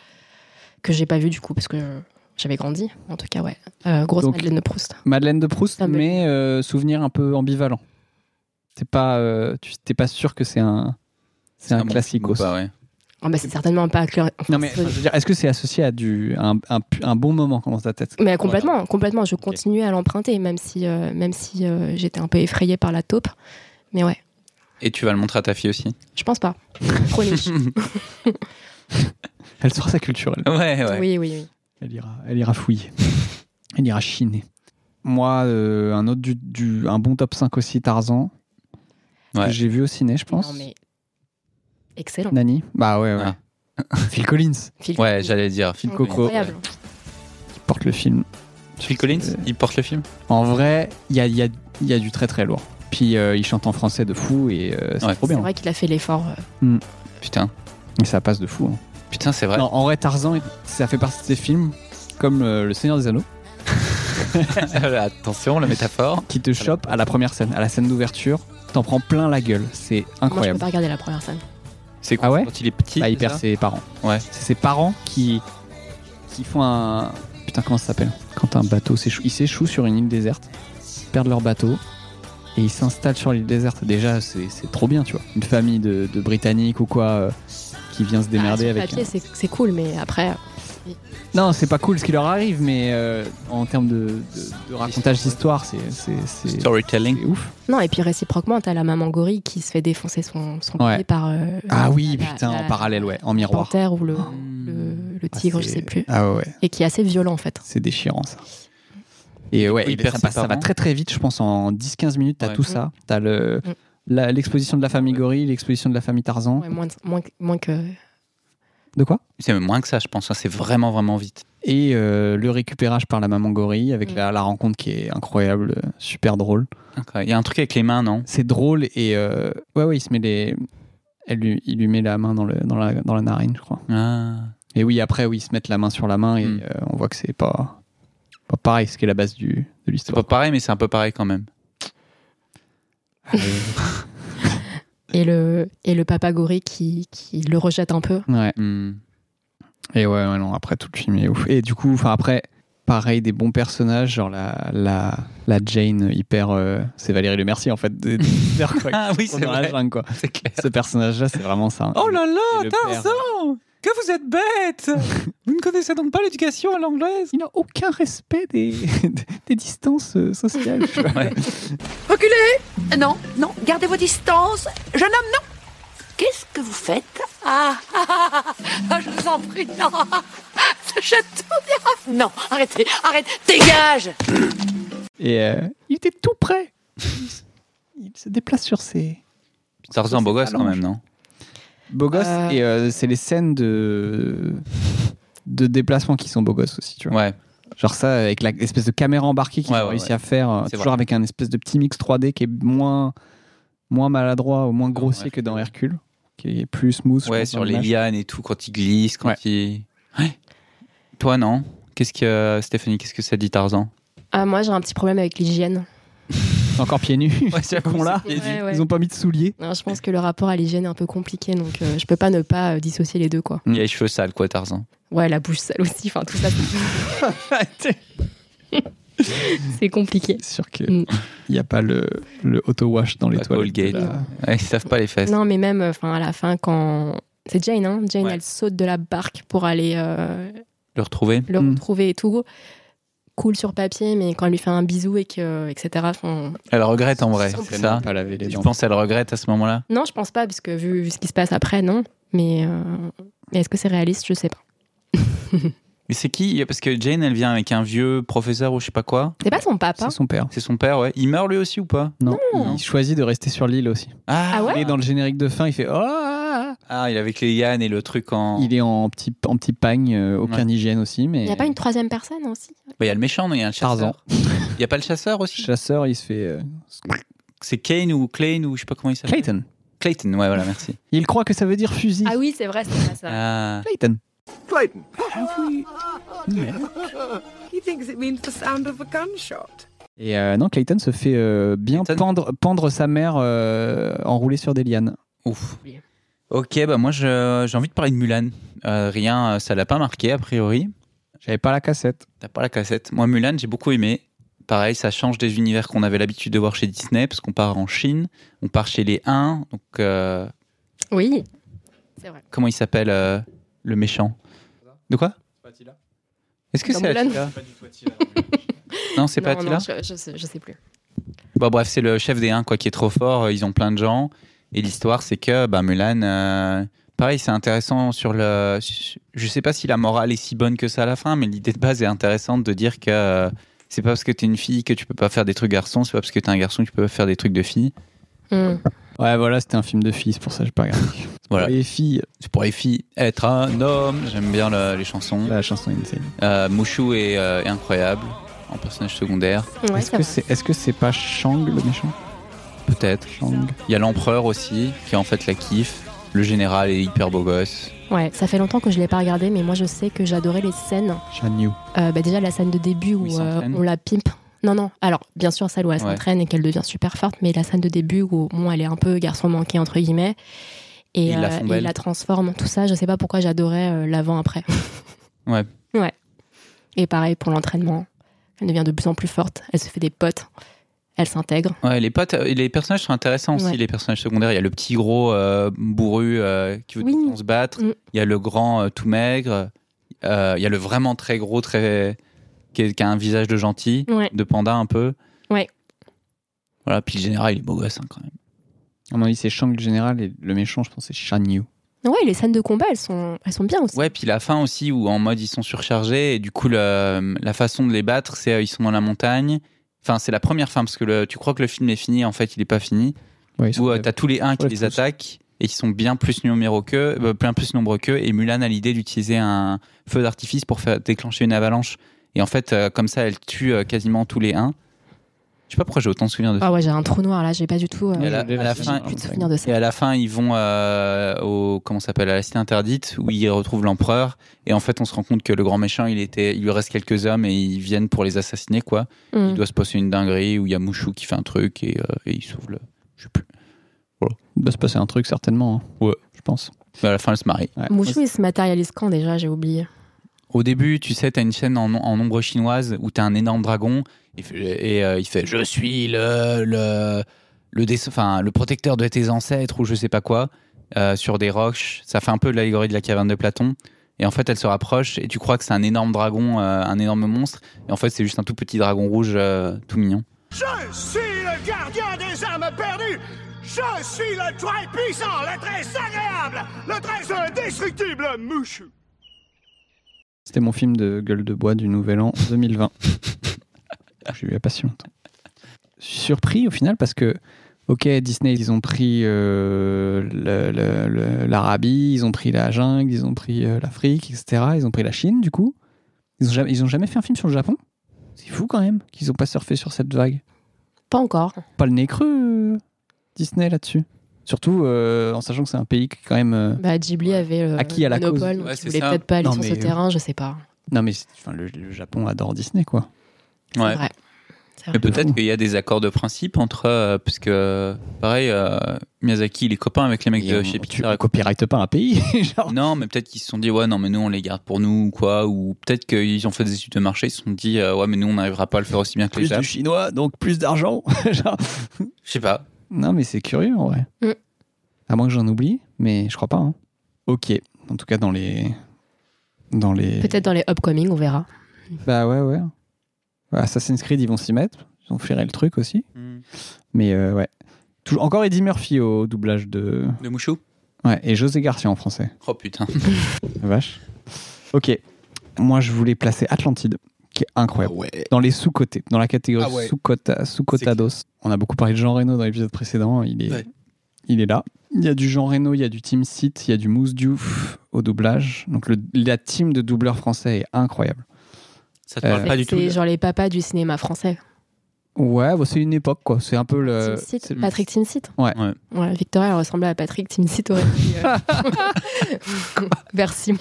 Speaker 3: Que j'ai pas vu du coup, parce que euh, j'avais grandi. En tout cas, ouais. Euh, grosse
Speaker 2: Donc-
Speaker 3: Madeleine de Proust.
Speaker 2: Madeleine de Proust,
Speaker 3: Ah, mais-
Speaker 2: mais euh, souvenir un peu ambivalent. T'es pas, euh, tu t'es pas sûr que c'est un, c'est un
Speaker 1: bon
Speaker 2: classique
Speaker 1: film ou pas, ouais.
Speaker 3: Ah bah, c'est certainement pas. clair- enfin,
Speaker 2: Non mais
Speaker 3: c'est-
Speaker 2: enfin, je veux dire, est-ce que c'est associé à du un, un, pu- un bon moment dans ta tête
Speaker 3: Mais complètement, complètement. Je continuais à l'emprunter, même si, euh, même si euh, j'étais un peu effrayée par la taupe. Mais ouais,
Speaker 1: Et tu vas le montrer à ta fille aussi.
Speaker 3: je
Speaker 2: [laughs]
Speaker 3: pense pas. Trop niche.
Speaker 2: Elle sort sa culture,
Speaker 1: [laughs]
Speaker 2: elle,
Speaker 1: Ouais, ouais.
Speaker 3: Oui, oui, oui.
Speaker 2: elle ira, elle ira fouiller, elle ira chiner. Moi, euh, un autre du, du- un bon top 5 aussi Tarzan
Speaker 1: Ouais.
Speaker 2: que j'ai vu au ciné, je pense.
Speaker 3: Non, mais. Excellent.
Speaker 2: Nani, bah ouais, ouais. Phil Collins
Speaker 3: Phil-
Speaker 1: Ouais, j'allais dire. Phil
Speaker 2: Coco.
Speaker 1: Collins.
Speaker 3: Incroyable.
Speaker 2: qui porte le film. Euh,
Speaker 1: Phil Collins, il porte le film
Speaker 2: En vrai, il y a, il y a- il y a du très très lourd. Puis euh, il chante en français de fou et euh, c'est
Speaker 1: Ouais.
Speaker 2: trop
Speaker 3: C'est
Speaker 2: bien.
Speaker 3: vrai qu'il a fait l'effort. euh,
Speaker 1: Putain.
Speaker 2: Et ça passe de fou. hein.
Speaker 1: Putain, c'est [laughs] vrai.
Speaker 2: Non, en vrai, Tarzan, ça fait partie de ces films comme euh, Le Seigneur des Anneaux
Speaker 1: Attention, la métaphore.
Speaker 2: qui te chope à la première scène, à la scène d'ouverture. T'en prends plein la gueule. C'est
Speaker 3: Moi, je peux
Speaker 2: incroyable.
Speaker 3: pas regarder la première scène.
Speaker 1: C'est quoi
Speaker 2: Ah ouais
Speaker 1: Quand il est petit.
Speaker 2: Bah, il
Speaker 1: c'est
Speaker 2: perd
Speaker 1: ça
Speaker 2: ses parents.
Speaker 1: Ouais.
Speaker 2: C'est ses parents qui, qui font un. Putain, comment ça s'appelle Quand un bateau s'échoue. Ils s'échouent sur une île déserte, ils perdent leur bateau et ils s'installent sur l'île déserte. Déjà, c'est c'est trop bien, tu vois. Une famille de, de Britanniques ou quoi euh, qui vient se
Speaker 3: Ah,
Speaker 2: démerder
Speaker 3: sur le
Speaker 2: avec.
Speaker 3: papier, c'est c'est cool, mais après.
Speaker 2: Non, c'est pas cool ce qui leur arrive, mais euh, en termes de, de- de racontage d'histoire, c'est. c'est- c'est-
Speaker 1: Storytelling.
Speaker 2: c'est ouf.
Speaker 3: Non, et puis réciproquement, t'as la maman gorille qui se fait défoncer son, son
Speaker 2: Ouais.
Speaker 3: pied par. euh,
Speaker 2: Ah oui,
Speaker 3: la-
Speaker 2: putain,
Speaker 3: la-
Speaker 2: en parallèle, ouais, en miroir.
Speaker 3: panthère ou le,
Speaker 1: Hmm.
Speaker 3: le, le tigre, je
Speaker 2: c'est-
Speaker 3: sais plus.
Speaker 2: Ah ouais, ouais,
Speaker 3: Et qui est assez violent en fait.
Speaker 2: c'est déchirant ça. Et ouais,
Speaker 1: il
Speaker 2: il-
Speaker 1: perd
Speaker 2: ça,
Speaker 1: ses
Speaker 2: passe- ça va
Speaker 1: parents.
Speaker 2: très très vite, je pense. En 10-15 minutes, t'as
Speaker 1: Ouais.
Speaker 2: tout ça. T'as le.
Speaker 3: Mm.
Speaker 2: la- L'exposition de la famille Gorille, l'exposition de la famille Tarzan.
Speaker 3: Ouais, moins, moins, moins que.
Speaker 2: De quoi
Speaker 1: C'est même moins que ça, je pense. hein, C'est vraiment, vraiment vite.
Speaker 2: Et euh, le récupérage par la maman Gorille avec
Speaker 3: Mm.
Speaker 2: la, la rencontre qui est incroyable, euh, super drôle.
Speaker 1: D'accord. Il y a un truc avec les mains, non
Speaker 2: C'est drôle et euh, ouais ouais il se met les elle lui, il lui met la main dans le dans la dans la narine je crois.
Speaker 1: Ah.
Speaker 2: Et oui après oui ils se mettent la main sur la main et
Speaker 1: Mm.
Speaker 2: euh, on voit que c'est pas pas pareil ce qui est la base du de
Speaker 1: C'est pas
Speaker 2: l'histoire.
Speaker 1: pareil, mais c'est un peu pareil quand même.
Speaker 3: Et le, et le papa gorille qui, qui le rejette un peu.
Speaker 2: Ouais.
Speaker 1: Hmm.
Speaker 2: Et ouais, ouais, non après tout le film est ouf. Et du coup enfin après pareil des bons personnages genre la la la Jane hyper euh, c'est Valérie Le Mercier en fait de- de- hyper
Speaker 1: [laughs]
Speaker 2: quoi,
Speaker 1: Ah oui,
Speaker 2: qu'on
Speaker 1: c'est
Speaker 2: est dans la
Speaker 1: vrai.
Speaker 2: jungle, quoi.
Speaker 1: C'est clair.
Speaker 2: Ce personnage là c'est vraiment ça.
Speaker 1: Oh là
Speaker 2: Et
Speaker 1: là,
Speaker 2: le père.
Speaker 1: Tarzan Que vous êtes bête Vous ne connaissez donc pas l'éducation à l'anglaise
Speaker 2: il n'a aucun respect des, [laughs] des distances euh, sociales. tu vois.
Speaker 1: Ouais.
Speaker 6: Reculez Euh, Non, non, gardez vos distances. Jeune homme, non Qu'est-ce que vous faites ah, ah, ah, ah, ah, je vous en prie, non [laughs] Ce château des Non, arrêtez, arrête, dégage
Speaker 2: Et euh, il était tout près. Il se déplace sur ses
Speaker 1: Tarzan beau gosse quand même, non
Speaker 2: beaux gosses.
Speaker 3: Euh.
Speaker 2: Et euh, c'est les scènes de de déplacement qui sont beaux gosses aussi, tu vois.
Speaker 1: Ouais.
Speaker 2: Genre ça, avec l'espèce de caméra embarquée qu'ils
Speaker 1: Ouais,
Speaker 2: ont
Speaker 1: ouais,
Speaker 2: réussi
Speaker 1: ouais.
Speaker 2: à faire, euh,
Speaker 1: C'est
Speaker 2: toujours
Speaker 1: vrai.
Speaker 2: avec un espèce de petit mix 3D qui est moins, moins maladroit ou moins grossier que dans Hercule, qui est plus smooth. je
Speaker 1: Ouais,
Speaker 2: pense,
Speaker 1: sur
Speaker 2: dans
Speaker 1: les
Speaker 2: l'image.
Speaker 1: lianes et tout, quand il glisse, quand
Speaker 2: Ouais.
Speaker 1: il. Ouais. Toi, non Qu'est-ce que. Stéphanie, qu'est-ce que ça dit Tarzan
Speaker 3: Ah, moi j'ai un petit problème avec l'hygiène.
Speaker 2: Encore pieds nus.
Speaker 1: c'est
Speaker 2: con là.
Speaker 1: c'est dit.
Speaker 3: Ouais, ouais.
Speaker 2: [laughs] Ah, Ils ont pas mis de souliers.
Speaker 3: Non, je pense que le rapport à l'hygiène est un peu compliqué, donc euh, je peux pas ne pas euh, dissocier les deux, quoi.
Speaker 1: Il y a les cheveux sales, quoi, Tarzan.
Speaker 3: Ouais, la bouche sale aussi, enfin
Speaker 2: [laughs]
Speaker 3: tout ça, [laughs] c'est compliqué.
Speaker 2: C'est sûr qu'il
Speaker 3: Mm.
Speaker 2: n'y a pas le, le auto-wash dans les
Speaker 1: Pas
Speaker 2: toilettes.
Speaker 1: Colgate.
Speaker 2: de la-
Speaker 1: Ouais, ils savent pas les fesses.
Speaker 3: Non, mais même, euh, enfin à la fin, quand c'est Jane, hein, Jane,
Speaker 1: Ouais.
Speaker 3: elle saute de la barque pour aller euh,
Speaker 1: Le retrouver.
Speaker 3: le
Speaker 2: Mm.
Speaker 3: retrouver et tout. Cool sur papier, mais quand elle lui fait un bisou et que, etc. enfin,
Speaker 1: Elle regrette en vrai,
Speaker 3: Sans
Speaker 1: c'est
Speaker 2: Elle
Speaker 1: ça
Speaker 2: n'a Pas laver les
Speaker 1: Tu
Speaker 2: dents.
Speaker 1: penses qu'elle regrette à ce moment-là
Speaker 3: Non, je pense pas, parce que vu, vu ce qui se passe après, non. Mais, euh, mais est-ce que c'est réaliste Je sais pas.
Speaker 1: Mais c'est qui Parce que Jane, elle vient avec un vieux professeur ou je sais pas quoi.
Speaker 3: C'est pas son papa.
Speaker 2: C'est son père.
Speaker 1: C'est son père, ouais. Il meurt lui aussi ou pas
Speaker 2: Non.
Speaker 1: Non.
Speaker 2: Il choisit de rester sur l'île aussi.
Speaker 3: Ah ouais
Speaker 2: Il est dans le générique de fin, il fait Oh ah,
Speaker 1: Ah, il est avec les lianes et le truc
Speaker 2: ah.
Speaker 1: en. Bah, Il
Speaker 2: Il est en petit, en petit pagne, euh, aucun hygiène aussi, mais.
Speaker 3: Il n'y a pas une troisième personne aussi
Speaker 1: y a le méchant, non Bah, il y a le
Speaker 2: Tarzan.
Speaker 1: chasseur. [laughs] Il y a pas le chasseur aussi
Speaker 2: chasseur, il se fait. euh,
Speaker 1: C'est Kane ou Clayton ou je sais pas comment il s'appelle.
Speaker 2: Clayton.
Speaker 1: Clayton, ouais, voilà, merci.
Speaker 2: Il croit que ça veut dire fusil.
Speaker 3: Ah oui, c'est vrai, c'est pas [laughs] ça.
Speaker 1: Ah,
Speaker 2: Clayton.
Speaker 5: Clayton.
Speaker 2: Et euh, non, Clayton se fait euh, bien
Speaker 1: Clayton.
Speaker 2: pendre, pendre sa mère euh, enroulée sur des lianes.
Speaker 1: ouf. Ok, bah moi je- j'ai envie de parler de Mulan. Euh, rien, euh, ça l'a pas marqué a priori.
Speaker 2: J'avais pas la cassette.
Speaker 1: T'as pas la cassette. Moi, Mulan, j'ai beaucoup aimé. Pareil, ça change des univers qu'on avait l'habitude de voir chez Disney, parce qu'on part en Chine, on part chez les Huns. Donc, euh,
Speaker 3: Oui.
Speaker 1: comment il s'appelle euh, le méchant De quoi Est-ce que
Speaker 3: Dans
Speaker 1: c'est
Speaker 3: Mulan
Speaker 1: Attila Non, c'est pas
Speaker 3: Non,
Speaker 1: Attila.
Speaker 3: non, je, je sais, je sais plus.
Speaker 1: Bon, Bah, bref, c'est le chef des Huns quoi, qui est trop fort. euh, Ils ont plein de gens. Et l'histoire, c'est que bah, Mulan, euh, pareil, c'est intéressant sur le. su- Je sais pas si la morale est si bonne que ça à la fin, mais l'idée de base est intéressante de dire que euh, c'est pas parce que t'es une fille que tu peux pas faire des trucs garçons, c'est pas parce que t'es un garçon que tu peux pas faire des trucs de fille.
Speaker 3: Hmm.
Speaker 2: Ouais, voilà, c'était un film de filles, c'est pour ça que j'ai pas [laughs] regardé.
Speaker 1: Voilà.
Speaker 2: Les filles,
Speaker 1: C'est pour les filles. Être un homme, j'aime bien le- les chansons.
Speaker 2: la chanson est insane.
Speaker 1: Euh, Mushu est, euh, est incroyable en personnage secondaire,
Speaker 3: Ouais,
Speaker 2: Est-ce
Speaker 3: c'est
Speaker 2: que
Speaker 3: vrai.
Speaker 2: c'est est-ce que c'est pas Shang le méchant
Speaker 1: peut-être.
Speaker 2: Shang.
Speaker 1: Il y a l'empereur aussi, qui en fait la kiffe. Le général est hyper beau gosse.
Speaker 3: Ouais, ça fait longtemps que je l'ai pas regardé, mais moi je sais que j'adorais les scènes.
Speaker 2: Shan Yu.
Speaker 3: Euh, bah déjà la scène de début où,
Speaker 1: Où ils
Speaker 3: euh,
Speaker 1: s'entraînent.
Speaker 3: on la pimpe. Non, non. Alors, bien sûr, celle où elle
Speaker 1: Ouais.
Speaker 3: s'entraîne et qu'elle devient super forte, mais la scène de début où bon, elle est un peu garçon manqué, entre guillemets, et,
Speaker 1: Ils la
Speaker 3: euh,
Speaker 1: font
Speaker 3: et
Speaker 1: belle.
Speaker 3: la transforme. Tout ça, je sais pas pourquoi j'adorais euh, l'avant-après.
Speaker 1: [laughs] Ouais.
Speaker 3: Ouais. Et pareil pour l'entraînement. Elle devient de plus en plus forte, elle se fait des potes, elle s'intègre.
Speaker 1: Ouais, les, potes, euh, les personnages sont intéressants aussi,
Speaker 3: Ouais.
Speaker 1: les personnages secondaires. Il y a le petit gros euh, bourru euh, qui veut
Speaker 3: Oui.
Speaker 1: tout le temps se battre.
Speaker 3: Mm.
Speaker 1: Il y a le grand euh, tout maigre. Euh, il y a le vraiment très gros, très qui, est- qui a un visage de gentil,
Speaker 3: Ouais.
Speaker 1: de panda un peu.
Speaker 3: Ouais.
Speaker 1: Voilà, puis le général, il est beau gosse hein, quand même.
Speaker 2: À mon avis, c'est Shang le général et le méchant, je pense, c'est Shan Yu.
Speaker 3: Ouais, les scènes de combat, elles sont, elles sont bien aussi.
Speaker 1: Ouais, puis la fin aussi, où en mode ils sont surchargés, et du coup, le- la façon de les battre, c'est euh, ils sont dans la montagne. Enfin, c'est la première fin, parce que le- tu crois que le film est fini, en fait, il est pas fini.
Speaker 2: Ouais, ils sont
Speaker 1: où euh,
Speaker 2: des-
Speaker 1: t'as tous les uns qui
Speaker 2: Ouais,
Speaker 1: les
Speaker 2: tous.
Speaker 1: attaquent, et qui sont bien plus nombreux qu'eux, euh, plein plus nombreux qu'eux, et Mulan a l'idée d'utiliser un feu d'artifice pour faire déclencher une avalanche. Et en fait, euh, comme ça, elle tue euh, quasiment tous les uns. Je sais pas pourquoi j'ai autant de souvenirs de
Speaker 3: Ah ouais, j'ai un trou noir là, j'ai pas du tout. euh,
Speaker 1: et à la,
Speaker 2: je l'ai
Speaker 1: à la
Speaker 2: aussi,
Speaker 1: fin,
Speaker 2: j'ai plus
Speaker 3: de souvenir de ça.
Speaker 1: Et à la fin, ils vont euh, au comment ça s'appelle à la cité interdite où ils retrouvent l'empereur. Et en fait, on se rend compte que le grand méchant, il était, il lui reste quelques hommes et ils viennent pour les assassiner quoi.
Speaker 3: Mm.
Speaker 1: Il doit se passer une dinguerie où il y a Mouchou qui fait un truc et, euh, et il sauve le. Je sais plus.
Speaker 2: Il doit se passer bah, un truc, certainement. hein.
Speaker 1: Ouais.
Speaker 2: Je pense.
Speaker 1: Mais à la fin, elle se marie.
Speaker 2: Ouais.
Speaker 3: Mouchou, il se matérialise quand déjà J'ai oublié.
Speaker 1: Au début, tu sais, t'as une chaîne en, en ombre chinoise où t'as un énorme dragon il fait- et euh, il fait Je suis le, le, le, dé- enfin, le protecteur de tes ancêtres ou je sais pas quoi euh, sur des roches. Ça fait un peu l'allégorie de la caverne de Platon. Et en fait, elle se rapproche et tu crois que c'est un énorme dragon, euh, un énorme monstre. Et en fait, c'est juste un tout petit dragon rouge euh, tout mignon.
Speaker 5: Je suis le gardien des armes perdues Je suis le très puissant, le très agréable, le très indestructible mouche
Speaker 2: C'était mon film de gueule de bois du Nouvel An 2020. J'ai eu la passion. Je suis surpris au final parce que, ok, Disney, ils ont pris euh, le- le- le- l'Arabie, ils ont pris la jungle, ils ont pris euh, l'Afrique, etc. Ils ont pris la Chine, du coup. Ils ont jamais, ils ont jamais fait un film sur le Japon. C'est fou quand même qu'ils ont pas surfé sur cette vague.
Speaker 3: Pas encore.
Speaker 2: Pas le nez creux, euh, Disney, là-dessus. Surtout euh, en sachant que c'est un pays qui, quand même. euh,
Speaker 3: Bah, Ghibli avait le
Speaker 2: À qui, à la cause
Speaker 3: monopole, donc
Speaker 1: Ouais,
Speaker 3: il
Speaker 1: c'est
Speaker 3: voulait
Speaker 1: ça.
Speaker 3: peut-être pas aller
Speaker 2: Non,
Speaker 3: sur ce
Speaker 2: mais- euh,
Speaker 3: terrain, je sais pas.
Speaker 2: Non, mais c'est- enfin, le, le Japon adore Disney, quoi.
Speaker 3: C'est vrai. C'est vrai.
Speaker 1: Mais peut-être qu'il y a des accords de principe entre. euh, parce que, pareil, euh, Miyazaki, il est copain avec les mecs
Speaker 2: Et
Speaker 1: de
Speaker 2: on-
Speaker 1: chez
Speaker 2: tu
Speaker 1: Pixar et
Speaker 2: copyrightes pas un pays. [laughs] genre.
Speaker 1: Non, mais peut-être qu'ils se sont dit, ouais, non, mais nous, on les garde pour nous, ou quoi. Ou peut-être qu'ils ont fait des études de marché, ils se sont dit, euh, ouais, mais nous, on n'arrivera pas à le faire aussi bien que les
Speaker 2: plus de
Speaker 1: Japs.
Speaker 2: chinois, donc plus d'argent. [laughs] Genre.
Speaker 1: Je sais pas.
Speaker 2: non, mais c'est curieux, en vrai.
Speaker 3: Mm.
Speaker 2: À moins que j'en oublie, mais je crois pas. hein. Ok. En tout cas, dans les. Dans les.
Speaker 3: Peut-être dans les upcoming, on verra.
Speaker 2: Bah ouais, ouais. Ouais, Assassin's Creed, ils vont s'y mettre. Ils ont ferré le truc aussi. Mais euh, ouais. Toujours... Encore Eddie Murphy au doublage de.
Speaker 1: De Mouchou
Speaker 2: Ouais, et José Garcia en français.
Speaker 1: Oh putain.
Speaker 2: La Vache. Ok. Moi, je voulais placer Atlantide, qui est incroyable. Dans les sous-cotés, dans la catégorie
Speaker 1: Ah ouais.
Speaker 2: sous-cota- sous-cotados. On a beaucoup parlé de Jean Reno dans l'épisode précédent. Il est,
Speaker 1: Ouais.
Speaker 2: il est là. Il y a du Jean Reno, il y a du Team Sit, il y a du Mousse Diouf au doublage. Donc le- la team de doubleurs français est incroyable.
Speaker 1: Ça te
Speaker 2: Euh,
Speaker 1: parle
Speaker 3: En
Speaker 1: pas
Speaker 3: fait,
Speaker 1: du tout.
Speaker 3: C'est genre les papas du cinéma français.
Speaker 2: Ouais, bah, c'est une époque quoi. C'est un peu le.
Speaker 3: Timsit,
Speaker 2: Euh, c'est le-
Speaker 3: Patrick Timsit.
Speaker 2: Ouais.
Speaker 1: Ouais.
Speaker 3: Ouais, Victoria, elle ressemblait à Patrick
Speaker 2: [laughs]
Speaker 3: Timsit. aurait dit, euh, [laughs] Merci.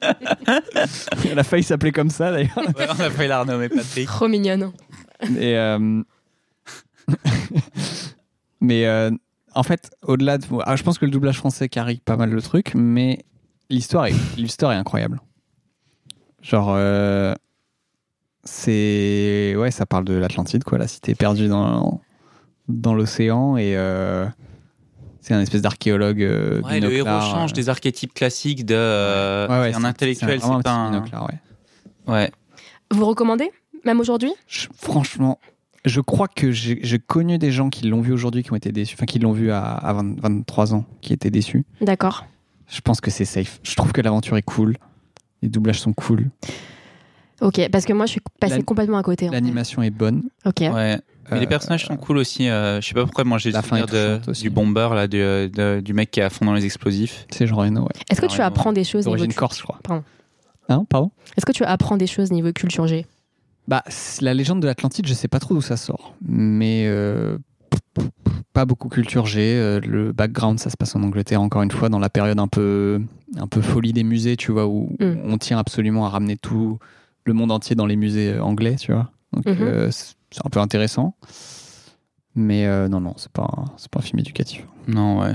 Speaker 2: [laughs] Elle a failli s'appeler comme ça d'ailleurs.
Speaker 1: Ouais, on a fait la renommer Patrick.
Speaker 3: Trop mignonne.
Speaker 2: Et, euh, [laughs] mais euh, en fait, au-delà de. ah, je pense que le doublage français carrie pas mal le truc, mais l'histoire est, l'histoire est incroyable. Genre. euh, C'est. Ouais, ça parle de l'Atlantide, quoi, la cité perdue dans, dans l'océan. Et. euh, C'est un espèce d'archéologue. euh,
Speaker 1: Ouais, le héros
Speaker 2: binoclard,
Speaker 1: change
Speaker 2: euh,
Speaker 1: des archétypes classiques de. euh,
Speaker 2: Ouais, ouais,
Speaker 1: c'est un intellectuel, c'est
Speaker 2: vraiment
Speaker 1: pas
Speaker 2: petit
Speaker 1: un.
Speaker 2: binoclard, ouais.
Speaker 1: Ouais.
Speaker 3: Vous recommandez Même aujourd'hui
Speaker 2: Je- franchement, je crois que j'ai j'ai connu des gens qui l'ont vu aujourd'hui, qui ont été déçus, enfin qui l'ont vu à, à 20 23 ans, qui étaient déçus.
Speaker 3: D'accord.
Speaker 2: Je pense que c'est safe. Je trouve que l'aventure est cool. Les doublages sont cool.
Speaker 3: Ok, parce que moi, je suis passée
Speaker 2: La-
Speaker 3: complètement à côté. en fait.
Speaker 2: L'animation est bonne.
Speaker 3: Ok.
Speaker 1: Ouais. Mais
Speaker 2: Euh,
Speaker 1: les personnages sont cool aussi. euh, je sais pas pourquoi, moi, j'ai le
Speaker 2: La fin est
Speaker 1: souvenir de-
Speaker 2: touchante aussi.
Speaker 1: du bomber, là, du, euh, de- du mec qui est à fond dans les explosifs.
Speaker 2: C'est genre Reno, ouais.
Speaker 3: Est-ce que tu
Speaker 1: Carrément.
Speaker 3: apprends des choses niveau
Speaker 2: D'origine
Speaker 3: cu-
Speaker 2: corse, je crois.
Speaker 3: Pardon.
Speaker 2: Hein, pardon
Speaker 3: Est-ce que tu apprends des choses niveau culture G
Speaker 2: Bah, c'est la légende de l'Atlantide, je sais pas trop d'où ça sort, mais euh, pas beaucoup culture G. euh, le background, ça se passe en Angleterre, encore une fois, dans la période un peu, un peu folie des musées, tu vois, où
Speaker 3: Mm.
Speaker 2: on tient absolument à ramener tout le monde entier dans les musées euh, anglais, tu vois. Donc,
Speaker 3: Mhm.
Speaker 2: euh, c'est c'est un peu intéressant. Mais euh, non, non, c'est pas, un- c'est pas un film éducatif.
Speaker 1: Non, ouais.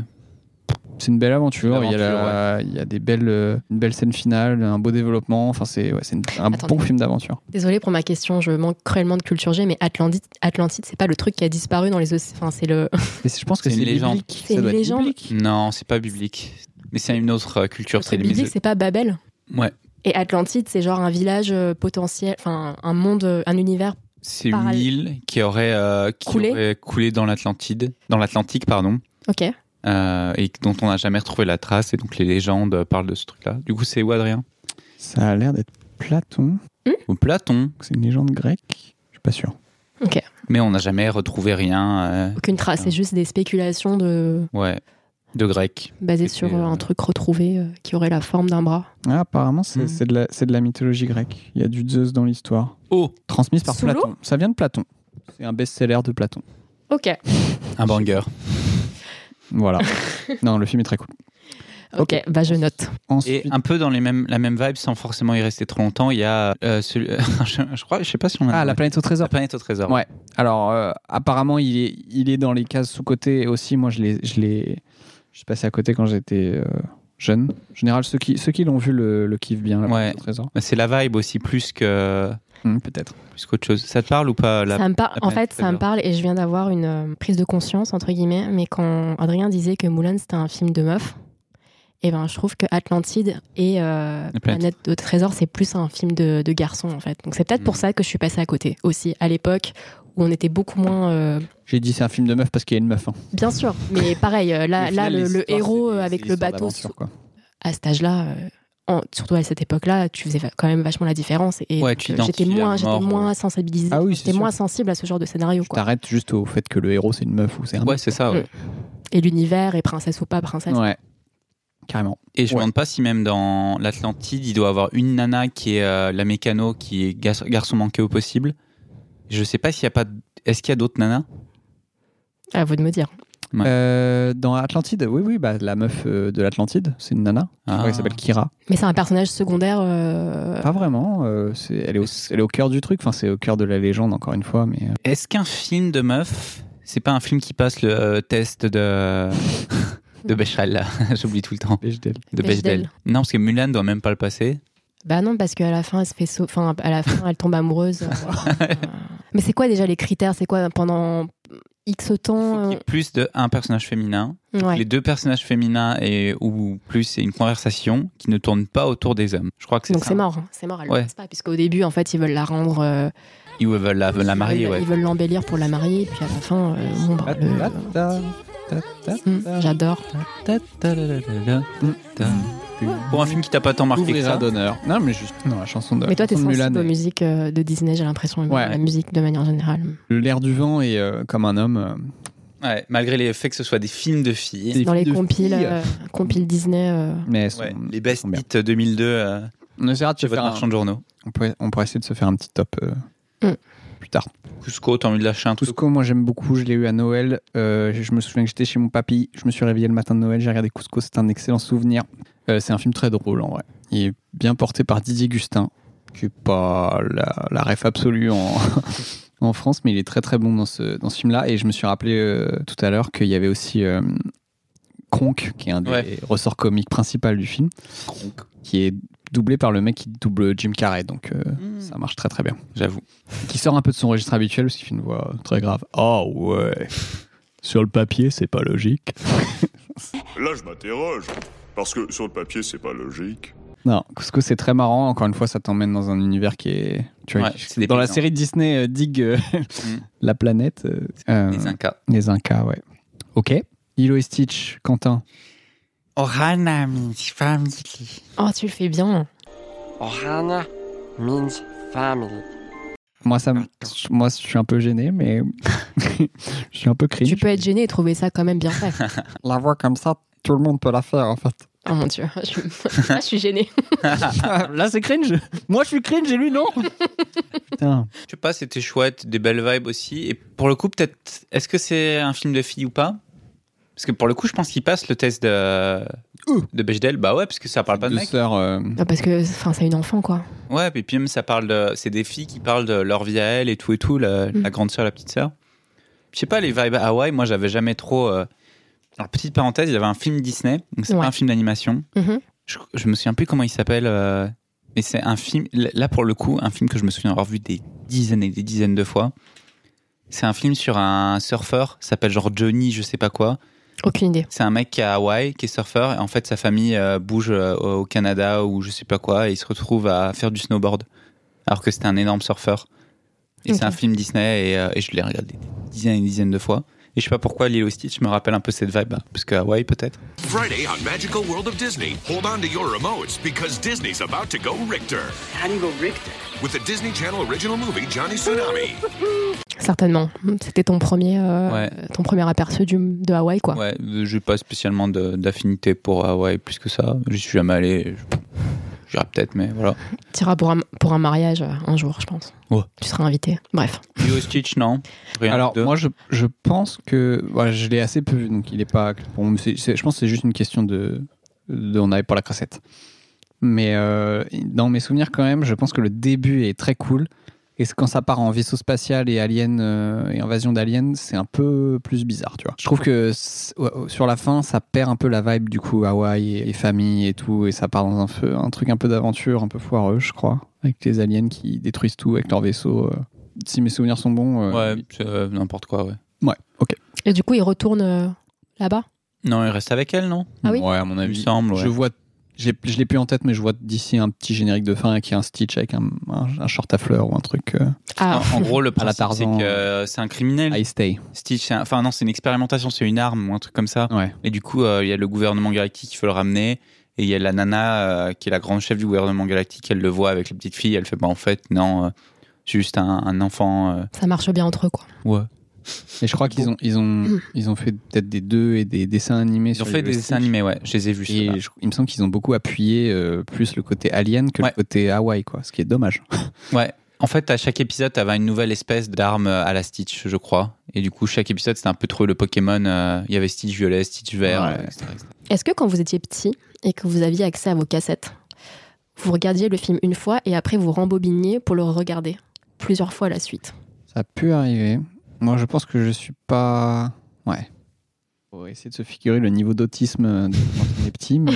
Speaker 2: C'est une belle aventure. Il y a,
Speaker 1: L'aventure,
Speaker 2: la- il y a des belles, euh, une belle scène finale, un beau développement. Enfin, c'est ouais, c'est une- un
Speaker 3: Attendez.
Speaker 2: bon film d'aventure.
Speaker 3: Désolée pour ma question, je manque cruellement de culture G, mais Atlantide, Atlantide c'est pas le truc qui a disparu dans les océans. Enfin, c'est le.
Speaker 2: Mais je pense que
Speaker 1: C'est
Speaker 2: c'est
Speaker 1: une légende.
Speaker 2: biblique. Ça
Speaker 3: C'est une
Speaker 2: doit être
Speaker 3: légende.
Speaker 2: biblique.
Speaker 1: Non, c'est pas biblique. Mais c'est une autre euh,
Speaker 3: [laughs]
Speaker 1: culture.
Speaker 3: le truc
Speaker 1: les
Speaker 3: biblique,
Speaker 1: Méso-
Speaker 3: c'est pas Babel.
Speaker 1: Ouais.
Speaker 3: Et Atlantide, c'est genre un village euh, potentiel, enfin un monde, euh, un univers.
Speaker 1: C'est
Speaker 3: Parallèle.
Speaker 1: une île qui aurait, euh, qui
Speaker 3: Coulé.
Speaker 1: aurait coulé dans l'Atlantide, dans l'Atlantique, pardon,
Speaker 3: Ok.
Speaker 1: euh, et dont on n'a jamais retrouvé la trace, et donc les légendes parlent de ce truc-là. Du coup, c'est où, Adrien
Speaker 2: Ça a l'air d'être Platon.
Speaker 1: Ou Platon.
Speaker 2: C'est une légende grecque Je suis pas sûr.
Speaker 3: Ok.
Speaker 1: Mais on n'a jamais retrouvé rien. euh,
Speaker 3: Aucune trace, c'est juste des spéculations de...
Speaker 1: ouais. De grec.
Speaker 3: basées
Speaker 1: C'était,
Speaker 3: sur euh,
Speaker 1: euh,
Speaker 3: un truc retrouvé euh, qui aurait la forme d'un bras.
Speaker 2: Ah, apparemment, c'est
Speaker 1: Hmm.
Speaker 2: c'est de, la- c'est de la mythologie grecque. Il y a du Zeus dans l'histoire.
Speaker 1: Oh
Speaker 2: Transmise par
Speaker 3: Sous
Speaker 2: Platon. Ça vient de Platon. C'est un best-seller de Platon.
Speaker 3: Ok.
Speaker 1: Un banger.
Speaker 3: [laughs]
Speaker 2: Voilà. non, le film est très cool.
Speaker 3: Ok, bah je note.
Speaker 1: Et
Speaker 2: Ensuite,
Speaker 1: un peu dans les mêmes, la même vibe, sans forcément y rester trop longtemps, il y a euh, celui- [laughs] je, je crois, je sais pas si on a.
Speaker 2: ah, la planète au
Speaker 1: La
Speaker 2: trésor.
Speaker 1: planète au trésor.
Speaker 2: Ouais. Alors, euh, apparemment, il est, il est dans les cases sous-côté aussi. Moi, je l'ai, je l'ai, je suis passé à côté quand j'étais euh, jeune. En général, ceux qui, ceux qui l'ont vu le, le kiffent bien, la
Speaker 1: Ouais.
Speaker 2: planète au trésor.
Speaker 1: Mais C'est la vibe aussi plus que
Speaker 2: Hmm, Peut-être.
Speaker 1: plus qu'autre chose. Ça te parle ou pas la...
Speaker 3: ça me par-
Speaker 1: la
Speaker 3: En
Speaker 1: planète
Speaker 3: fait, ça me
Speaker 1: trésor.
Speaker 3: parle et je viens d'avoir une euh, prise de conscience, entre guillemets, mais quand Adrien disait que Moulin c'était un film de meuf, et ben je trouve que Atlantide et euh,
Speaker 1: La planète.
Speaker 3: Planète de Trésor, c'est plus un film de, de garçon en fait. Donc c'est peut-être pour
Speaker 1: Mm.
Speaker 3: ça que je suis passée à côté aussi, à l'époque où on était beaucoup moins. euh,
Speaker 2: J'ai dit c'est un film de meuf parce qu'il y a une meuf. hein.
Speaker 3: Bien sûr, mais pareil, euh, là,
Speaker 2: Au
Speaker 3: là
Speaker 2: final,
Speaker 3: le,
Speaker 2: les
Speaker 3: le
Speaker 2: histoires,
Speaker 3: héros
Speaker 2: c'est
Speaker 3: euh,
Speaker 2: des-
Speaker 3: avec
Speaker 2: c'est des
Speaker 3: le
Speaker 2: histoires
Speaker 3: bateau
Speaker 2: d'aventure, quoi.
Speaker 3: à cet âge-là, euh, en- surtout à cette époque-là, tu faisais va- quand même vachement la différence. Et
Speaker 1: Ouais,
Speaker 3: donc,
Speaker 1: tu
Speaker 3: euh, j'étais
Speaker 1: identifies la
Speaker 3: moins, j'étais
Speaker 1: mort,
Speaker 3: moins sensibilisée,
Speaker 2: Ah oui, c'est
Speaker 3: j'étais
Speaker 2: sûr.
Speaker 3: moins sensible à ce genre de scénario.
Speaker 2: Tu
Speaker 3: Quoi.
Speaker 2: t'arrêtes juste au fait que le héros c'est une meuf ou c'est un.
Speaker 1: Ouais, c'est ça. ouais.
Speaker 3: Et l'univers, et princesse ou pas princesse.
Speaker 2: Ouais. Carrément.
Speaker 1: Et je ne
Speaker 2: Ouais.
Speaker 1: demande pas si même dans l'Atlantide, il doit avoir une nana qui est euh, la mécano, qui est gar- garçon manqué au possible. Je sais pas s'il y a pas. d- Est-ce qu'il y a d'autres nanas
Speaker 3: À vous de me dire.
Speaker 1: Ouais.
Speaker 2: Euh, dans Atlantide, oui, oui, bah, la meuf euh, de l'Atlantide, c'est une nana. Je crois
Speaker 1: Ah.
Speaker 2: qu'elle s'appelle Kira.
Speaker 3: Mais c'est un personnage secondaire. euh,
Speaker 2: Pas vraiment. euh, c'est, elle, est au, elle est au cœur du truc. Enfin, c'est au cœur de la légende, encore une fois. Mais euh,
Speaker 1: Est-ce qu'un film de meuf, c'est pas un film qui passe le euh, test de [laughs] de Bechdel là [laughs] J'oublie tout le temps.
Speaker 2: Bechdel.
Speaker 1: De Bechdel.
Speaker 3: Bechdel.
Speaker 1: Non, parce que Mulan doit même pas le passer.
Speaker 3: Bah non, parce qu'à la fin, elle se fait sau- enfin, à la fin, elle tombe amoureuse. euh, euh, Mais c'est quoi déjà les critères C'est quoi pendant X
Speaker 1: Faut
Speaker 3: temps
Speaker 1: qu'il y ait plus de un personnage féminin.
Speaker 3: euh, ouais.
Speaker 1: Les deux personnages féminins et ou plus c'est une conversation qui ne tourne pas autour des hommes. Je crois que c'est
Speaker 3: Donc
Speaker 1: ça.
Speaker 3: c'est mort, hein. c'est mort, elle
Speaker 1: Ouais.
Speaker 3: le passe pas, puisqu'au début, en fait, ils veulent la rendre. euh,
Speaker 1: Ils veulent la, veulent la
Speaker 3: ils
Speaker 1: marier,
Speaker 3: veulent-
Speaker 1: ouais.
Speaker 3: ils veulent l'embellir pour la marier, et puis à la fin, euh, bon,
Speaker 2: Ah,
Speaker 3: bah, le-
Speaker 2: Euh,
Speaker 3: Hmm, j'adore.
Speaker 1: Pour un film qui t'a pas tant marqué que
Speaker 2: Ouvrira
Speaker 1: ça.
Speaker 2: d'honneur. Non, mais juste. Non, la chanson de.
Speaker 3: Mais toi,
Speaker 2: la
Speaker 3: t'es
Speaker 2: chanson de
Speaker 3: sensible
Speaker 2: Bah, Mulan
Speaker 3: aux musiques euh, de Disney, j'ai l'impression, et même
Speaker 2: Ouais.
Speaker 3: à la musique de manière générale.
Speaker 2: est- L'air du vent et euh, comme un homme. euh,
Speaker 1: Ouais, malgré les faits que ce soit des films de filles.
Speaker 2: Des
Speaker 3: Dans les
Speaker 2: filles de
Speaker 3: compiles,
Speaker 2: filles.
Speaker 3: euh, compiles Disney. euh,
Speaker 2: mais elles sont-
Speaker 1: Ouais, les
Speaker 2: elles
Speaker 1: best
Speaker 2: sont bien.
Speaker 1: hits 2002 euh,
Speaker 2: On essaiera de se
Speaker 1: chez votre
Speaker 2: faire un-
Speaker 1: marchand de journaux.
Speaker 2: on, pourrait, on pourrait essayer de se faire un petit top euh,
Speaker 3: Mm.
Speaker 2: plus tard.
Speaker 1: Cusco, t'as envie de lâcher un truc
Speaker 2: Cusco, moi j'aime beaucoup, je l'ai eu à Noël. Euh, je me souviens que j'étais chez mon papy, je me suis réveillé le matin de Noël, j'ai regardé Cusco, c'est un excellent souvenir. Euh, c'est un film très drôle en vrai. Il est bien porté par Didier Gustin, qui est pas la, la ref absolue
Speaker 1: [laughs]
Speaker 2: en, en France, mais il est très très bon dans ce, dans ce film-là. Et je me suis rappelé euh, tout à l'heure qu'il y avait aussi euh, Kronk, qui est un des
Speaker 1: Ouais.
Speaker 2: ressorts comiques principaux du film,
Speaker 1: Cronk.
Speaker 2: qui est doublé par le mec qui double Jim Carrey, donc euh,
Speaker 1: Mm.
Speaker 2: ça marche très très bien
Speaker 1: J'avoue.
Speaker 2: qui sort un peu de son registre habituel parce qu'il fait une voix très grave.
Speaker 1: Ah
Speaker 2: Oh ouais. [laughs] Sur le papier, c'est pas logique.
Speaker 5: Là, je m'interroge. Parce que sur le papier, c'est pas logique.
Speaker 2: Non, Cusco, c'est très marrant. Encore une fois, ça t'emmène dans un univers qui est. Tu vois,
Speaker 1: Ouais,
Speaker 2: qui-
Speaker 1: c'est des
Speaker 2: dans la
Speaker 1: paysans. Mm.
Speaker 2: série Disney euh, Dig euh, [laughs] la planète. euh, euh,
Speaker 1: Les Incas.
Speaker 2: les Incas, ouais. Ok. Hilo et Stitch, Quentin. Oh,
Speaker 1: Ohana means family.
Speaker 3: Oh, tu le fais bien.
Speaker 7: Ohana means family.
Speaker 2: Moi, ça, me- moi, je suis un peu gêné, mais [laughs] je suis un peu cringe.
Speaker 3: Tu peux être gêné et trouver ça quand même bien [laughs] fait.
Speaker 2: La voix comme ça, tout le monde peut la faire, en fait.
Speaker 3: Oh mon dieu, je, là, je suis [laughs] gênée.
Speaker 2: Ah, Là, c'est cringe. Moi, je suis cringe et lui, [laughs] non. Putain.
Speaker 1: Je sais pas, c'était chouette, des belles vibes aussi. Et pour le coup, peut-être, est-ce que c'est un film de filles ou pas Parce que pour le coup, je pense qu'il passe le test de,
Speaker 2: Ouh.
Speaker 1: de Bechdel. Bah ouais, parce que ça parle pas de
Speaker 2: Deux
Speaker 1: mecs.
Speaker 2: sœurs, euh,
Speaker 3: Non, parce que enfin, c'est une enfant, quoi.
Speaker 1: Ouais, et puis même, ça parle de. C'est des filles qui parlent de leur vie à elles et tout et tout, la,
Speaker 3: Mm.
Speaker 1: la grande sœur, la petite sœur. Je sais pas, les vibes à Hawaï, moi, j'avais jamais trop. euh, Alors, petite parenthèse, il y avait un film Disney, donc c'est
Speaker 3: Ouais.
Speaker 1: pas un film d'animation.
Speaker 3: Mhm.
Speaker 1: je, je me souviens plus comment il s'appelle, euh, mais c'est un film, là pour le coup, un film que je me souviens avoir vu des dizaines et des dizaines de fois. C'est un film sur un surfeur, ça s'appelle genre Johnny, je sais pas quoi.
Speaker 3: Aucune idée.
Speaker 1: C'est un mec qui est à Hawaï, qui est surfeur, et en fait sa famille euh, bouge euh, au Canada ou je sais pas quoi, et il se retrouve à faire du snowboard, alors que c'était un énorme surfeur. Et
Speaker 3: Ok.
Speaker 1: c'est un film Disney, et, euh, et je l'ai regardé des dizaines et des dizaines de fois. Et Et je sais pas pourquoi Lilo et Stitch me rappelle un peu cette vibe, hein, parce que Hawaï peut-être.
Speaker 11: Friday on Magical World of Disney. Hold on to your remotes because Disney's about to go Richter.
Speaker 7: How do you go Richter?
Speaker 11: With the Disney Channel original movie Johnny Tsunami.
Speaker 3: Certainement. C'était ton premier, euh,
Speaker 1: Ouais.
Speaker 3: ton premier aperçu du, de Hawaï, quoi.
Speaker 1: Ouais, euh, j'ai pas spécialement de- d'affinité pour Hawaï plus que ça. J'y suis jamais allé. Je- J'irai peut-être, mais voilà.
Speaker 3: T'iras pour un, pour un mariage euh, un jour, je pense.
Speaker 1: Ouais.
Speaker 3: Tu seras invité. Bref.
Speaker 1: Lilo et Stitch, non. Rien
Speaker 2: Alors
Speaker 1: de-
Speaker 2: moi je, je pense que voilà, je l'ai assez peu vu donc il est pas bon, c'est- c'est- je pense que c'est juste une question de, de- on n'avait pas la cassette. Mais euh, dans mes souvenirs quand même, je pense que le début est très cool et c'est quand ça part en vaisseau spatial et alien euh, et invasion d'aliens, c'est un peu plus bizarre, tu vois. Je trouve que c'est- ouais, sur la fin, ça perd un peu la vibe du coup Hawaï et, et famille et tout et ça part dans un feu, un truc un peu d'aventure, un peu foireux, je crois, avec les aliens qui détruisent tout avec leur vaisseau. euh. Si mes souvenirs sont bons, euh,
Speaker 1: Ouais, c'est, euh, n'importe quoi, ouais.
Speaker 2: Ouais, ok.
Speaker 3: Et du coup, il retourne euh, là-bas.
Speaker 1: Non, il reste avec elle, non
Speaker 3: Ah oui
Speaker 2: Ouais, à mon
Speaker 1: Il me
Speaker 2: avis.
Speaker 1: semble, ouais.
Speaker 2: Je vois, j'ai- je l'ai plus en tête, mais je vois d'ici un petit générique de fin qui a un Stitch avec un, un- un short à fleurs ou un truc. euh,
Speaker 3: Ah.
Speaker 1: En, en gros, le
Speaker 2: À la
Speaker 1: principe, c'est
Speaker 2: Tarzan.
Speaker 1: que euh, c'est un criminel.
Speaker 2: I stay.
Speaker 1: Stitch, c'est un- enfin non, c'est une expérimentation, c'est une arme ou un truc comme ça.
Speaker 2: Ouais.
Speaker 1: Et du coup, euh, il y a le gouvernement galactique qui veut le ramener. Et il y a la nana euh, qui est la grande chef du gouvernement galactique. Elle le voit avec les petites filles. Elle fait, bah en fait, non, euh, c'est juste un, un enfant. euh,
Speaker 3: Ça marche bien entre eux, quoi.
Speaker 1: ouais.
Speaker 2: Et je crois qu'ils ont, ils ont, ils ont fait peut-être des deux et des dessins animés.
Speaker 1: Ils
Speaker 2: sur
Speaker 1: ont fait
Speaker 2: les
Speaker 1: des
Speaker 2: Stitch.
Speaker 1: dessins animés, ouais. Je les ai vus. ceux-là.
Speaker 2: Et je- il me semble qu'ils ont beaucoup appuyé euh, plus le côté alien que
Speaker 1: Ouais.
Speaker 2: le côté Hawaï, quoi. Ce qui est dommage.
Speaker 1: Ouais. En fait, à chaque épisode, t'avais une nouvelle espèce d'arme euh, à la Stitch, je crois. Et du coup, chaque épisode, c'était un peu trop le Pokémon. euh, Il y avait Stitch violet, Stitch vert,
Speaker 2: Ouais.
Speaker 1: etc., etc.
Speaker 3: Est-ce que quand vous étiez petit et que vous aviez accès à vos cassettes, vous regardiez le film une fois et après vous rembobiniez pour le regarder plusieurs fois à la suite
Speaker 2: Ça a pu arriver. Moi, je pense que je suis pas. Ouais. Faut essayer de se figurer le niveau d'autisme euh, de quand on est petit. Mais...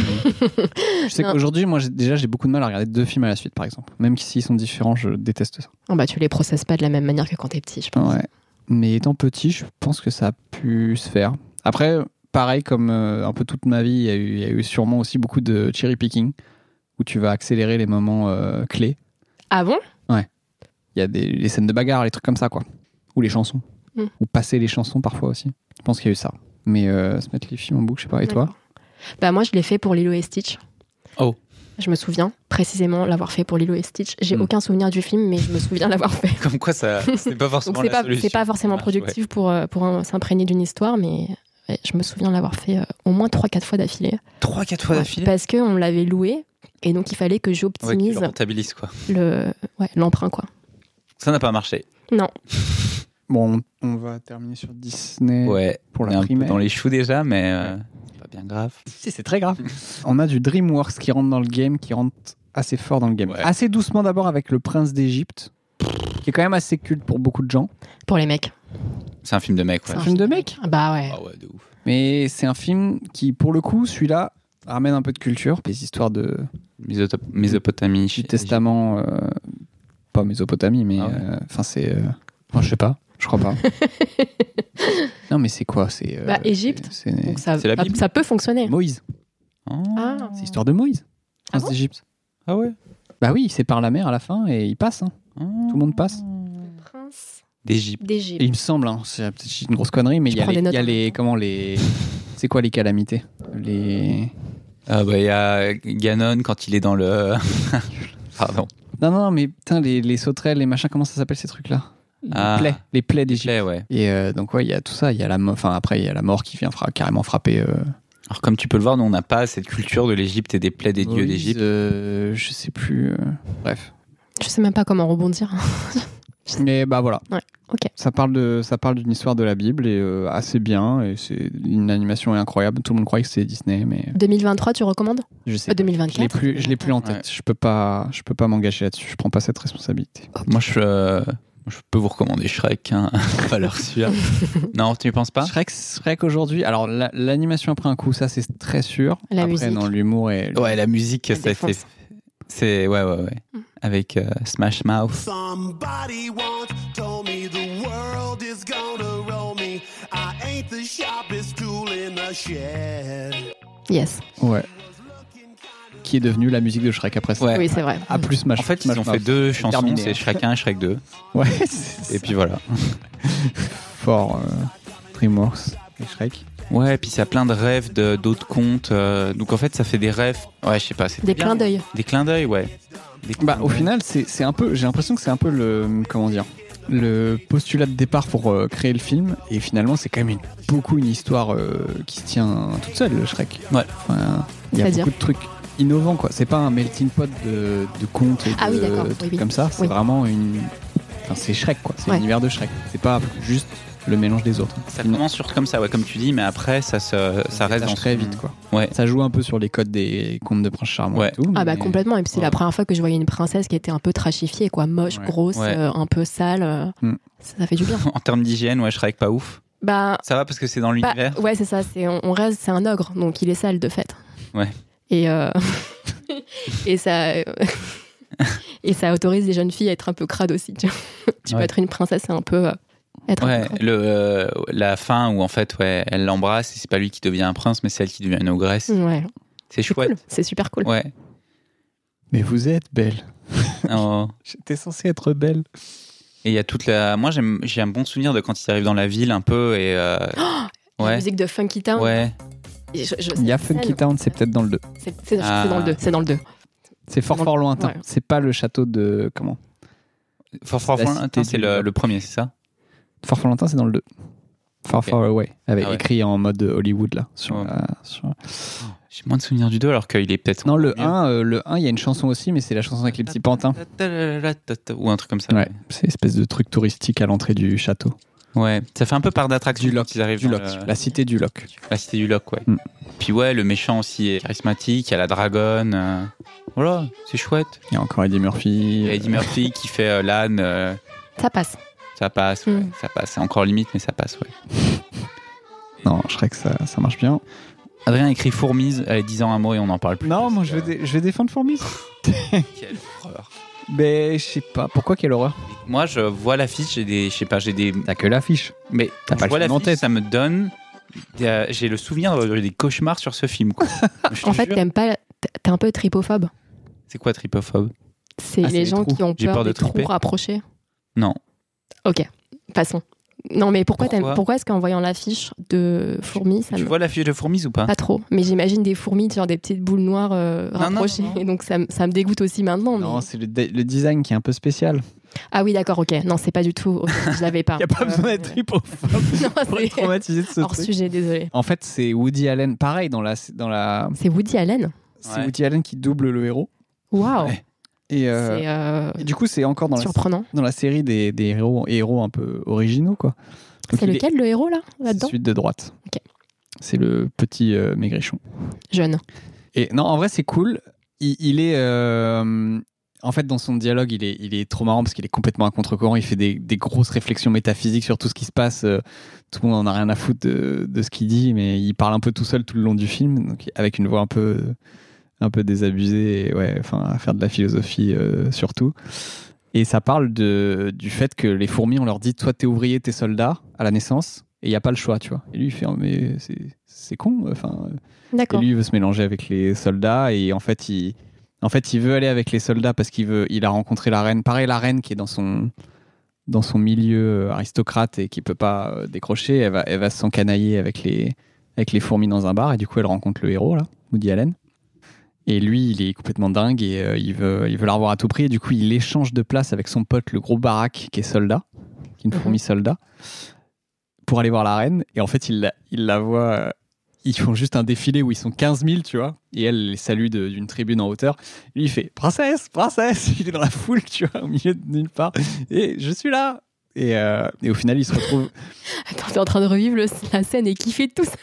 Speaker 2: je sais
Speaker 3: Non.
Speaker 2: qu'aujourd'hui, moi, j'ai- déjà, j'ai beaucoup de mal à regarder deux films à la suite, par exemple. Même s'ils sont différents, je déteste ça.
Speaker 3: Ah bah, Tu les processes pas de la même manière que quand t'es petit, je pense.
Speaker 2: Ouais. Mais étant petit, je pense que ça a pu se faire. Après, pareil, comme euh, un peu toute ma vie, il y, a eu- il y a eu sûrement aussi beaucoup de cherry picking, où tu vas accélérer les moments euh, clés.
Speaker 3: Ah bon
Speaker 2: Il y a des les scènes de bagarre, les trucs comme ça, quoi. Ou les chansons.
Speaker 3: Mm.
Speaker 2: Ou passer les chansons parfois aussi. Je pense qu'il y a eu ça. Mais euh, se mettre les films en boucle, je sais pas. Et toi
Speaker 3: D'accord. Bah moi, je l'ai fait pour Lilo et Stitch.
Speaker 1: Oh.
Speaker 3: Je me souviens précisément l'avoir fait pour Lilo et Stitch. J'ai
Speaker 2: Hmm.
Speaker 3: aucun souvenir du film, mais je me souviens [laughs] l'avoir fait.
Speaker 1: [laughs] Comme quoi, ça, c'est
Speaker 3: [laughs]
Speaker 1: pas forcément
Speaker 3: Donc c'est
Speaker 1: la
Speaker 3: pas,
Speaker 1: solution.
Speaker 3: c'est pas forcément
Speaker 1: Ça marche, ouais.
Speaker 3: productif pour, euh, pour euh, s'imprégner d'une histoire, mais ouais, je me souviens l'avoir fait euh, au moins 3-4 fois d'affilée.
Speaker 1: Trois, quatre fois
Speaker 3: Ouais,
Speaker 1: d'affilée.
Speaker 3: Parce qu'on l'avait loué, et donc il fallait que
Speaker 1: Ouais, qui
Speaker 3: j'optimise
Speaker 1: le rentabilise, quoi.
Speaker 3: le ouais, l'emprunt, quoi.
Speaker 1: Ça n'a pas marché.
Speaker 3: Non,
Speaker 2: Bon, on on va terminer sur Disney.
Speaker 1: Ouais.
Speaker 2: Mm. Pour
Speaker 1: on
Speaker 2: la
Speaker 1: est un peu
Speaker 2: primaire.
Speaker 1: dans les choux déjà, mais euh, c'est pas bien grave.
Speaker 2: Si, c'est très grave. on a du DreamWorks qui rentre dans le game, qui rentre assez fort dans le game.
Speaker 1: Ouais.
Speaker 2: Assez doucement d'abord avec le prince d'Égypte, qui est quand même assez culte pour beaucoup de gens.
Speaker 3: pour les mecs.
Speaker 1: C'est un film de mec, ouais.
Speaker 3: C'est un
Speaker 2: film de mec
Speaker 3: Bah ouais.
Speaker 1: Ah ouais, de ouf.
Speaker 2: Mais c'est un film qui, pour le coup, celui-là, ramène un peu de culture. Des histoires de
Speaker 1: Mésotop- Mésopotamie.
Speaker 2: du
Speaker 1: Chine.
Speaker 2: Testament, euh, pas Mésopotamie, mais
Speaker 1: Ah ouais.
Speaker 2: euh, enfin c'est, euh, moi, je sais pas, je
Speaker 1: [laughs]
Speaker 2: crois pas. non mais c'est quoi C'est euh,
Speaker 3: Bah, Égypte.
Speaker 2: c'est-
Speaker 3: Donc ça,
Speaker 1: C'est la
Speaker 3: ça,
Speaker 1: Bible.
Speaker 3: ça peut
Speaker 2: c'est
Speaker 3: fonctionner.
Speaker 2: Moïse.
Speaker 1: Oh.
Speaker 3: Ah.
Speaker 2: C'est l'histoire de Moïse,
Speaker 3: Ah
Speaker 2: prince
Speaker 3: bon
Speaker 2: d'Égypte.
Speaker 1: Ah ouais.
Speaker 2: Bah oui, c'est par la mer à la fin et il passe. hein.
Speaker 1: Ah.
Speaker 2: Tout le monde passe.
Speaker 3: Ah. Prince
Speaker 1: D'Égypte.
Speaker 3: d'Égypte.
Speaker 2: Il me semble, hein, c'est peut-être une grosse connerie, mais
Speaker 3: Je
Speaker 2: il y a
Speaker 3: prends
Speaker 2: les,
Speaker 3: des notes
Speaker 2: il y a
Speaker 3: en même
Speaker 2: les-
Speaker 3: temps.
Speaker 2: comment
Speaker 3: [laughs]
Speaker 2: les, c'est quoi les calamités Les
Speaker 1: Ah bah, il y a Ganon quand il est dans le. [laughs] Pardon.
Speaker 2: non non non, mais putain les, les sauterelles, les machins, comment ça s'appelle ces trucs là Les
Speaker 1: Ah.
Speaker 2: plaies, les plaies
Speaker 1: Les
Speaker 2: d'Égypte.
Speaker 1: plaies, ouais.
Speaker 2: Et euh, donc ouais, il y a tout ça, il y a la mo- enfin après il y a la mort qui vient fra- carrément frapper. euh,
Speaker 1: Alors, comme tu peux le voir, nous, on n'a pas cette culture de l'Égypte et des plaies des dieux
Speaker 2: Moïse,
Speaker 1: d'Égypte.
Speaker 2: euh, je sais plus. euh, Bref.
Speaker 3: Je sais même pas comment rebondir.
Speaker 2: Mais bah voilà.
Speaker 3: Ouais, ok.
Speaker 2: Ça parle de, ça parle d'une histoire de la Bible et euh, assez bien. Et c'est une animation est incroyable. Tout le monde croyait que c'était Disney, mais
Speaker 3: 2023, tu recommandes
Speaker 2: je sais.
Speaker 3: Euh,
Speaker 2: pas. Je l'ai
Speaker 3: 2024
Speaker 2: plus, je l'ai plus en tête.
Speaker 1: Ouais.
Speaker 2: Je peux pas, je peux pas m'engager là-dessus. Je prends pas cette responsabilité.
Speaker 1: Moi, je, euh, je peux vous recommander Shrek, hein, [laughs] valeur
Speaker 3: [laughs]
Speaker 1: sûre. non, tu ne penses pas
Speaker 2: Shrek, Shrek aujourd'hui. Alors la- l'animation après un coup, ça c'est très sûr.
Speaker 3: La
Speaker 2: après
Speaker 3: musique.
Speaker 2: dans l'humour et
Speaker 1: Ouais, la musique,
Speaker 3: La
Speaker 1: ça a été-
Speaker 3: défense. Mm.
Speaker 1: C'est. Ouais, ouais, ouais. Avec euh, Smash Mouth.
Speaker 5: [laughs] Somebody once told me the world is gonna roll me. I ain't the sharpest tool in the shed.
Speaker 3: Yes.
Speaker 2: ouais. Qui est devenue la musique de Shrek après ça.
Speaker 1: Ouais.
Speaker 3: Oui, c'est vrai.
Speaker 2: À plus ma
Speaker 1: En fait, ils ont fait deux chansons,
Speaker 2: terminé.
Speaker 1: c'est Shrek 1 et Shrek 2.
Speaker 2: Ouais. [laughs] c'est
Speaker 1: Et puis voilà.
Speaker 2: fort. euh, DreamWorks et Shrek.
Speaker 1: Ouais, puis ça a plein de rêves de- d'autres contes. euh, donc en fait, ça fait des rêves. Ouais, je sais pas. c'était
Speaker 3: Des
Speaker 1: bien.
Speaker 3: clins d'œil.
Speaker 1: Des clins d'œil, ouais. Des
Speaker 2: Bah,
Speaker 1: clins
Speaker 2: au
Speaker 1: d'œil.
Speaker 2: final, c'est c'est un peu. J'ai l'impression que c'est un peu le comment dire le postulat de départ pour euh, créer le film. Et finalement, c'est quand même une- beaucoup une histoire euh, qui se tient toute seule, le Shrek.
Speaker 1: Ouais.
Speaker 2: Enfin, il y a
Speaker 3: C'est-à-dire
Speaker 2: beaucoup de trucs innovants, quoi. C'est pas un melting pot de, de contes et
Speaker 3: Ah
Speaker 2: de
Speaker 3: oui, d'accord. Oui,
Speaker 2: trucs
Speaker 3: oui.
Speaker 2: comme ça. C'est
Speaker 3: Oui.
Speaker 2: vraiment une. Enfin, c'est Shrek, quoi. C'est
Speaker 3: Ouais.
Speaker 2: l'univers de Shrek. C'est pas juste le mélange des autres.
Speaker 1: Ça commence sur comme ça, ouais, comme tu dis, mais après, ça, se, ça reste dans
Speaker 2: détache très
Speaker 1: son-
Speaker 2: vite, quoi.
Speaker 1: Ouais.
Speaker 2: Ça joue un peu sur les codes des contes de Prince Charmant
Speaker 1: Ouais.
Speaker 2: et tout.
Speaker 3: Ah bah
Speaker 2: mais-
Speaker 3: complètement, et puis c'est la première fois que je voyais une princesse qui était un peu trashifiée, quoi, moche,
Speaker 2: Ouais.
Speaker 3: grosse,
Speaker 1: Ouais. Mm.
Speaker 3: euh, un peu sale, euh,
Speaker 2: Hmm.
Speaker 3: ça, ça
Speaker 1: [laughs]
Speaker 3: fait du bien.
Speaker 1: en termes d'hygiène, ouais, Shrek pas ouf.
Speaker 3: bah,
Speaker 1: Ça va parce que c'est dans
Speaker 3: bah,
Speaker 1: l'univers.
Speaker 3: ouais, c'est ça, c'est, on, on reste, c'est un ogre, donc il est sale de fait.
Speaker 1: Ouais.
Speaker 3: Et, euh, [laughs] et ça... euh, [laughs] et ça autorise les jeunes filles à être un peu crades aussi, tu vois. [laughs] Tu
Speaker 1: Ouais.
Speaker 3: peux être une princesse et un peu... euh, être un peu
Speaker 1: Ouais,
Speaker 3: crade.
Speaker 1: le, euh, la fin où en fait, ouais, elle l'embrasse et c'est pas lui qui devient un prince, mais c'est elle qui devient une ogresse.
Speaker 3: Ouais.
Speaker 1: C'est
Speaker 3: Mm. C'est
Speaker 1: chouette.
Speaker 3: cool, c'est super cool. [laughs]
Speaker 1: Ouais.
Speaker 2: Mais vous êtes belle.
Speaker 1: Oh.
Speaker 2: J'étais censé être belle.
Speaker 1: Et il y a toute la. Moi, j'aime- j'ai un bon souvenir de quand ils arrivent dans la ville un peu et. euh,
Speaker 3: La
Speaker 1: Ouais.
Speaker 3: musique de Funky Town,
Speaker 1: Ouais.
Speaker 3: et je- je-
Speaker 2: Il y a
Speaker 3: c'est-
Speaker 2: Funky Town, c'est peut-être dans le 2.
Speaker 3: c'est c'est-
Speaker 1: Ah.
Speaker 3: c'est dans le 2, c'est dans le 2.
Speaker 2: C'est fort
Speaker 3: Dans-
Speaker 2: fort lointain.
Speaker 3: ouais.
Speaker 2: C'est pas le château de comment
Speaker 1: Fort Fort
Speaker 2: La
Speaker 1: Fort
Speaker 2: cité
Speaker 1: Lointain, Bah, c'est
Speaker 2: du-
Speaker 1: le, le premier, c'est ça
Speaker 2: Fort fort lointain, c'est dans le 2. Far
Speaker 1: Ok.
Speaker 2: far away, avec
Speaker 1: Ah ouais.
Speaker 2: écrit en mode Hollywood là. Sur,
Speaker 1: Ouais.
Speaker 2: la- sur-
Speaker 1: J'ai moins de souvenirs du 2 alors qu'il est peut-être.
Speaker 2: Non, le
Speaker 1: mieux.
Speaker 2: 1, euh, le 1, il y a une chanson aussi, mais c'est la chanson avec les petits pantins.
Speaker 1: Ou un truc comme ça.
Speaker 2: Ouais, c'est espèce de truc touristique à l'entrée du château.
Speaker 1: Ouais. Ça fait un peu part d'attraction
Speaker 2: Du Loch,
Speaker 1: quand ils arrivent
Speaker 2: Du
Speaker 1: dans
Speaker 2: Loch,
Speaker 1: le-
Speaker 2: la cité du Loch.
Speaker 1: La cité du Loch, ouais.
Speaker 2: Mm.
Speaker 1: Puis ouais, le méchant aussi est charismatique, il y a la dragonne. euh, Voilà, c'est chouette.
Speaker 2: Il y a encore Eddie Murphy.
Speaker 1: Il y a Eddie
Speaker 2: euh,
Speaker 1: Murphy qui fait euh, l'âne, euh,
Speaker 3: Ça passe.
Speaker 1: ça passe, ouais,
Speaker 3: Mm.
Speaker 1: ça passe. C'est encore limite, mais ça passe, ouais.
Speaker 2: Non, je crois que ça, ça marche bien.
Speaker 1: Adrien écrit Fourmise, allez, disant un mot et on n'en parle plus.
Speaker 2: Non,
Speaker 1: parce
Speaker 2: moi
Speaker 1: que-
Speaker 2: je vais, dé- je vais défendre Fourmis.
Speaker 1: Quelle horreur.
Speaker 2: Mais Ben, je sais pas, pourquoi quelle horreur
Speaker 1: Moi, je vois l'affiche, j'ai des. Je sais pas, j'ai des.
Speaker 2: T'as que l'affiche.
Speaker 1: Mais
Speaker 2: T'as
Speaker 1: je
Speaker 2: pas le
Speaker 1: vois
Speaker 2: film en
Speaker 1: l'affiche,
Speaker 2: tête.
Speaker 1: Bah, ça me donne. euh, J'ai le souvenir d'avoir eu des cauchemars sur ce film, quoi. Je te
Speaker 3: En fait,
Speaker 1: jure.
Speaker 3: t'aimes pas, t'es un peu tripophobe.
Speaker 1: c'est quoi tripophobe
Speaker 3: C'est
Speaker 2: Ah, c'est
Speaker 3: les
Speaker 2: les
Speaker 3: gens
Speaker 2: trous.
Speaker 3: qui ont
Speaker 1: J'ai
Speaker 3: peur,
Speaker 1: peur de
Speaker 3: des trous
Speaker 1: triper.
Speaker 3: rapprochés.
Speaker 1: Non.
Speaker 3: Ok, passons. Non, mais pourquoi,
Speaker 1: Pourquoi
Speaker 3: t'aimes- pourquoi est-ce qu'en voyant l'affiche de fourmis, ça
Speaker 1: Tu
Speaker 3: me...
Speaker 1: vois l'affiche de Fourmise ou pas
Speaker 3: Ah, Pas trop. Mais j'imagine des fourmis, genre des petites boules noires
Speaker 1: Non,
Speaker 3: euh,
Speaker 1: non,
Speaker 3: rapprochées.
Speaker 1: non, non.
Speaker 3: Et Donc ça, me- ça me dégoûte aussi maintenant. mais-
Speaker 2: Non, c'est le, dé- le design qui est un peu spécial.
Speaker 3: Ah oui, d'accord, ok. Non, c'est pas du tout. ok, je
Speaker 2: [laughs]
Speaker 3: l'avais pas.
Speaker 2: Il n'y a pas
Speaker 3: Euh,
Speaker 2: besoin d'être
Speaker 3: [laughs] Non,
Speaker 2: tripophobe pour
Speaker 3: c'est-
Speaker 2: être [laughs] traumatisé de ce
Speaker 3: Hors
Speaker 2: truc.
Speaker 3: sujet, désolé.
Speaker 2: En fait, c'est Woody Allen, pareil, dans la, dans la,
Speaker 3: C'est Woody Allen.
Speaker 2: c'est
Speaker 1: Ouais.
Speaker 2: Woody Allen qui double le héros.
Speaker 3: Waouh.
Speaker 1: Ouais.
Speaker 2: Et, euh,
Speaker 3: C'est euh,
Speaker 2: et du coup, c'est encore dans la,
Speaker 3: surprenant.
Speaker 2: dans la série des, des héros, héros un peu originaux, quoi. Donc,
Speaker 3: C'est
Speaker 2: il est-
Speaker 3: lequel le héros là,
Speaker 2: c'est
Speaker 3: là-dedans
Speaker 2: Celui de droite.
Speaker 3: Ok.
Speaker 2: C'est le petit euh, maigrichon.
Speaker 3: Jeune.
Speaker 2: Et non, en vrai, c'est cool. Il, il est. euh, en fait, dans son dialogue, il est, il est trop marrant parce qu'il est complètement à contre-courant. Il fait des, des grosses réflexions métaphysiques sur tout ce qui se passe. Euh, Tout le monde en a rien à foutre de, de ce qu'il dit, mais il parle un peu tout seul tout le long du film, donc avec une voix un peu, un peu désabusée, et ouais, enfin, à faire de la philosophie euh, surtout. Et ça parle de, du fait que les fourmis, on leur dit toi, t'es ouvrier, t'es soldat à la naissance, et il n'y a pas le choix, tu vois. Et lui, il fait Ah, mais c'est- c'est con, enfin. Et
Speaker 3: D'accord.
Speaker 2: lui, il veut se mélanger avec les soldats et en fait, il, en fait, il veut aller avec les soldats parce qu'il veut, il a rencontré la reine. Pareil, la reine qui est dans son, dans son milieu euh, aristocrate et qui peut pas euh, décrocher, elle va, elle va s'encanailler avec les, avec les fourmis dans un bar et du coup, elle rencontre le héros là, Woody Allen. Et lui, il est complètement dingue et euh, il veut, il veut la revoir à tout prix. Et du coup, il échange de place avec son pote, le gros baraque qui est soldat, qui est une
Speaker 3: Mhm.
Speaker 2: fourmi soldat, pour aller voir la reine. Et en fait, il la, il la voit. euh, ils font juste un défilé où ils sont 15 000, tu vois, et elle les salue de- d'une tribune en hauteur. Lui, il fait Princesse, princesse [laughs] Il est dans la foule, tu vois, au milieu de nulle part. Et je suis là Et, euh, et au final, il se
Speaker 3: [laughs]
Speaker 2: retrouve. [laughs]
Speaker 3: Attends, t'es en train de revivre le- la scène et kiffer tout ça.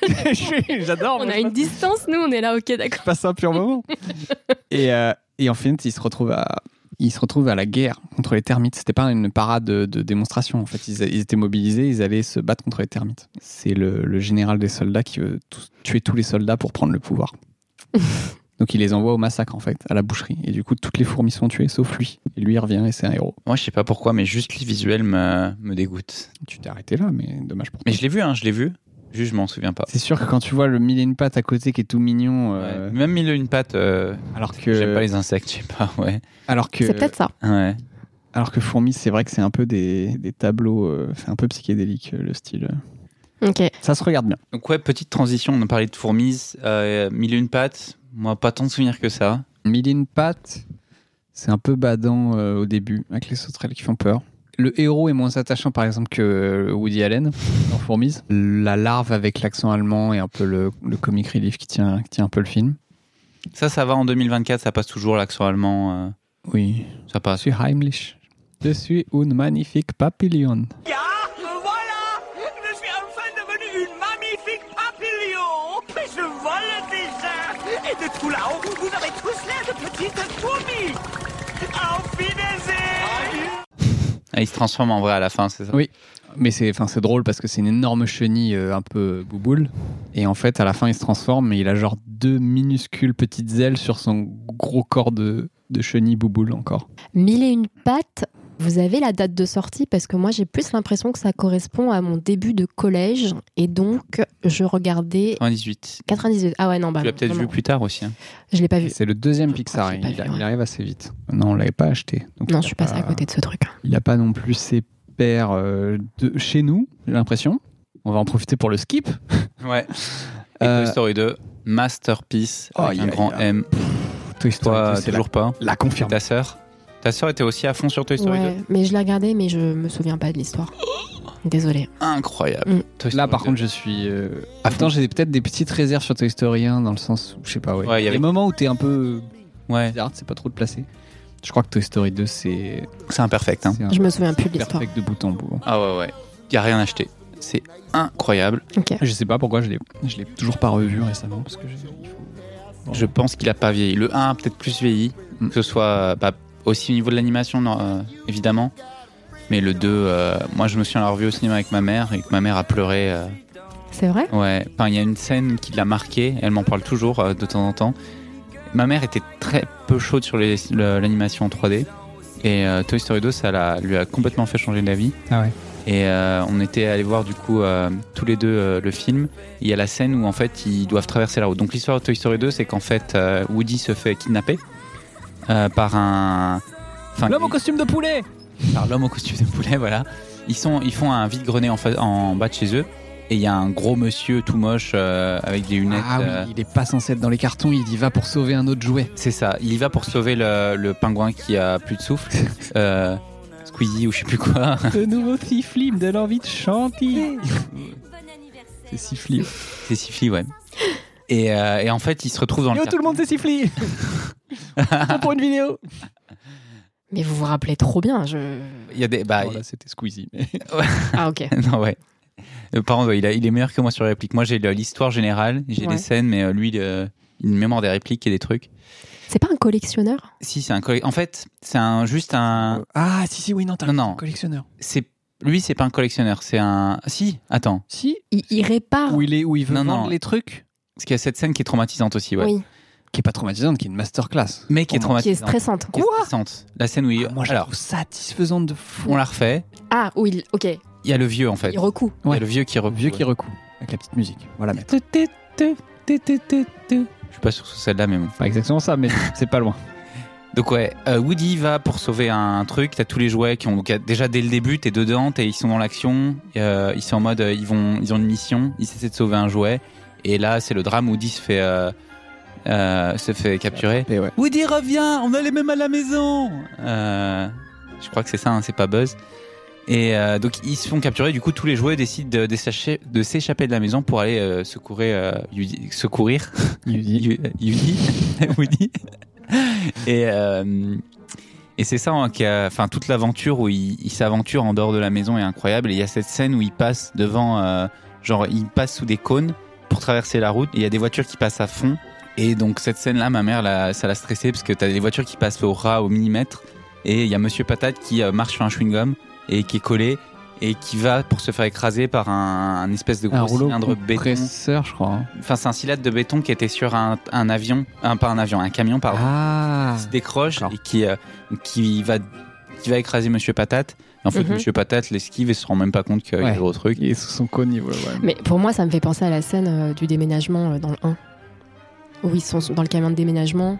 Speaker 2: J'adore
Speaker 3: On
Speaker 2: moi, Oh,
Speaker 3: a
Speaker 2: je
Speaker 3: une
Speaker 2: passe-
Speaker 3: distance, nous, on est là, ok,
Speaker 2: Je
Speaker 3: d'accord.
Speaker 2: passe un pur
Speaker 1: [laughs]
Speaker 2: moment. et, euh, et en fait, il se retrouve à. Ils se retrouvent à la guerre contre les termites. C'était pas une parade de, de démonstration. En fait, ils, ils étaient mobilisés, ils allaient se battre contre les termites. C'est le, le général des soldats qui veut tous- tuer tous les soldats pour prendre
Speaker 1: [laughs]
Speaker 2: le pouvoir. Donc il les envoie au massacre en fait, à la boucherie. Et du coup, toutes les fourmis sont tuées sauf lui. Et lui, il revient et c'est un héros.
Speaker 1: Moi, je sais pas pourquoi, mais juste les visuels me, me dégoûtent.
Speaker 2: Tu t'es arrêté là, mais dommage pour toi.
Speaker 1: Mais je l'ai vu, hein, je l'ai vu. Juste, je m'en souviens pas.
Speaker 2: C'est sûr que quand tu vois le mille et une pattes à côté qui est tout mignon, euh,
Speaker 1: Ouais. Même mille et une patte, euh,
Speaker 2: alors que
Speaker 1: j'aime pas les insectes, [laughs] je sais pas, ouais.
Speaker 2: alors que
Speaker 3: C'est peut-être ça.
Speaker 1: Ouais.
Speaker 2: Alors que Fourmis, c'est vrai que c'est un peu des, des tableaux, euh, c'est un peu psychédélique euh, le style. Ça se regarde bien.
Speaker 1: Donc ouais, petite transition, on a parlé de fourmis, euh, mille et une pattes, moi pas tant de souvenirs que ça.
Speaker 2: Mille et une pattes, c'est un peu badant euh, au début, avec les sauterelles qui font peur. Le héros est moins attachant par exemple que euh, Woody Allen dans Fourmis. La larve avec l'accent allemand et un peu le, le comic relief qui tient, qui tient un peu le film.
Speaker 1: Ça, ça va en 2024, ça passe toujours l'accent allemand. euh,
Speaker 2: Oui.
Speaker 1: ça passe.
Speaker 2: Je suis Heimlich. Je suis un magnifique papillon.
Speaker 5: Voilà Je suis enfin devenue une magnifique papillon Mais je vole déjà Et de tout là-haut, vous avez tous l'air de petites fourmis Auf Wiedersehen
Speaker 1: Ah, il se transforme en vrai à la fin, c'est ça
Speaker 2: Oui. Mais c'est enfin, c'est drôle parce que c'est une énorme chenille euh, un peu bouboule. Et en fait, à la fin, il se transforme et il a genre deux minuscules petites ailes sur son gros corps de, de chenille bouboule encore.
Speaker 12: Mille et une pattes, vous avez la date de sortie parce que moi j'ai plus l'impression que ça correspond à mon début de collège et donc je regardais
Speaker 1: 98.
Speaker 12: 98. Ah ouais, non, bah.
Speaker 1: tu l'as peut-être
Speaker 12: non,
Speaker 1: vu
Speaker 12: non.
Speaker 1: plus tard aussi. hein.
Speaker 12: Je l'ai pas vu.
Speaker 2: C'est le deuxième Pixar. Il,
Speaker 12: pas vu,
Speaker 2: il
Speaker 12: ouais.
Speaker 2: arrive assez vite. Non, on l'avait pas acheté. Donc
Speaker 12: Non,
Speaker 2: il
Speaker 12: je
Speaker 2: a
Speaker 12: suis passée à côté de ce truc.
Speaker 2: Il n'a pas non plus ses pairs euh, de chez nous, j'ai l'impression. On va en profiter pour le skip.
Speaker 1: Ouais. Et
Speaker 2: Euh,
Speaker 1: Toy Story 2, masterpiece
Speaker 2: Oh,
Speaker 1: avec
Speaker 2: y
Speaker 1: un
Speaker 2: a-
Speaker 1: grand
Speaker 2: y a-
Speaker 1: M.
Speaker 2: Toy Story
Speaker 1: Toi,
Speaker 2: 2, c'est
Speaker 1: toujours pas.
Speaker 2: La confirme.
Speaker 1: Ta sœur Ta sœur était aussi à fond sur Toy Story
Speaker 12: ouais,
Speaker 1: 2
Speaker 12: mais je l'ai regardé, mais je me souviens pas de l'histoire. Désolée.
Speaker 1: Incroyable.
Speaker 12: Mm.
Speaker 1: Toy
Speaker 2: Là,
Speaker 1: Story Ah
Speaker 2: par
Speaker 1: 2.
Speaker 2: contre, je suis. euh, Attends, j'ai peut-être des petites réserves sur Toy Story 1 dans le sens où, je sais pas, ouais.
Speaker 1: Ouais, il y
Speaker 2: Il y a
Speaker 1: avait-
Speaker 2: des moments où t'es un peu.
Speaker 1: Ouais.
Speaker 2: Bizarre, c'est pas trop de placer. Je crois que Toy Story 2, c'est.
Speaker 1: C'est imperfect. Hein.
Speaker 2: c'est un
Speaker 12: Je me souviens plus de l'histoire.
Speaker 2: perfect de bout en bout.
Speaker 1: Ah ouais, ouais. Y a rien acheté. C'est incroyable.
Speaker 12: Ok.
Speaker 2: Je sais pas pourquoi je l'ai, je l'ai toujours pas revu récemment parce que j'ai- il faut-
Speaker 1: Je pense qu'il a pas vieilli. Le 1 a peut-être plus vieilli,
Speaker 2: Mm.
Speaker 1: que ce soit euh, bah, aussi au niveau de l'animation, non, euh, évidemment. Mais le 2, euh, moi je me suis revu au cinéma avec ma mère et que ma mère a pleuré. euh,
Speaker 12: C'est vrai
Speaker 1: ouais. Enfin, il y a une scène qui l'a marquée, elle m'en parle toujours euh, de temps en temps. Ma mère était très peu chaude sur les- le- l'animation en 3D. Et euh, Toy Story 2, ça l'a- lui a complètement fait changer d'avis.
Speaker 2: Ah ouais.
Speaker 1: Et euh, on était allés voir du coup euh, tous les deux euh, le film. Il y a la scène où en fait ils doivent traverser la route. Donc l'histoire de Toy Story 2, c'est qu'en fait euh, Woody se fait kidnapper euh, par un. Enfin,
Speaker 2: L'homme au
Speaker 1: il-
Speaker 2: costume de poulet
Speaker 1: par l'homme au costume de poulet, voilà. Ils, sont, ils font un vide-grenier en, fa- en bas de chez eux. Et il y a un gros monsieur tout moche euh, avec des lunettes.
Speaker 2: Ah
Speaker 1: euh,
Speaker 2: oui, il est pas censé être dans les cartons, il y va pour sauver un autre [laughs] jouet.
Speaker 1: c'est ça. Il y va pour sauver le, le pingouin qui a plus de
Speaker 2: [laughs]
Speaker 1: souffle. Euh, Squeezie ou je sais plus quoi.
Speaker 2: Le nouveau siffli me donne envie de chanter. [laughs] c'est siffli.
Speaker 1: C'est Siffly, ouais. Et, euh, et en fait, il se retrouve dans le.
Speaker 2: Yo, tout le monde, c'est siffli Pour une vidéo
Speaker 12: Mais vous vous rappelez trop bien. Je...
Speaker 1: Il y a des. Bah,
Speaker 2: Oh là, c'était Squeezie.
Speaker 12: Ah, ok.
Speaker 1: [laughs] non, ouais. Euh, Par contre, ouais, il, a- il est meilleur que moi sur les répliques. Moi, j'ai le- l'histoire générale, j'ai
Speaker 12: Ouais.
Speaker 1: les scènes, mais euh, lui, il a une mémoire des répliques et des trucs.
Speaker 12: [laughs] C'est pas un collectionneur
Speaker 1: Si, c'est un collègue. En fait, c'est un, juste un.
Speaker 2: Ah, si, si, oui, non, t'as
Speaker 1: Non,
Speaker 2: un
Speaker 1: non.
Speaker 2: collectionneur.
Speaker 1: C'est lui, c'est pas un collectionneur, c'est un. Si, attends.
Speaker 2: Si,
Speaker 12: il, il répare.
Speaker 2: où il, est, où il veut
Speaker 1: Non,
Speaker 2: vendre
Speaker 1: non.
Speaker 2: les trucs.
Speaker 1: Parce qu'il y a cette scène qui est traumatisante aussi, ouais.
Speaker 12: Oui,
Speaker 2: Qui est pas traumatisante, qui est une masterclass.
Speaker 1: Mais qui est
Speaker 12: qui est
Speaker 1: traumatisante.
Speaker 12: stressante.
Speaker 1: Qui est stressante. La scène où il.
Speaker 2: Ah, Moi, je la
Speaker 1: Alors,
Speaker 2: trouve satisfaisante de fou.
Speaker 1: on la refait.
Speaker 12: Ah, où il. Ok,
Speaker 1: Il y a le vieux en fait.
Speaker 12: il recoue.
Speaker 1: Il y a
Speaker 2: Ouais.
Speaker 1: le vieux qui
Speaker 2: Le
Speaker 1: reprend.
Speaker 2: vieux qui recoue, avec la petite musique. Voilà, mais
Speaker 1: Je suis pas sûr que ce soit celle-là, mais bon.
Speaker 2: pas exactement ça, mais [laughs] c'est pas loin.
Speaker 1: Donc ouais, euh, Woody va pour sauver un truc. T'as tous les jouets qui ont donc, déjà dès le début, t'es dedans, t'es, ils sont dans l'action. Euh, ils sont en mode, euh, ils vont, ils ont une mission. Ils essaient de sauver un jouet. Et là, c'est le drame. Woody se fait, euh, euh, se fait capturer.
Speaker 2: Et ouais.
Speaker 1: Woody reviens, on a les mêmes à la maison. Euh, je crois que c'est ça, hein, c'est pas Buzz. Et euh, donc ils se font capturer. Du coup, tous les jouets décident de, de s'échapper- de s'échapper de la maison pour aller euh, secourir, euh, Woody- secourir
Speaker 2: Yuzi.
Speaker 1: Yudi, [laughs] Woody. Et, euh, et c'est ça, hein, qui a- enfin, toute l'aventure où il, il s'aventure en dehors de la maison est incroyable. Et il y a cette scène où il passe devant, euh, genre, il passe sous des cônes pour traverser la route. Et il y a des voitures qui passent à fond. Et donc, cette scène-là, ma mère, l'a- ça l'a stressée parce que t'as des voitures qui passent au ras, au millimètre. Et il y a Monsieur Patate qui euh, marche sur un chewing-gum et qui est collé et qui va pour se faire écraser par un, un espèce de
Speaker 2: Un
Speaker 1: gros
Speaker 2: rouleau
Speaker 1: cylindre béton.
Speaker 2: compresseur, je crois. hein.
Speaker 1: Enfin, c'est un cylindre de béton qui était sur un, un avion, un, pas un avion, un camion, pardon,
Speaker 2: Ah
Speaker 1: qui se décroche
Speaker 2: d'accord.
Speaker 1: et qui, euh, qui, va, qui va écraser Monsieur Patate. Et en fait,
Speaker 12: Mhm.
Speaker 1: Monsieur Patate l'esquive et se rend même pas compte qu'il
Speaker 2: Ouais.
Speaker 1: est au truc.
Speaker 2: Il est sous son cône, il voit, ouais.
Speaker 12: Mais pour moi, ça me fait penser à la scène euh, du déménagement euh, dans le 1. Où ils sont dans le camion de déménagement.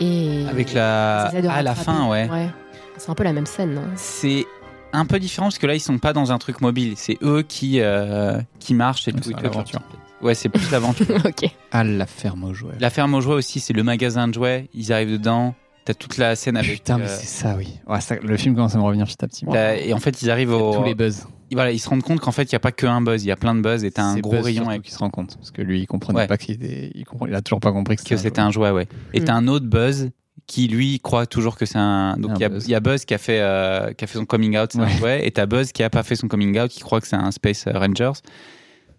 Speaker 12: Et.
Speaker 1: Avec la.
Speaker 12: ils essaient de
Speaker 1: À la
Speaker 12: rattraper.
Speaker 1: fin, ouais. [laughs]
Speaker 12: C'est un peu la même scène, non
Speaker 1: C'est un peu différent parce que là ils sont pas dans un truc mobile, c'est eux qui euh, qui marchent et tout.
Speaker 2: c'est
Speaker 1: et tout.
Speaker 2: l'aventure.
Speaker 1: Ouais, c'est plus l'aventure.
Speaker 3: ok.
Speaker 2: À Ah, la ferme aux jouets.
Speaker 1: La ferme aux jouets aussi, c'est le magasin de jouets. Ils arrivent dedans. T'as toute la scène avec.
Speaker 2: Putain, mais
Speaker 1: euh,
Speaker 2: c'est ça, oui. Ouais, ça, le film commence à me revenir petit à petit.
Speaker 1: t'as- Et en fait, oh, ils arrivent au.
Speaker 2: Tous les buzz.
Speaker 1: Voilà, ils se rendent compte qu'en fait, il y a pas que un buzz. Il y a plein de buzz et t'as un
Speaker 2: C'est
Speaker 1: gros
Speaker 2: Buzz
Speaker 1: rayon
Speaker 2: surtout
Speaker 1: avec.
Speaker 2: qui se rend compte parce que lui il comprenait
Speaker 1: Ouais.
Speaker 2: pas qu'il était- il, comprend- il a toujours pas compris que
Speaker 1: que c'était un jouet, ouais. Et t'as un autre Buzz qui lui croit toujours que c'est un. Donc
Speaker 2: Un
Speaker 1: il y a-
Speaker 2: Buzz.
Speaker 1: il y, a Buzz qui a fait euh, qui a fait son coming out, c'est un
Speaker 2: Ouais.
Speaker 1: jouet, et t'as Buzz qui a pas fait son coming out, qui croit que c'est un Space Rangers.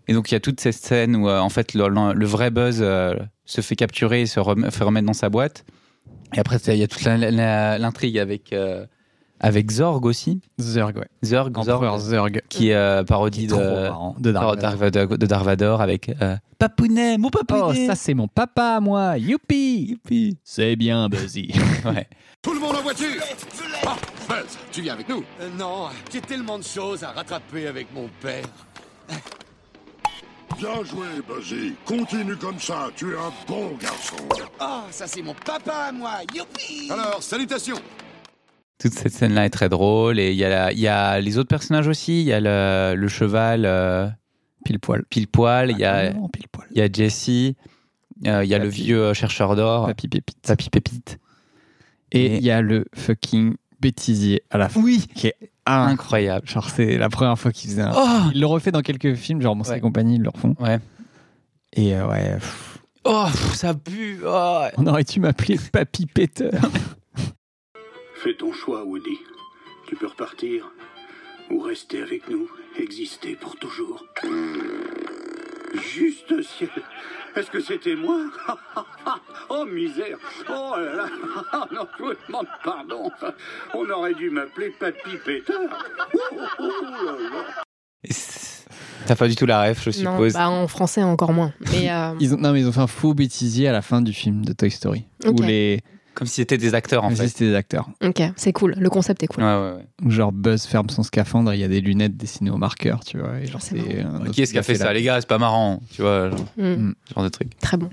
Speaker 1: Et donc il y a toute cette scène où euh, en fait le, le- le vrai Buzz euh, se fait capturer et se rem- fait remettre dans sa boîte. Et après t'as- il y a toute la- la- la- l'intrigue avec euh, avec Zorg aussi.
Speaker 2: Zerg, ouais.
Speaker 1: Zorg,
Speaker 2: Empereur
Speaker 1: Zorg,
Speaker 2: Zerg.
Speaker 1: qui est euh, parodie
Speaker 2: Qui est
Speaker 1: de,
Speaker 2: trop marrant, de Dark
Speaker 1: Dark Vador- de Dark Vador avec euh, Papounet, mon
Speaker 2: Oh,
Speaker 1: papounet.
Speaker 2: ça c'est mon papa, moi. Youpi,
Speaker 1: Youpi.
Speaker 2: C'est bien, Buzzy.
Speaker 1: ouais.
Speaker 13: Tout le monde en voiture Ah, Buzz, tu viens avec nous
Speaker 14: Euh, non, j'ai tellement de choses à rattraper avec mon père.
Speaker 9: Bien joué, Buzzy. Continue comme ça, tu es un bon garçon.
Speaker 14: Oh, ça c'est mon papa à moi, youpi
Speaker 13: Alors, salutations
Speaker 1: Toute cette scène-là est très drôle. Et il y, a la- il y a les autres personnages aussi. Il y a le, le cheval. euh,
Speaker 2: pile poil.
Speaker 1: [laughs] Pile poil. Il y a,
Speaker 2: non, pile poil.
Speaker 1: il y a Jesse. euh, Il y a le vieux euh, chercheur d'or.
Speaker 2: Papy Pépite.
Speaker 1: Papy Pépite.
Speaker 2: Et il y a le fucking bêtisier à la fin.
Speaker 1: Oui.
Speaker 2: Qui est
Speaker 1: Incroyable.
Speaker 2: Genre, c'est la première fois qu'il faisait un.
Speaker 1: Ah. Oh
Speaker 2: Ils le refait dans quelques films, genre Monstres et compagnie, ils le refont.
Speaker 1: Ouais.
Speaker 2: Et euh, ouais, pff,
Speaker 1: Oh, pff, ça pue. oh.
Speaker 2: on aurait dû m'appeler Papy
Speaker 1: [laughs]
Speaker 2: Peter.
Speaker 9: Fais ton choix, Woody. Tu peux repartir ou rester avec nous, exister pour toujours. Juste ciel. Est-ce que c'était moi Oh misère Oh là là Ah, Non, je vous demande pardon. On aurait dû m'appeler Papy Pétard. Oh, oh, oh là là.
Speaker 1: T'as pas du tout la ref, je
Speaker 3: Non,
Speaker 1: suppose.
Speaker 3: bah, en français encore moins. Mais euh,
Speaker 2: Ils ont, non, mais ils ont fait un faux bêtisier à la fin du film de Toy Story.
Speaker 3: Ok.
Speaker 2: Où les.
Speaker 1: Comme si c'était des acteurs, en
Speaker 2: mais
Speaker 1: fait.
Speaker 2: C'était des acteurs.
Speaker 3: ok, c'est cool. Le concept est cool.
Speaker 1: Ouais, ouais, ouais.
Speaker 2: Où Genre Buzz ferme son scaphandre et il y a des lunettes dessinées au marqueur, tu vois.
Speaker 1: Ah,
Speaker 2: Et genre,
Speaker 3: c'est
Speaker 2: c'est un autre
Speaker 1: Qui est-ce qui a fait ça,
Speaker 2: la-
Speaker 1: les gars C'est pas marrant. Tu vois, genre,
Speaker 3: Mm.
Speaker 1: genre de truc.
Speaker 3: Très bon.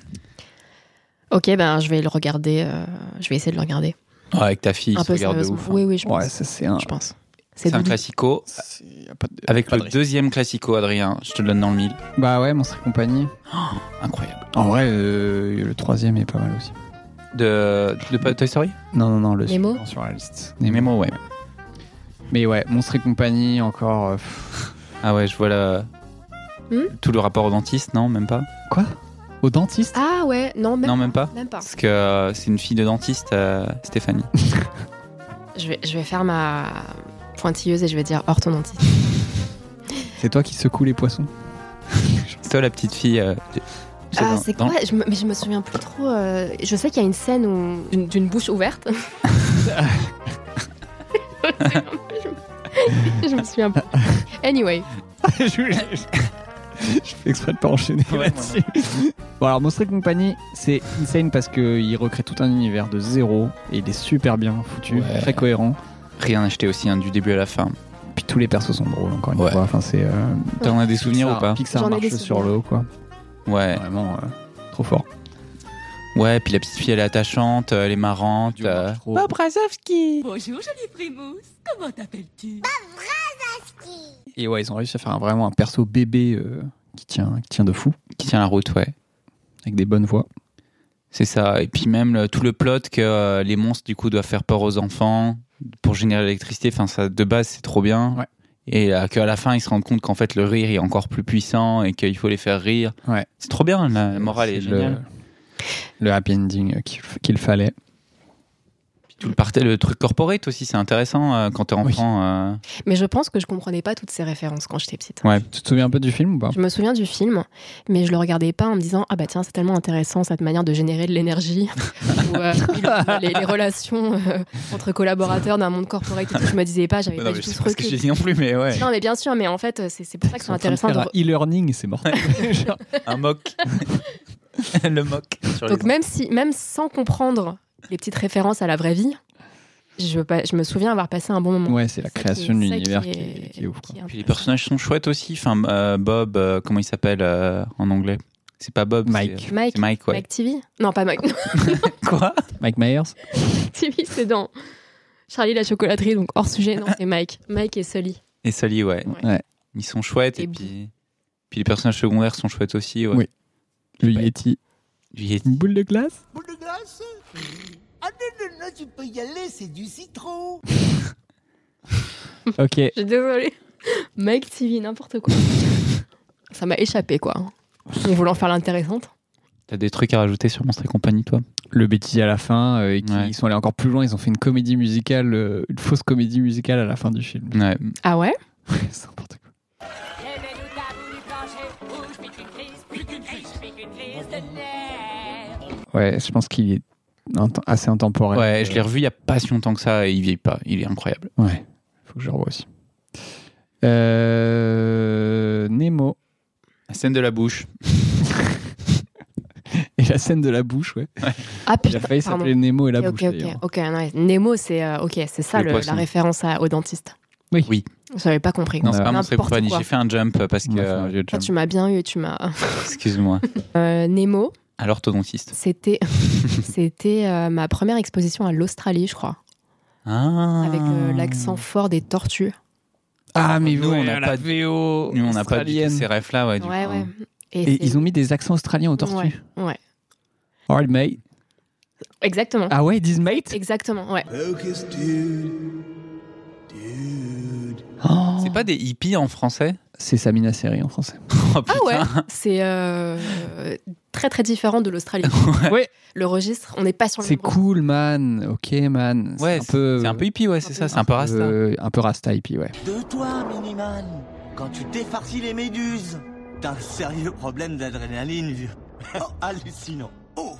Speaker 3: Ok, ben je vais le regarder. euh, je vais essayer de le regarder.
Speaker 1: Ouais, avec ta fille,
Speaker 3: un
Speaker 1: ils se
Speaker 3: peu
Speaker 1: regardent de
Speaker 3: sérieusement.
Speaker 1: ouf. hein.
Speaker 3: Oui, oui, je pense.
Speaker 2: Ouais, ça c'est un.
Speaker 3: Je pense.
Speaker 1: C'est un
Speaker 3: doudou.
Speaker 1: classico.
Speaker 2: c'est- y a pas de-
Speaker 1: Avec
Speaker 2: pas
Speaker 1: le
Speaker 2: de risque.
Speaker 1: deuxième classico, Adrien, je te le donne dans le mille.
Speaker 2: Bah ouais, Monstres et [gasps] compagnie.
Speaker 1: Incroyable.
Speaker 2: En vrai, euh, le troisième est pas mal aussi.
Speaker 1: De, de pas- Toy Story
Speaker 2: Non, non, non, le
Speaker 3: Nemo
Speaker 2: suivant sur la liste.
Speaker 1: Les
Speaker 2: Nemo.
Speaker 1: mémos, ouais.
Speaker 2: Mais ouais, Monstres et compagnie, encore. euh, pff.
Speaker 1: Ah ouais, je vois la...
Speaker 3: Hmm
Speaker 1: tout le rapport au dentiste, non, même pas.
Speaker 2: Quoi Au dentiste
Speaker 3: Ah ouais, non, Ah. même,
Speaker 1: non, même pas.
Speaker 3: même pas.
Speaker 1: Parce que euh, c'est une fille de dentiste, euh, Stéphanie.
Speaker 3: Je vais, je vais faire ma pointilleuse et je vais dire orthodontiste.
Speaker 2: C'est toi qui secoues les poissons
Speaker 1: [laughs] C'est toi la petite fille. euh, de- c'est
Speaker 3: Ah,
Speaker 1: dans-
Speaker 3: c'est
Speaker 1: dans-
Speaker 3: quoi je me, Mais je me souviens plus trop. euh, je sais qu'il y a une scène où- d'une- d'une bouche [laughs] ouverte. je me souviens plus. Anyway,
Speaker 2: [laughs] je, je fais exprès de pas enchaîner
Speaker 1: Ouais,
Speaker 2: là-dessus. Bon alors Monstres et compagnie, c'est insane parce qu'il recrée tout un univers de zéro et il est super bien foutu,
Speaker 1: Ouais.
Speaker 2: très cohérent.
Speaker 1: Rien acheté aussi, hein, du début à la fin.
Speaker 2: Puis tous les persos sont drôles encore une
Speaker 1: Ouais.
Speaker 2: fois. Enfin c'est euh,
Speaker 1: T'en as des souvenirs
Speaker 2: Pixar,
Speaker 1: ou pas
Speaker 2: Pixar
Speaker 3: J'en ai
Speaker 2: marche
Speaker 3: des
Speaker 2: sur
Speaker 3: souvenirs.
Speaker 2: le haut quoi.
Speaker 1: Ouais.
Speaker 2: Vraiment euh, trop fort.
Speaker 1: Ouais, puis la petite fille, elle est attachante, euh, elle est marrante. euh,
Speaker 15: Bonjour, jolie Primousse. Comment t'appelles-tu
Speaker 2: Et ouais ils ont réussi à faire un- vraiment un perso bébé euh, qui tient qui tient de fou
Speaker 1: qui tient la route, ouais.
Speaker 2: avec des bonnes voix.
Speaker 1: C'est ça. Et puis même le- tout le plot que euh, les monstres, du coup, doivent faire peur aux enfants pour générer l'électricité. Enfin, ça, de base, c'est trop bien.
Speaker 2: Ouais.
Speaker 1: Et euh, qu'à la fin, ils se rendent compte qu'en fait, le rire est encore plus puissant et qu'il faut les faire rire.
Speaker 2: Ouais.
Speaker 1: C'est trop bien, la morale est,
Speaker 2: C'est le-
Speaker 1: géniale.
Speaker 2: Le, happy ending euh, qu'il f- qu'il fallait.
Speaker 1: Puis tout le, parta- le truc corporate aussi, c'est intéressant euh, quand t'es enfant. euh,
Speaker 3: mais je pense que je comprenais pas toutes ces références quand j'étais petite.
Speaker 2: Tu te souviens un peu du film ou pas
Speaker 3: Je me souviens du film, mais je le regardais pas en me disant ah bah tiens c'est tellement intéressant cette manière de générer de l'énergie [laughs] ou euh, les, les relations euh, entre collaborateurs d'un monde corporate. Et tout. Je me disais pas, j'avais
Speaker 1: bah
Speaker 3: pas
Speaker 1: non,
Speaker 3: du
Speaker 1: mais
Speaker 3: tout
Speaker 1: je
Speaker 3: ce
Speaker 1: sais pas ce que j'ai
Speaker 3: recul.
Speaker 1: dit non plus, mais ouais.
Speaker 3: Non mais bien sûr, mais en fait c'est c'est pour ça que
Speaker 2: Ils
Speaker 3: c'est
Speaker 2: sont en train de
Speaker 3: intéressant. de
Speaker 2: faire
Speaker 3: re-
Speaker 2: un e-learning, c'est mortel. Genre, [laughs]
Speaker 1: Un [laughs] mock. le mock. sur les
Speaker 3: Donc même si même sans comprendre les petites références à la vraie vie, je, pa- je me souviens avoir passé un bon moment.
Speaker 2: Ouais, c'est la
Speaker 3: Ça qui est-
Speaker 2: création de
Speaker 3: ça
Speaker 2: l'univers qui, est- qui est ouf.
Speaker 3: qui
Speaker 2: quoi.
Speaker 3: est
Speaker 1: Puis les personnages sont chouettes aussi. Enfin, euh, Bob, euh, comment il s'appelle euh, en anglais C'est pas Bob,
Speaker 2: Mike.
Speaker 1: c'est-
Speaker 3: intéressant. Mike,
Speaker 1: c'est Mike, ouais.
Speaker 3: [laughs] Mike TV Non pas Mike
Speaker 1: Quoi
Speaker 2: Mike Myers
Speaker 3: TV, c'est dans Charlie la chocolaterie, donc hors sujet, non, c'est Mike. Mike et Sully.
Speaker 1: Et Sully, ouais.
Speaker 3: Ouais.
Speaker 1: Ils sont chouettes et,
Speaker 3: Et
Speaker 1: puis, puis les personnages secondaires sont chouettes aussi. Ouais.
Speaker 2: Oui. Le Yeti.
Speaker 1: Du Yeti.
Speaker 2: Boule de glace
Speaker 16: Boule de glace Ah non, non, non, tu peux y aller, c'est du citron
Speaker 2: [laughs] Ok.
Speaker 3: Je suis désolée. Mike TV, n'importe quoi. Ça m'a échappé, quoi. En voulant faire l'intéressante.
Speaker 1: T'as des trucs à rajouter sur Monstre et compagnie, toi
Speaker 2: Le bêtis à la fin, euh, et qui ils sont allés encore plus loin, ils ont fait une comédie musicale, euh, une fausse comédie musicale à la fin du film.
Speaker 1: [laughs] Ouais.
Speaker 3: Ah ouais
Speaker 2: c'est n'importe quoi. Ouais, je pense qu'il est int- assez intemporel.
Speaker 1: Ouais, je l'ai revu il y a pas si longtemps que ça et il vieillit pas. Il est incroyable.
Speaker 2: Ouais, faut que je le revoie aussi. Euh, Nemo.
Speaker 1: La scène de la bouche.
Speaker 2: Et la scène de la bouche, ouais.
Speaker 3: Ah putain.
Speaker 2: Il a failli
Speaker 3: pardon.
Speaker 2: s'appeler hein. Nemo et la
Speaker 3: Ok,
Speaker 2: bouche.
Speaker 3: ok,
Speaker 2: d'ailleurs.
Speaker 3: ok. ok, non, ouais. Nemo, c'est euh, ok, c'est ça
Speaker 1: Le
Speaker 3: le-
Speaker 1: poisson.
Speaker 3: la référence à- au dentiste.
Speaker 2: Oui.
Speaker 1: Oui. Euh,
Speaker 3: J'avais pas compris.
Speaker 1: Non, c'est pas Monstre et
Speaker 3: N'importe
Speaker 1: compagnie.
Speaker 3: quoi.
Speaker 1: J'ai fait un jump parce que.
Speaker 3: Ah, tu m'as bien eu, tu m'as.
Speaker 1: Excuse-moi.
Speaker 3: Euh, Nemo,
Speaker 1: À l'orthodontiste.
Speaker 3: c'était c'était euh, ma première exposition à l'Australie, je crois,
Speaker 1: Ah.
Speaker 3: avec euh, l'accent fort des tortues.
Speaker 2: Ah, mais
Speaker 1: Nous,
Speaker 2: ouais,
Speaker 1: on n'a
Speaker 2: la
Speaker 1: pas du-
Speaker 2: VO.
Speaker 1: Nous, on n'a pas du tout
Speaker 2: australienne.
Speaker 1: ces refs-là, ouais. du
Speaker 3: Ouais,
Speaker 1: coup.
Speaker 3: ouais.
Speaker 2: Et ils ont mis des accents australiens aux tortues.
Speaker 3: Ouais, ouais.
Speaker 2: Alright, mate.
Speaker 3: Exactement.
Speaker 2: Ah ouais, ils disent mate
Speaker 3: Exactement, ouais.
Speaker 1: C'est pas des hippies en français
Speaker 2: Oh, C'est Samina Seri en français.
Speaker 1: Oh,
Speaker 3: Ah ouais,
Speaker 1: putain.
Speaker 3: c'est euh, euh, très très différent de l'Australie.
Speaker 2: Ouais.
Speaker 3: Le registre, on n'est pas sur Oh, le
Speaker 2: C'est
Speaker 3: même
Speaker 2: cool, man. Ok, man.
Speaker 1: Ouais,
Speaker 2: c'est un peu.
Speaker 1: C'est un peu hippie, ouais, c'est ça. C'est un peu rasta.
Speaker 2: euh, un peu rasta hippie, ouais.
Speaker 16: De toi, Miniman Quand tu défarcis les méduses T'as un sérieux problème d'adrénaline, vieux. [laughs] Oh, hallucinant Oh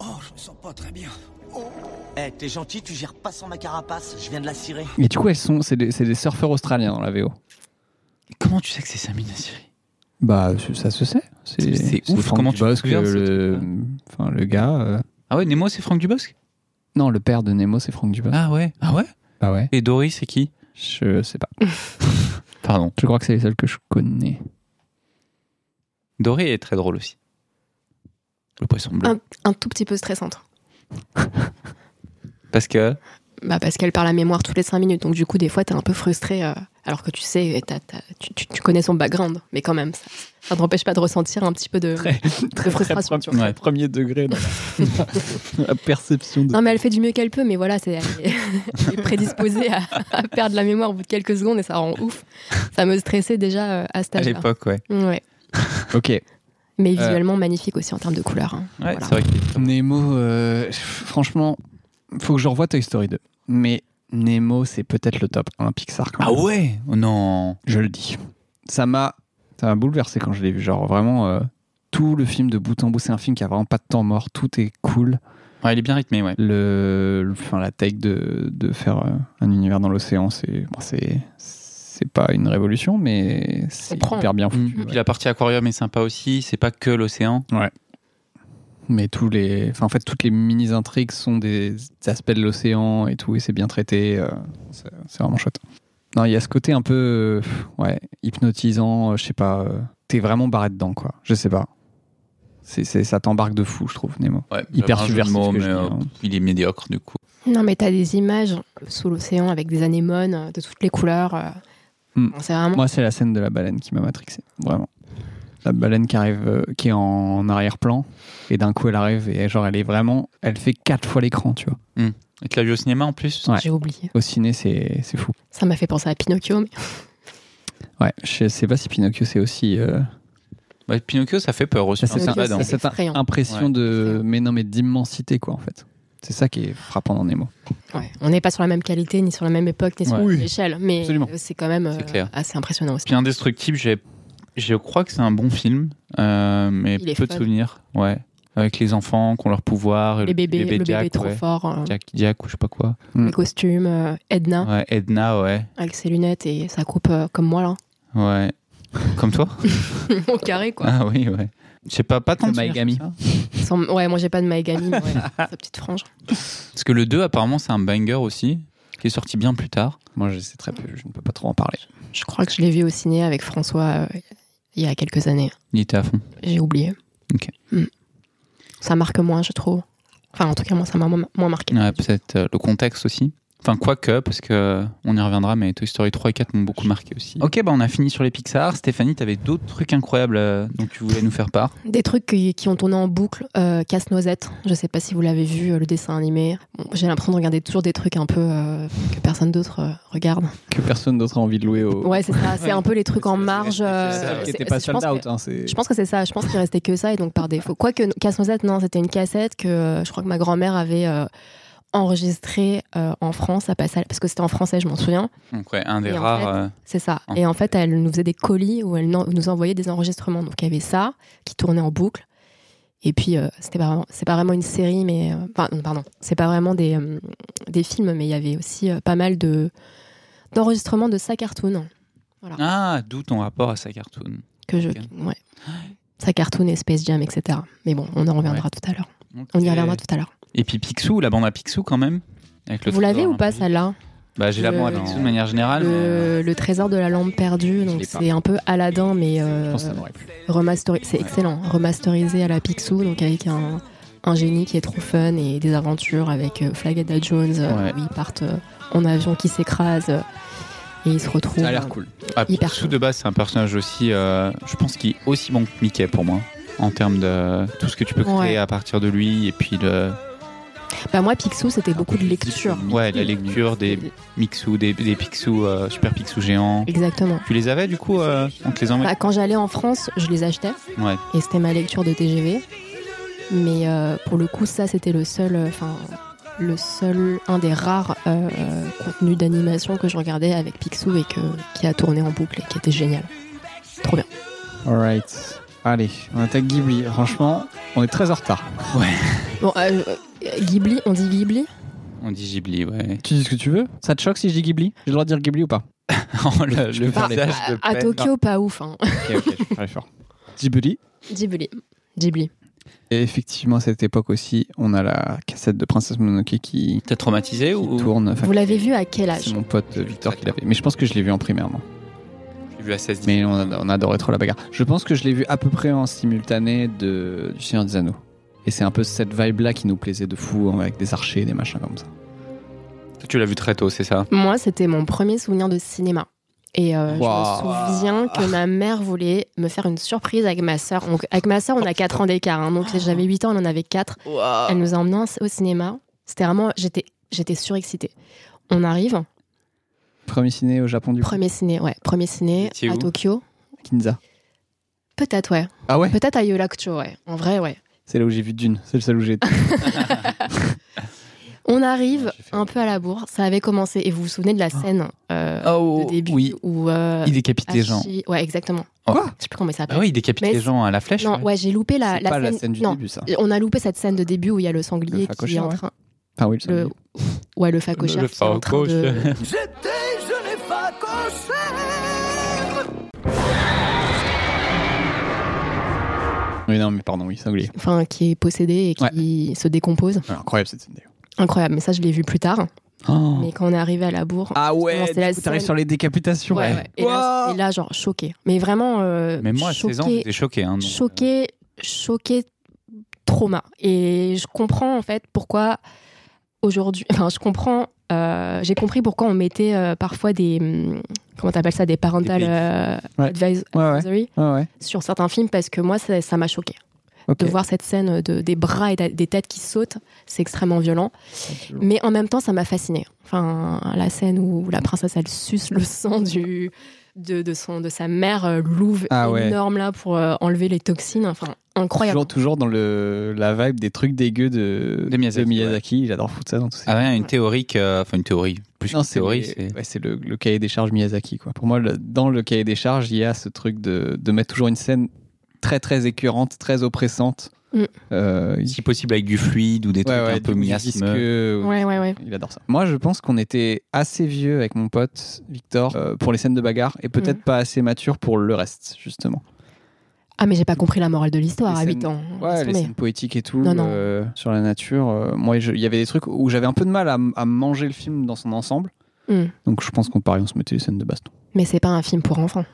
Speaker 16: Oh, je me sens pas très bien Oh Eh, t'es gentil, tu gères pas sans ma carapace, je viens de la cirer.
Speaker 2: Et du coup, elles sont, c'est des, c'est des surfeurs australiens dans la VO.
Speaker 1: Comment tu sais que c'est Samina Siri
Speaker 2: Bah, ça se sait.
Speaker 1: C'est- c'est ouf,
Speaker 2: Franck
Speaker 1: comment tu te
Speaker 2: Dubosc, euh,
Speaker 1: souviens de ce
Speaker 2: le, enfin, le gars. euh,
Speaker 1: Ah ouais, Nemo, c'est Franck Dubosc
Speaker 2: Non, le père de Nemo, c'est Franck Dubosc.
Speaker 1: Ah ouais, ah ouais
Speaker 2: Bah ouais,
Speaker 1: Et Dory, c'est qui
Speaker 2: je sais pas.
Speaker 1: Pardon.
Speaker 2: Je crois que c'est les seuls que je connais.
Speaker 1: Dory est très drôle aussi. Le poisson bleu.
Speaker 3: Un, un tout petit peu stressante.
Speaker 1: Parce que.
Speaker 3: Bah parce qu'elle parle à mémoire toutes les 5 minutes, donc du coup, des fois, t'es un peu frustré, euh, alors que tu sais, t'as- t'as- tu, tu- tu connais son background, mais quand même, ça, ça ne t'empêche pas de ressentir un petit peu de, de frustration. tu vois.
Speaker 2: Ouais. Premier degré dans la, [laughs] la perception de.
Speaker 1: Mm.
Speaker 3: Non, mais elle fait du mieux qu'elle peut, mais voilà, c'est, elle, est, [laughs] elle est prédisposée à, à perdre la mémoire au bout de quelques secondes et ça rend ouf. Ça me stressait déjà euh, à cet
Speaker 1: À
Speaker 3: âge-là.
Speaker 1: l'époque, ouais.
Speaker 3: Ouais.
Speaker 2: [laughs] Ok.
Speaker 3: Mais
Speaker 2: Euh.
Speaker 3: visuellement magnifique aussi en termes de couleurs. hein.
Speaker 1: Ouais,
Speaker 3: Voilà.
Speaker 1: c'est vrai qu'il est-
Speaker 2: Nemo, euh, franchement, faut que je revoie Toy Story 2. Mais Nemo, c'est peut-être le top 1 Pixar quand
Speaker 1: Ah
Speaker 2: même.
Speaker 1: ouais Oh Non.
Speaker 2: Je le dis. Ça m'a ça m'a bouleversé quand je l'ai vu. Genre vraiment, euh, tout le film de bout en bout, c'est un film qui a vraiment pas de temps mort. Tout est cool.
Speaker 1: Ouais, il est bien rythmé, ouais.
Speaker 2: Le, le- enfin, la tech de, de faire euh, un univers dans l'océan, c'est bon, c'est c'est pas une révolution, mais c'est
Speaker 3: On prend.
Speaker 2: hyper bien foutu.
Speaker 1: Puis
Speaker 2: ouais.
Speaker 1: la partie aquarium est sympa aussi, c'est pas que l'océan.
Speaker 2: Mais tous les, enfin, en fait, toutes les mini intrigues sont des aspects de l'océan et tout, et c'est bien traité. euh, c'est c'est vraiment chouette. Non, il y a ce côté un peu, euh, pff, ouais, hypnotisant. euh, je sais pas. euh, T'es vraiment barré dedans, quoi. Je sais pas. C'est, c'est- ça t'embarque de fou, je trouve, Nemo.
Speaker 1: Ouais,
Speaker 2: Hyper
Speaker 1: j'avais un jeu de
Speaker 2: subversif,
Speaker 1: mots,
Speaker 2: ce que
Speaker 1: mais
Speaker 2: je dis,
Speaker 1: euh,
Speaker 2: hein.
Speaker 1: il est médiocre du coup.
Speaker 3: Non, mais t'as des images sous l'océan avec des anémones euh, de toutes les couleurs. euh.
Speaker 1: Mm.
Speaker 2: Hmm.
Speaker 3: Bon, C'est vraiment.
Speaker 2: Moi, c'est la scène de la baleine qui m'a matrixé, vraiment. La baleine qui arrive, euh, qui est en arrière-plan, et d'un coup, elle arrive et genre, elle est vraiment, elle fait quatre fois l'écran, tu vois.
Speaker 1: Et tu l'as vu au cinéma en plus
Speaker 2: Ouais.
Speaker 3: J'ai oublié.
Speaker 2: Au ciné, c'est, c'est fou.
Speaker 3: Ça m'a fait penser à Pinocchio, mais
Speaker 2: Ouais, je sais pas si Pinocchio, c'est aussi. euh,
Speaker 1: Bah, Pinocchio, ça fait peur aussi.
Speaker 2: Ça, c'est
Speaker 1: hein,
Speaker 2: ça,
Speaker 1: c'est pas
Speaker 3: Pinocchio,
Speaker 1: dingue.
Speaker 3: c'est-
Speaker 2: cette
Speaker 3: effrayant.
Speaker 2: impression
Speaker 1: Ouais.
Speaker 2: de mais non mais d'immensité quoi en fait. C'est ça qui est frappant dans Nemo.
Speaker 3: ouais, on n'est pas sur la même qualité, ni sur la même époque, ni sur
Speaker 1: Ouais.
Speaker 3: la même échelle. Mais
Speaker 2: Absolument.
Speaker 3: euh, c'est quand même euh,
Speaker 1: C'est clair.
Speaker 3: assez impressionnant aussi.
Speaker 1: Puis Indestructible, j'ai- je crois que c'est un bon film, euh, mais
Speaker 3: Il est
Speaker 1: peu de
Speaker 3: fun.
Speaker 1: souvenirs. Ouais. Avec les enfants qui ont leur pouvoir. et
Speaker 3: Les bébés,
Speaker 1: le
Speaker 3: le bébé
Speaker 1: Jack,
Speaker 3: trop
Speaker 1: ouais.
Speaker 3: fort, euh,
Speaker 1: Jack, Jack ou je sais pas quoi.
Speaker 2: Mm.
Speaker 3: les costumes, euh, Edna
Speaker 1: Ouais, Edna, ouais.
Speaker 3: avec ses lunettes et sa coupe euh, comme moi là,
Speaker 1: Ouais. Comme toi
Speaker 3: [laughs] au carré quoi.
Speaker 1: Ah oui, ouais. Je sais pas, pas tant
Speaker 2: Le
Speaker 1: de souvenirs
Speaker 2: Maegami.
Speaker 1: comme ça.
Speaker 3: Sans- Ouais, moi j'ai pas de Maegami, mais [laughs] ouais, sa petite frange.
Speaker 1: Parce que le 2, apparemment, c'est un banger aussi, qui est sorti bien plus tard.
Speaker 2: Moi je sais très peu, je ne peux pas trop en parler.
Speaker 3: Je crois que je l'ai vu au ciné avec François euh, il y a quelques années.
Speaker 1: Il était à fond.
Speaker 3: J'ai oublié.
Speaker 1: Ok.
Speaker 3: Mm. Ça marque moins, je trouve. Enfin, en tout cas, moi, ça m'a moins moins marqué.
Speaker 1: Ouais, Peut-être euh, le contexte aussi.
Speaker 2: Enfin, quoique, parce
Speaker 1: euh,
Speaker 2: que on y reviendra, mais Toy Story 3 et 4 m'ont beaucoup marqué aussi. Ok, bah on a fini sur les Pixar. Stéphanie, t'avais d'autres trucs incroyables euh, dont tu voulais nous faire part.
Speaker 3: Des trucs qui, qui ont tourné en boucle, euh, Casse-Noisette. Je sais pas si vous l'avez vu, euh, le dessin animé. Bon, J'ai l'impression de regarder toujours des trucs un peu euh, que personne d'autre euh, regarde.
Speaker 2: Que personne d'autre a envie de louer au.
Speaker 3: Ouais, c'est ça. C'est un peu les trucs en marge.
Speaker 2: ça,
Speaker 3: euh,
Speaker 2: qui
Speaker 3: c'est-
Speaker 2: était pas
Speaker 3: je pense
Speaker 2: sold out,
Speaker 3: que-
Speaker 2: hein, c'est-
Speaker 3: Je pense que c'est ça. Je pense qu'il restait que ça et donc par défaut. Quoique Casse-Noisette, non, c'était une cassette que euh, je crois que ma grand-mère avait euh, enregistrée euh, en France à Passal, parce que c'était en français, je m'en souviens.
Speaker 1: Donc, ouais, un des
Speaker 3: Et en
Speaker 1: rares.
Speaker 3: fait,
Speaker 1: euh,
Speaker 3: C'est ça.
Speaker 1: en-
Speaker 3: Et en fait, elle nous faisait des colis où elle n'en- nous envoyait des enregistrements. Donc il y avait ça qui tournait en boucle. Et puis euh, c'était pas vraiment, c'est pas vraiment une série, mais euh, enfin, non, pardon, c'est pas vraiment des euh, des films, mais il y avait aussi euh, pas mal de d'enregistrements de sa cartoon
Speaker 1: Ah, d'où ton rapport à sa cartoon.
Speaker 3: que je, ouais, sa cartoon et Space Jam, etc. Mais bon, on en reviendra tout à l'heure. On y reviendra tout à l'heure.
Speaker 1: Et puis Picsou, la bande à Picsou quand même. Avec le
Speaker 3: Vous l'avez
Speaker 1: trésor,
Speaker 3: ou
Speaker 1: hein.
Speaker 3: pas celle-là
Speaker 1: Bah, j'ai la
Speaker 3: Le-
Speaker 1: bande à Picsou de manière générale. mais, euh,
Speaker 3: le, le trésor de la lampe perdue, donc
Speaker 1: l'ai pas.
Speaker 3: c'est un peu Aladdin, mais euh,
Speaker 1: pense que ça m'aurait plu.
Speaker 3: remasteri- c'est excellent, remasterisé à la Picsou, donc avec un, un génie qui est trop fun et des aventures avec euh, Flagada Jones, euh,
Speaker 1: Ouais.
Speaker 3: où ils partent euh, en avion qui s'écrase euh, et ils se retrouvent.
Speaker 1: Ça a l'air
Speaker 3: euh,
Speaker 1: cool. Ah,
Speaker 3: hyper
Speaker 1: Picsou de base, c'est un personnage aussi, euh, je pense qu'il est aussi bon que Mickey pour moi, en termes de tout ce que tu peux créer
Speaker 3: Ouais.
Speaker 1: à partir de lui, et puis le,
Speaker 3: Bah, moi, Picsou, c'était beaucoup de lecture.
Speaker 1: ouais, la lecture des Mixou, des, des Picsou, euh, super Picsou géants.
Speaker 3: Exactement.
Speaker 1: Tu les avais du coup euh, On te les envoie
Speaker 3: Bah, quand j'allais en France, je les achetais.
Speaker 1: Ouais.
Speaker 3: et c'était ma lecture de TGV. Mais euh, pour le coup, ça c'était le seul, euh, enfin le seul, un des rares euh, contenus d'animation que je regardais avec Picsou et que, qui a tourné en boucle et qui était génial. Trop bien.
Speaker 2: Alright. Allez, on attaque Ghibli. Franchement, on est très en retard. Ouais.
Speaker 3: Bon, euh, euh, Ghibli, on dit Ghibli
Speaker 1: On dit Ghibli, ouais. [laughs]
Speaker 2: Tu dis ce que tu veux Ça te choque si je dis Ghibli J'ai le droit de dire Ghibli ou pas
Speaker 1: Oh, le, le
Speaker 3: Bah,
Speaker 1: visage de
Speaker 3: à, à
Speaker 1: peine.
Speaker 3: Tokyo, pas ouf. hein. [laughs]
Speaker 1: Ok, ok, je ferai
Speaker 2: fort. [laughs] Ghibli.
Speaker 3: Ghibli. Ghibli.
Speaker 2: Et effectivement, à cette époque aussi, on a la cassette de Princesse Mononoke qui.
Speaker 1: T'es traumatisé ou
Speaker 2: tourne. Enfin,
Speaker 3: Vous l'avez vu à quel âge
Speaker 2: c'est mon pote euh, Victor qui l'avait. Mais je pense que je l'ai vu en primaire, moi.
Speaker 1: J'ai vu à 16
Speaker 2: Mais on, a- on adorait trop la bagarre. Je pense que je l'ai vu à peu près en simultané de, du Seigneur des Anneaux. Et c'est un peu cette vibe-là qui nous plaisait de fou, hein, avec des archers, des machins comme ça.
Speaker 1: Tu l'as vu très tôt, c'est ça
Speaker 3: Moi, c'était mon premier souvenir de cinéma. Et euh, je
Speaker 1: Waouh.
Speaker 3: me souviens que ma mère voulait me faire une surprise avec ma sœur. Donc, avec ma sœur, on a 4 ans d'écart. hein. donc, j'avais 8 ans, on en avait 4. Elle nous a emmenés en- au cinéma. C'était vraiment. J'étais, j'étais surexcitée. On arrive.
Speaker 2: Premier ciné au Japon du coup.
Speaker 3: Premier ciné, ouais. Premier ciné
Speaker 2: étiez
Speaker 3: à
Speaker 2: où
Speaker 3: Tokyo.
Speaker 2: Kinza.
Speaker 3: Peut-être, ouais.
Speaker 2: Ah ouais
Speaker 3: Peut-être à Yolakucho, ouais. En vrai, ouais.
Speaker 2: C'est là où j'ai vu Dune. C'est le seul où j'ai été.
Speaker 3: On arrive un peu à la bourre. Ça avait commencé. Et vous vous souvenez de la
Speaker 2: Ah.
Speaker 3: scène euh,
Speaker 2: Oh,
Speaker 3: de début où. euh,
Speaker 1: Ah, oh, Il décapite les gens.
Speaker 3: Hachi- Ouais, exactement.
Speaker 1: Quoi
Speaker 3: Je sais plus comment il s'appelle.
Speaker 1: Ah oui, il décapite
Speaker 3: Mais
Speaker 1: les gens à la flèche.
Speaker 3: Non,
Speaker 1: ouais.
Speaker 3: ouais, j'ai loupé Ah, la,
Speaker 1: Ah, C'est pas la
Speaker 3: scène.
Speaker 1: scène du
Speaker 3: non.
Speaker 1: début, ça.
Speaker 3: On a loupé cette scène de début où il y a le sanglier qui est
Speaker 2: phacochère,
Speaker 3: en
Speaker 2: ouais.
Speaker 3: train.
Speaker 2: Enfin, oui,
Speaker 3: le Ouais, le facochère.
Speaker 2: Le
Speaker 3: qui est en train de-
Speaker 2: phacochère. Oui, non, mais pardon, oui, sanglier.
Speaker 3: Enfin, qui est possédé et qui se décompose.
Speaker 2: Ouais, Ah, incroyable cette scène d'ailleurs.
Speaker 3: Incroyable, mais ça, je l'ai vu plus tard.
Speaker 2: Oh.
Speaker 3: Mais quand on est arrivé à la bourre.
Speaker 2: Ah ouais,
Speaker 3: justement,
Speaker 2: du
Speaker 3: c'est la
Speaker 2: coup, t'arrives
Speaker 3: scène-
Speaker 2: sur les décapitations.
Speaker 3: Ouais, ouais. Et, là, et là, genre, choqué. Mais vraiment. euh,
Speaker 1: Même moi, à 16 ans,
Speaker 3: choqué,
Speaker 1: j'étais choqué. hein, donc.
Speaker 3: choqué, choqué, trauma. Et je comprends en fait pourquoi aujourd'hui, [laughs] enfin je comprends, euh, j'ai compris pourquoi on mettait euh, parfois des, hum, comment t'appelles ça, des parental euh,
Speaker 2: Ouais.
Speaker 3: advis-
Speaker 2: Ouais, ouais.
Speaker 3: advisory
Speaker 2: Ah Ouais, ouais.
Speaker 3: sur certains films parce que moi ça ça m'a choqué.
Speaker 2: Ok.
Speaker 3: De voir cette scène de, des bras et ta- des têtes qui sautent, c'est extrêmement violent. Mais en même temps, ça m'a fasciné. Enfin, la scène où la princesse, elle suce le sang du, de, de, son, de sa mère euh, louve
Speaker 2: Ah ouais.
Speaker 3: énorme là pour euh, enlever les toxines. Enfin, incroyable.
Speaker 2: Toujours, toujours dans le, la vibe des trucs dégueux de, de Miyazaki. J'adore foutre ça dans tous ces
Speaker 1: Ah ouais, une théorie que. Enfin, une théorie. Plus
Speaker 2: Non,
Speaker 1: qu'une théorie,
Speaker 2: les-
Speaker 1: c'est.
Speaker 2: ouais, c'est le, le cahier des charges Miyazaki. Quoi. Pour moi, le- dans le cahier des charges, il y a ce truc de, de mettre toujours une scène très très écœurante, très oppressante. Euh,
Speaker 3: Mm.
Speaker 1: Si possible avec du fluide ou des trucs euh, un peu miasmeux.
Speaker 2: euh,
Speaker 3: Ouais, ouais, ouais.
Speaker 2: Il adore ça. Moi, je pense qu'on était assez vieux avec mon pote Victor euh, pour les scènes de bagarre et peut-être
Speaker 3: Mm.
Speaker 2: pas assez mature pour le reste, justement.
Speaker 3: Ah, mais j'ai pas compris la morale de l'histoire à 8 ans. hein,
Speaker 2: Ouais,
Speaker 3: Laisse
Speaker 2: les
Speaker 3: tomber.
Speaker 2: scènes poétiques et tout
Speaker 3: Non, non.
Speaker 2: euh, sur la nature. euh, moi, je- il y avait des trucs où j'avais un peu de mal à, m- à manger le film dans son ensemble.
Speaker 3: Mm.
Speaker 2: Donc, je pense qu'on parlait, on se mettait les scènes de baston.
Speaker 3: Mais c'est pas un film pour enfants.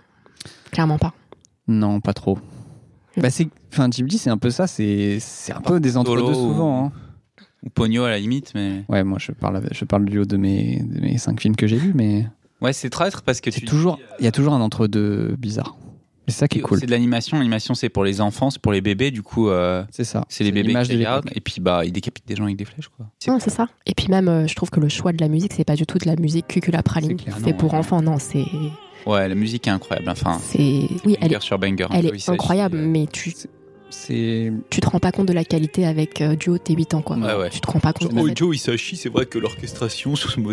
Speaker 3: Clairement pas.
Speaker 2: Non, pas trop.
Speaker 3: Hmm.
Speaker 2: Bah c'est, enfin Ghibli, c'est un peu ça. C'est, c'est un peu des entre deux
Speaker 1: Solo.
Speaker 2: souvent. hein.
Speaker 1: Ou Pogno à la limite, mais.
Speaker 2: Ouais, moi je parle, je parle du haut de mes, de mes cinq films que j'ai vus, mais
Speaker 1: Ouais, c'est traître parce que
Speaker 2: c'est
Speaker 1: tu. euh,
Speaker 2: toujours, il y a toujours un entre-deux bizarre. Et c'est ça qui est cool.
Speaker 1: C'est de l'animation. L'animation, c'est pour les enfants, c'est pour les bébés. Du coup, euh,
Speaker 2: c'est ça.
Speaker 1: C'est les
Speaker 2: C'est
Speaker 1: bébés
Speaker 2: l'image
Speaker 1: qui
Speaker 2: de
Speaker 1: regardent. Et puis, bah, ils décapitent des gens avec des flèches, quoi.
Speaker 3: Non, c'est ça. Et puis même, euh, je trouve que le choix de la musique, c'est pas du tout de la musique cuculapraline
Speaker 1: clair,
Speaker 3: fait
Speaker 1: non,
Speaker 3: pour
Speaker 1: ouais. Ah.
Speaker 3: enfants. Non, c'est
Speaker 1: Ouais, la musique est incroyable. Enfin,
Speaker 3: c'est oui, elle
Speaker 1: banger sur banger.
Speaker 3: Elle
Speaker 1: Oui,
Speaker 3: est
Speaker 1: ça,
Speaker 3: incroyable, mais tu,
Speaker 2: c'est.
Speaker 3: tu te rends pas compte de la qualité avec euh, du haut de tes 8 ans, quoi.
Speaker 1: Ouais, ouais.
Speaker 3: Tu te rends pas compte. de
Speaker 1: Oh,
Speaker 3: la-
Speaker 1: Joe, il s'agit, c'est vrai que l'orchestration sous ce mot.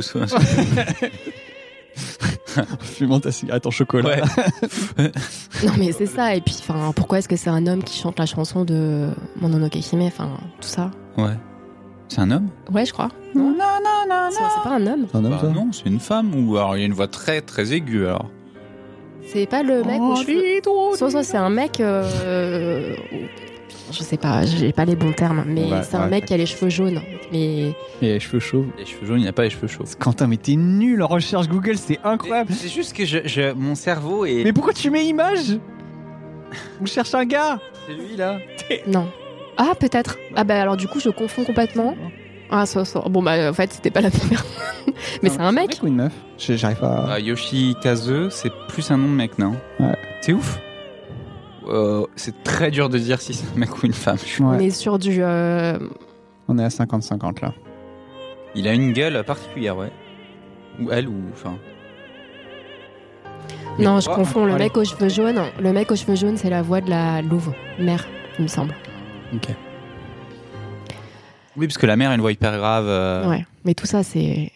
Speaker 2: Fumant ta cigarette en chocolat.
Speaker 3: Non, mais c'est ça. Et puis, enfin, pourquoi est-ce que c'est un homme qui chante la chanson de Mononoke Hime Enfin, tout ça.
Speaker 1: Ouais. C'est un homme
Speaker 3: Ouais, je crois. Non, non, non, non. C'est pas un homme.
Speaker 1: Bah Non, c'est une femme. Ou alors, il y a une voix très, très aiguë, alors.
Speaker 3: C'est pas le mec. aux cheveux- Soit, soit c'est un mec. euh, Je sais pas, j'ai pas les bons termes, mais
Speaker 2: Ouais,
Speaker 3: c'est un
Speaker 2: ouais.
Speaker 3: mec qui a les cheveux jaunes. Mais
Speaker 2: Et les cheveux chauves.
Speaker 1: Les cheveux jaunes, il n'y a pas les cheveux chauves.
Speaker 2: Quentin, mais t'es nul en recherche Google, c'est incroyable.
Speaker 1: C'est juste que je, je- mon cerveau est.
Speaker 2: Mais pourquoi tu mets image On cherche un gars.
Speaker 1: C'est lui, là.
Speaker 3: non. Ah, peut-être. Ah, bah alors, du coup, je confonds complètement. Ah, soit, soit. Bon, bah, en fait, c'était pas la première. [laughs] mais c'est un mec.
Speaker 2: ou une meuf J'ai- J'arrive pas.
Speaker 1: Bah, Yoshi Kaze, c'est plus un nom de mec, non
Speaker 2: Ouais.
Speaker 1: C'est ouf. Euh, c'est très dur de dire si c'est un mec ou une femme. Je suis-
Speaker 3: On est sur du. euh,
Speaker 2: On est à 50-50 là.
Speaker 1: Il a une gueule particulière, ouais. Ou elle, ou. Enfin.
Speaker 3: Non, je
Speaker 1: Oh,
Speaker 3: confonds. Le
Speaker 1: allez.
Speaker 3: mec aux cheveux jaunes, le mec aux cheveux jaunes, c'est la voix de la louve, mère, il me semble.
Speaker 2: Ok.
Speaker 1: Oui, parce que la mère a une voix hyper grave. euh,
Speaker 3: Ouais. Mais tout ça, c'est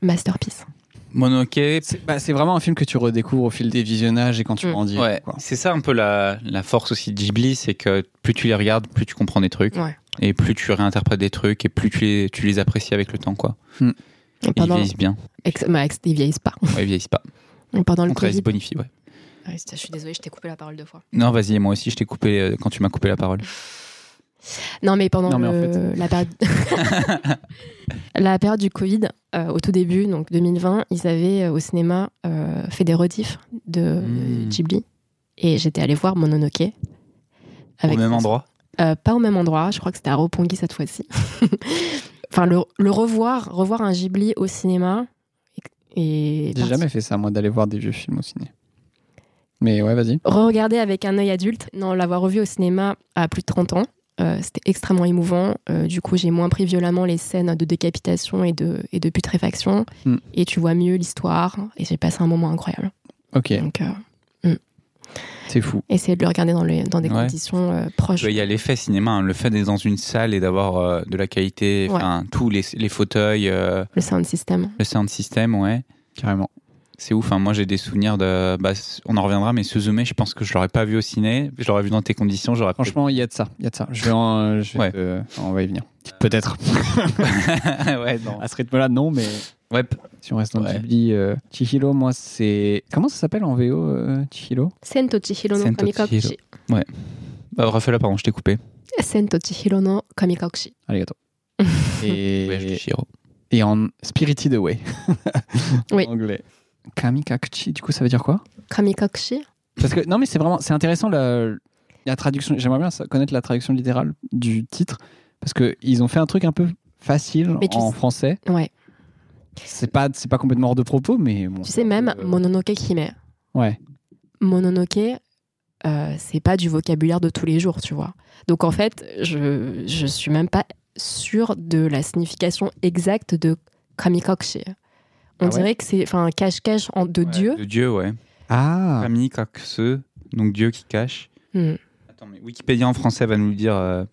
Speaker 3: masterpiece.
Speaker 1: Mononoke.
Speaker 2: Bah, c'est vraiment un film que tu redécouvres au fil des visionnages et quand tu grandis.
Speaker 1: Mm. Ouais,
Speaker 2: quoi.
Speaker 1: c'est ça un peu la, la force aussi de Ghibli, c'est que plus tu les regardes, plus tu comprends des trucs.
Speaker 3: Ouais.
Speaker 1: Et plus tu réinterprètes des trucs, et plus tu les, tu les apprécies avec le temps, quoi.
Speaker 2: Hmm.
Speaker 3: Et
Speaker 1: Et ils
Speaker 3: pendant-
Speaker 1: vieillissent bien.
Speaker 3: Ex- bah, ex- ils vieillissent pas. [laughs]
Speaker 1: Ouais, ils vieillissent pas.
Speaker 3: Et Pendant
Speaker 1: Au
Speaker 3: le
Speaker 1: contraire, ils se
Speaker 3: Covid.
Speaker 1: bonifient, ouais.
Speaker 3: Ouais, Ah c'est- je suis désolée, je t'ai coupé la parole deux fois.
Speaker 1: Non, vas-y, moi aussi, je t'ai coupé euh, quand tu m'as coupé la parole.
Speaker 3: Non, mais pendant
Speaker 1: Non, mais en
Speaker 3: le-
Speaker 1: [laughs]
Speaker 3: la période. [laughs] la période du Covid, euh, au tout début, donc 2020, ils avaient euh, au cinéma euh, fait des rediffs de
Speaker 1: Hmm.
Speaker 3: euh, Ghibli. Et j'étais allée voir Mononoke.
Speaker 1: Au même endroit.
Speaker 3: Euh, pas au même endroit, je crois que c'était à Roppongi cette fois-ci. [laughs] enfin, le, le revoir, revoir un Ghibli au cinéma. Et, et
Speaker 2: J'ai jamais fait ça, moi, d'aller voir des vieux films au ciné. Mais ouais, vas-y.
Speaker 3: Regarder avec un œil adulte, non, l'avoir revu au cinéma à plus de 30 ans, euh, c'était extrêmement émouvant. Euh, du coup, j'ai moins pris violemment les scènes de décapitation et de, et de putréfaction.
Speaker 2: Hmm.
Speaker 3: Et tu vois mieux l'histoire. Et j'ai passé un moment incroyable.
Speaker 2: Ok,
Speaker 3: Donc, euh,
Speaker 2: c'est fou.
Speaker 3: essayer de le regarder dans, les- dans des
Speaker 1: Ouais.
Speaker 3: conditions euh, proches.
Speaker 1: Ouais, Il y a l'effet cinéma, hein, le fait d'être dans une salle et d'avoir euh, de la qualité,
Speaker 3: Ouais.
Speaker 1: enfin, tous les, les fauteuils, euh,
Speaker 3: Le sound system.
Speaker 1: le sound system, ouais.
Speaker 2: Carrément.
Speaker 1: C'est ouf, hein, moi j'ai des souvenirs de. bah, on en reviendra, mais Suzume, je pense que je l'aurais pas vu au ciné, je l'aurais vu dans tes conditions, j'aurais peut-être-
Speaker 2: Franchement, il y a de ça. Il y a de ça. Je vais en- je vais
Speaker 1: Ouais.
Speaker 2: te- on va y venir. Peut-être.
Speaker 1: [laughs] ouais, non.
Speaker 2: À ce rythme-là, non, mais
Speaker 1: Ouais, p-
Speaker 2: si on reste dans
Speaker 1: Ouais.
Speaker 2: Ghibli, euh, Chihiro, moi, c'est. Comment ça s'appelle en VO, euh, Chihiro
Speaker 3: Sento Chihiro no
Speaker 1: Sento
Speaker 3: Kamikakushi.
Speaker 1: Chihiro. Ouais. Bah, Raphaël, pardon, je t'ai coupé.
Speaker 3: Sento Chihiro no Kamikakushi.
Speaker 1: [laughs]
Speaker 2: Arigato. Et,
Speaker 1: Ouais, je dis Chihiro.
Speaker 2: et en Spirited Away.
Speaker 3: Oui.
Speaker 2: En anglais. Kamikakuchi, du coup, ça veut dire quoi
Speaker 3: Kamikakushi
Speaker 2: Parce que non, mais c'est vraiment, c'est intéressant la, la traduction. J'aimerais bien sa- connaître la traduction littérale du titre parce que ils ont fait un truc un peu facile
Speaker 3: Mais tu
Speaker 2: en
Speaker 3: sais-
Speaker 2: français.
Speaker 3: Ouais.
Speaker 2: C'est pas, c'est pas complètement hors de propos, mais bon.
Speaker 3: Tu sais, même Mononoke Hime.
Speaker 2: euh, Ouais.
Speaker 3: Mononoke, euh, c'est pas du vocabulaire de tous les jours, tu vois. Donc en fait, je, je suis même pas sûre de la signification exacte de Kamikakushi. On
Speaker 2: Ah ouais
Speaker 3: dirait que c'est enfin, un cache-cache en- de Dieu.
Speaker 1: De Dieu, ouais.
Speaker 2: Ah.
Speaker 1: Kami Kakse, donc Dieu qui cache.
Speaker 3: Hmm.
Speaker 1: Attends, mais Wikipédia en français va nous le dire. euh,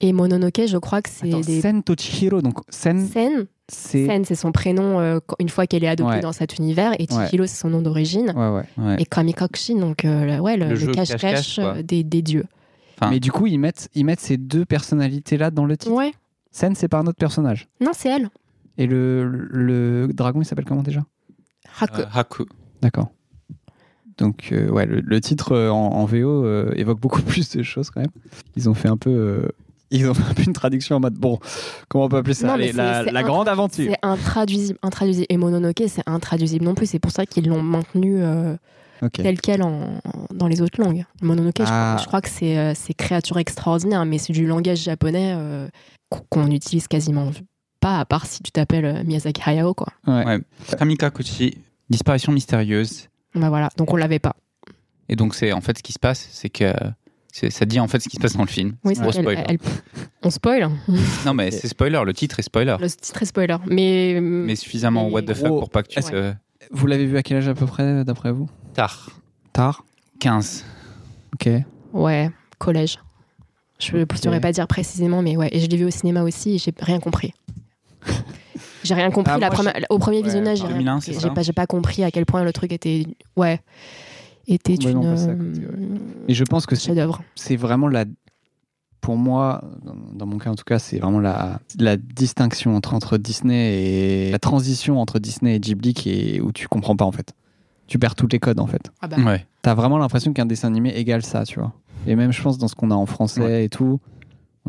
Speaker 3: Et Mononoke, je crois que c'est
Speaker 2: Attends,
Speaker 3: des
Speaker 2: Sen Tochihiro, donc Sen,
Speaker 3: scènes.
Speaker 2: c'est.
Speaker 3: Sen, c'est son prénom euh, quand- une fois qu'elle est adoptée
Speaker 2: Ouais.
Speaker 3: dans cet univers, et
Speaker 2: Ouais.
Speaker 3: Chihiro, c'est son nom d'origine.
Speaker 2: Ouais, ouais.
Speaker 1: ouais.
Speaker 3: Et Kamikakushi, donc euh, le- ouais, le
Speaker 1: Le
Speaker 3: le
Speaker 1: jeu
Speaker 3: cache-cache
Speaker 1: cache-cache, quoi.
Speaker 3: euh, des, des dieux.
Speaker 1: Ah.
Speaker 2: Mais du coup, ils mettent, ils mettent ces deux personnalités-là dans le titre.
Speaker 3: Ouais,
Speaker 2: Sen, c'est pas un autre personnage.
Speaker 3: non, c'est elle.
Speaker 2: Et le, le dragon, il s'appelle comment déjà
Speaker 3: Haku.
Speaker 1: euh, Haku.
Speaker 2: D'accord. Donc, euh, ouais, le, le titre euh, en, en VO euh, évoque beaucoup [laughs] plus de choses quand même. Ils ont fait un peu. euh, ils ont fait un peu une traduction en mode. Bon, comment on peut appeler ça
Speaker 3: Non, mais
Speaker 2: Allez,
Speaker 3: c'est-
Speaker 2: La,
Speaker 3: c'est
Speaker 2: la
Speaker 3: un-
Speaker 2: grande aventure.
Speaker 3: C'est intraduisible, intraduisible. Et Mononoke, c'est intraduisible non plus. C'est pour ça qu'ils l'ont maintenu euh,
Speaker 2: Ok.
Speaker 3: tel quel en- en- dans les autres langues. Le Mononoke, je-
Speaker 2: Ah.
Speaker 3: je, crois que c'est euh, c'est créature extraordinaire, mais c'est du langage japonais euh, qu'on- qu'on utilise quasiment pas, à part si tu t'appelles euh, Miyazaki Hayao, quoi.
Speaker 1: Ouais. Kamika Kuchi, disparition mystérieuse.
Speaker 3: Bah voilà, donc on l'avait pas.
Speaker 1: Et donc, c'est en fait ce qui se passe, c'est que. c'est- Ça dit en fait ce qui se passe dans le film.
Speaker 3: Oui,
Speaker 1: C'est
Speaker 3: c'est
Speaker 1: gros
Speaker 3: qu'elle-
Speaker 1: spoiler.
Speaker 3: elle- on spoil.
Speaker 1: Non, mais c'est spoiler, le titre est spoiler.
Speaker 3: Le titre est spoiler, mais
Speaker 1: Mais suffisamment what the fuck
Speaker 2: Gros.
Speaker 1: pour pas que tu
Speaker 2: Est-ce-
Speaker 1: te.
Speaker 2: Vous l'avez vu à quel âge à peu près, d'après vous
Speaker 1: Tard.
Speaker 2: Tard
Speaker 1: 15.
Speaker 2: Ok.
Speaker 3: ouais, collège. Je ne saurais pas dire précisément, mais ouais. Et je l'ai vu au cinéma aussi et j'ai
Speaker 2: [laughs]
Speaker 3: rien compris. j'ai rien compris.
Speaker 2: Ah,
Speaker 3: la
Speaker 2: moi,
Speaker 3: première-
Speaker 2: j'ai-
Speaker 3: Au premier
Speaker 2: Ouais,
Speaker 3: visionnage, j'ai rien
Speaker 2: 2001,
Speaker 3: compris.
Speaker 2: c'est
Speaker 3: j'ai
Speaker 2: ça
Speaker 3: pas, j'ai pas compris à quel point le truc était, ouais, était
Speaker 2: Ouais,
Speaker 3: une. euh,
Speaker 2: non, on passe à côté, Et je pense que c'est-
Speaker 3: Chef-d'œuvre.
Speaker 2: C'est vraiment la. Pour moi, dans- dans mon cas en tout cas, c'est vraiment la, la distinction entre, entre Disney et. La transition entre Disney et Ghibli qui est où tu comprends pas en fait. Tu perds tous les codes en fait.
Speaker 3: Ah bah.
Speaker 1: Ouais.
Speaker 2: T'as vraiment l'impression qu'un dessin animé égale ça, tu vois. Et même, je pense, dans ce qu'on a en français et tout,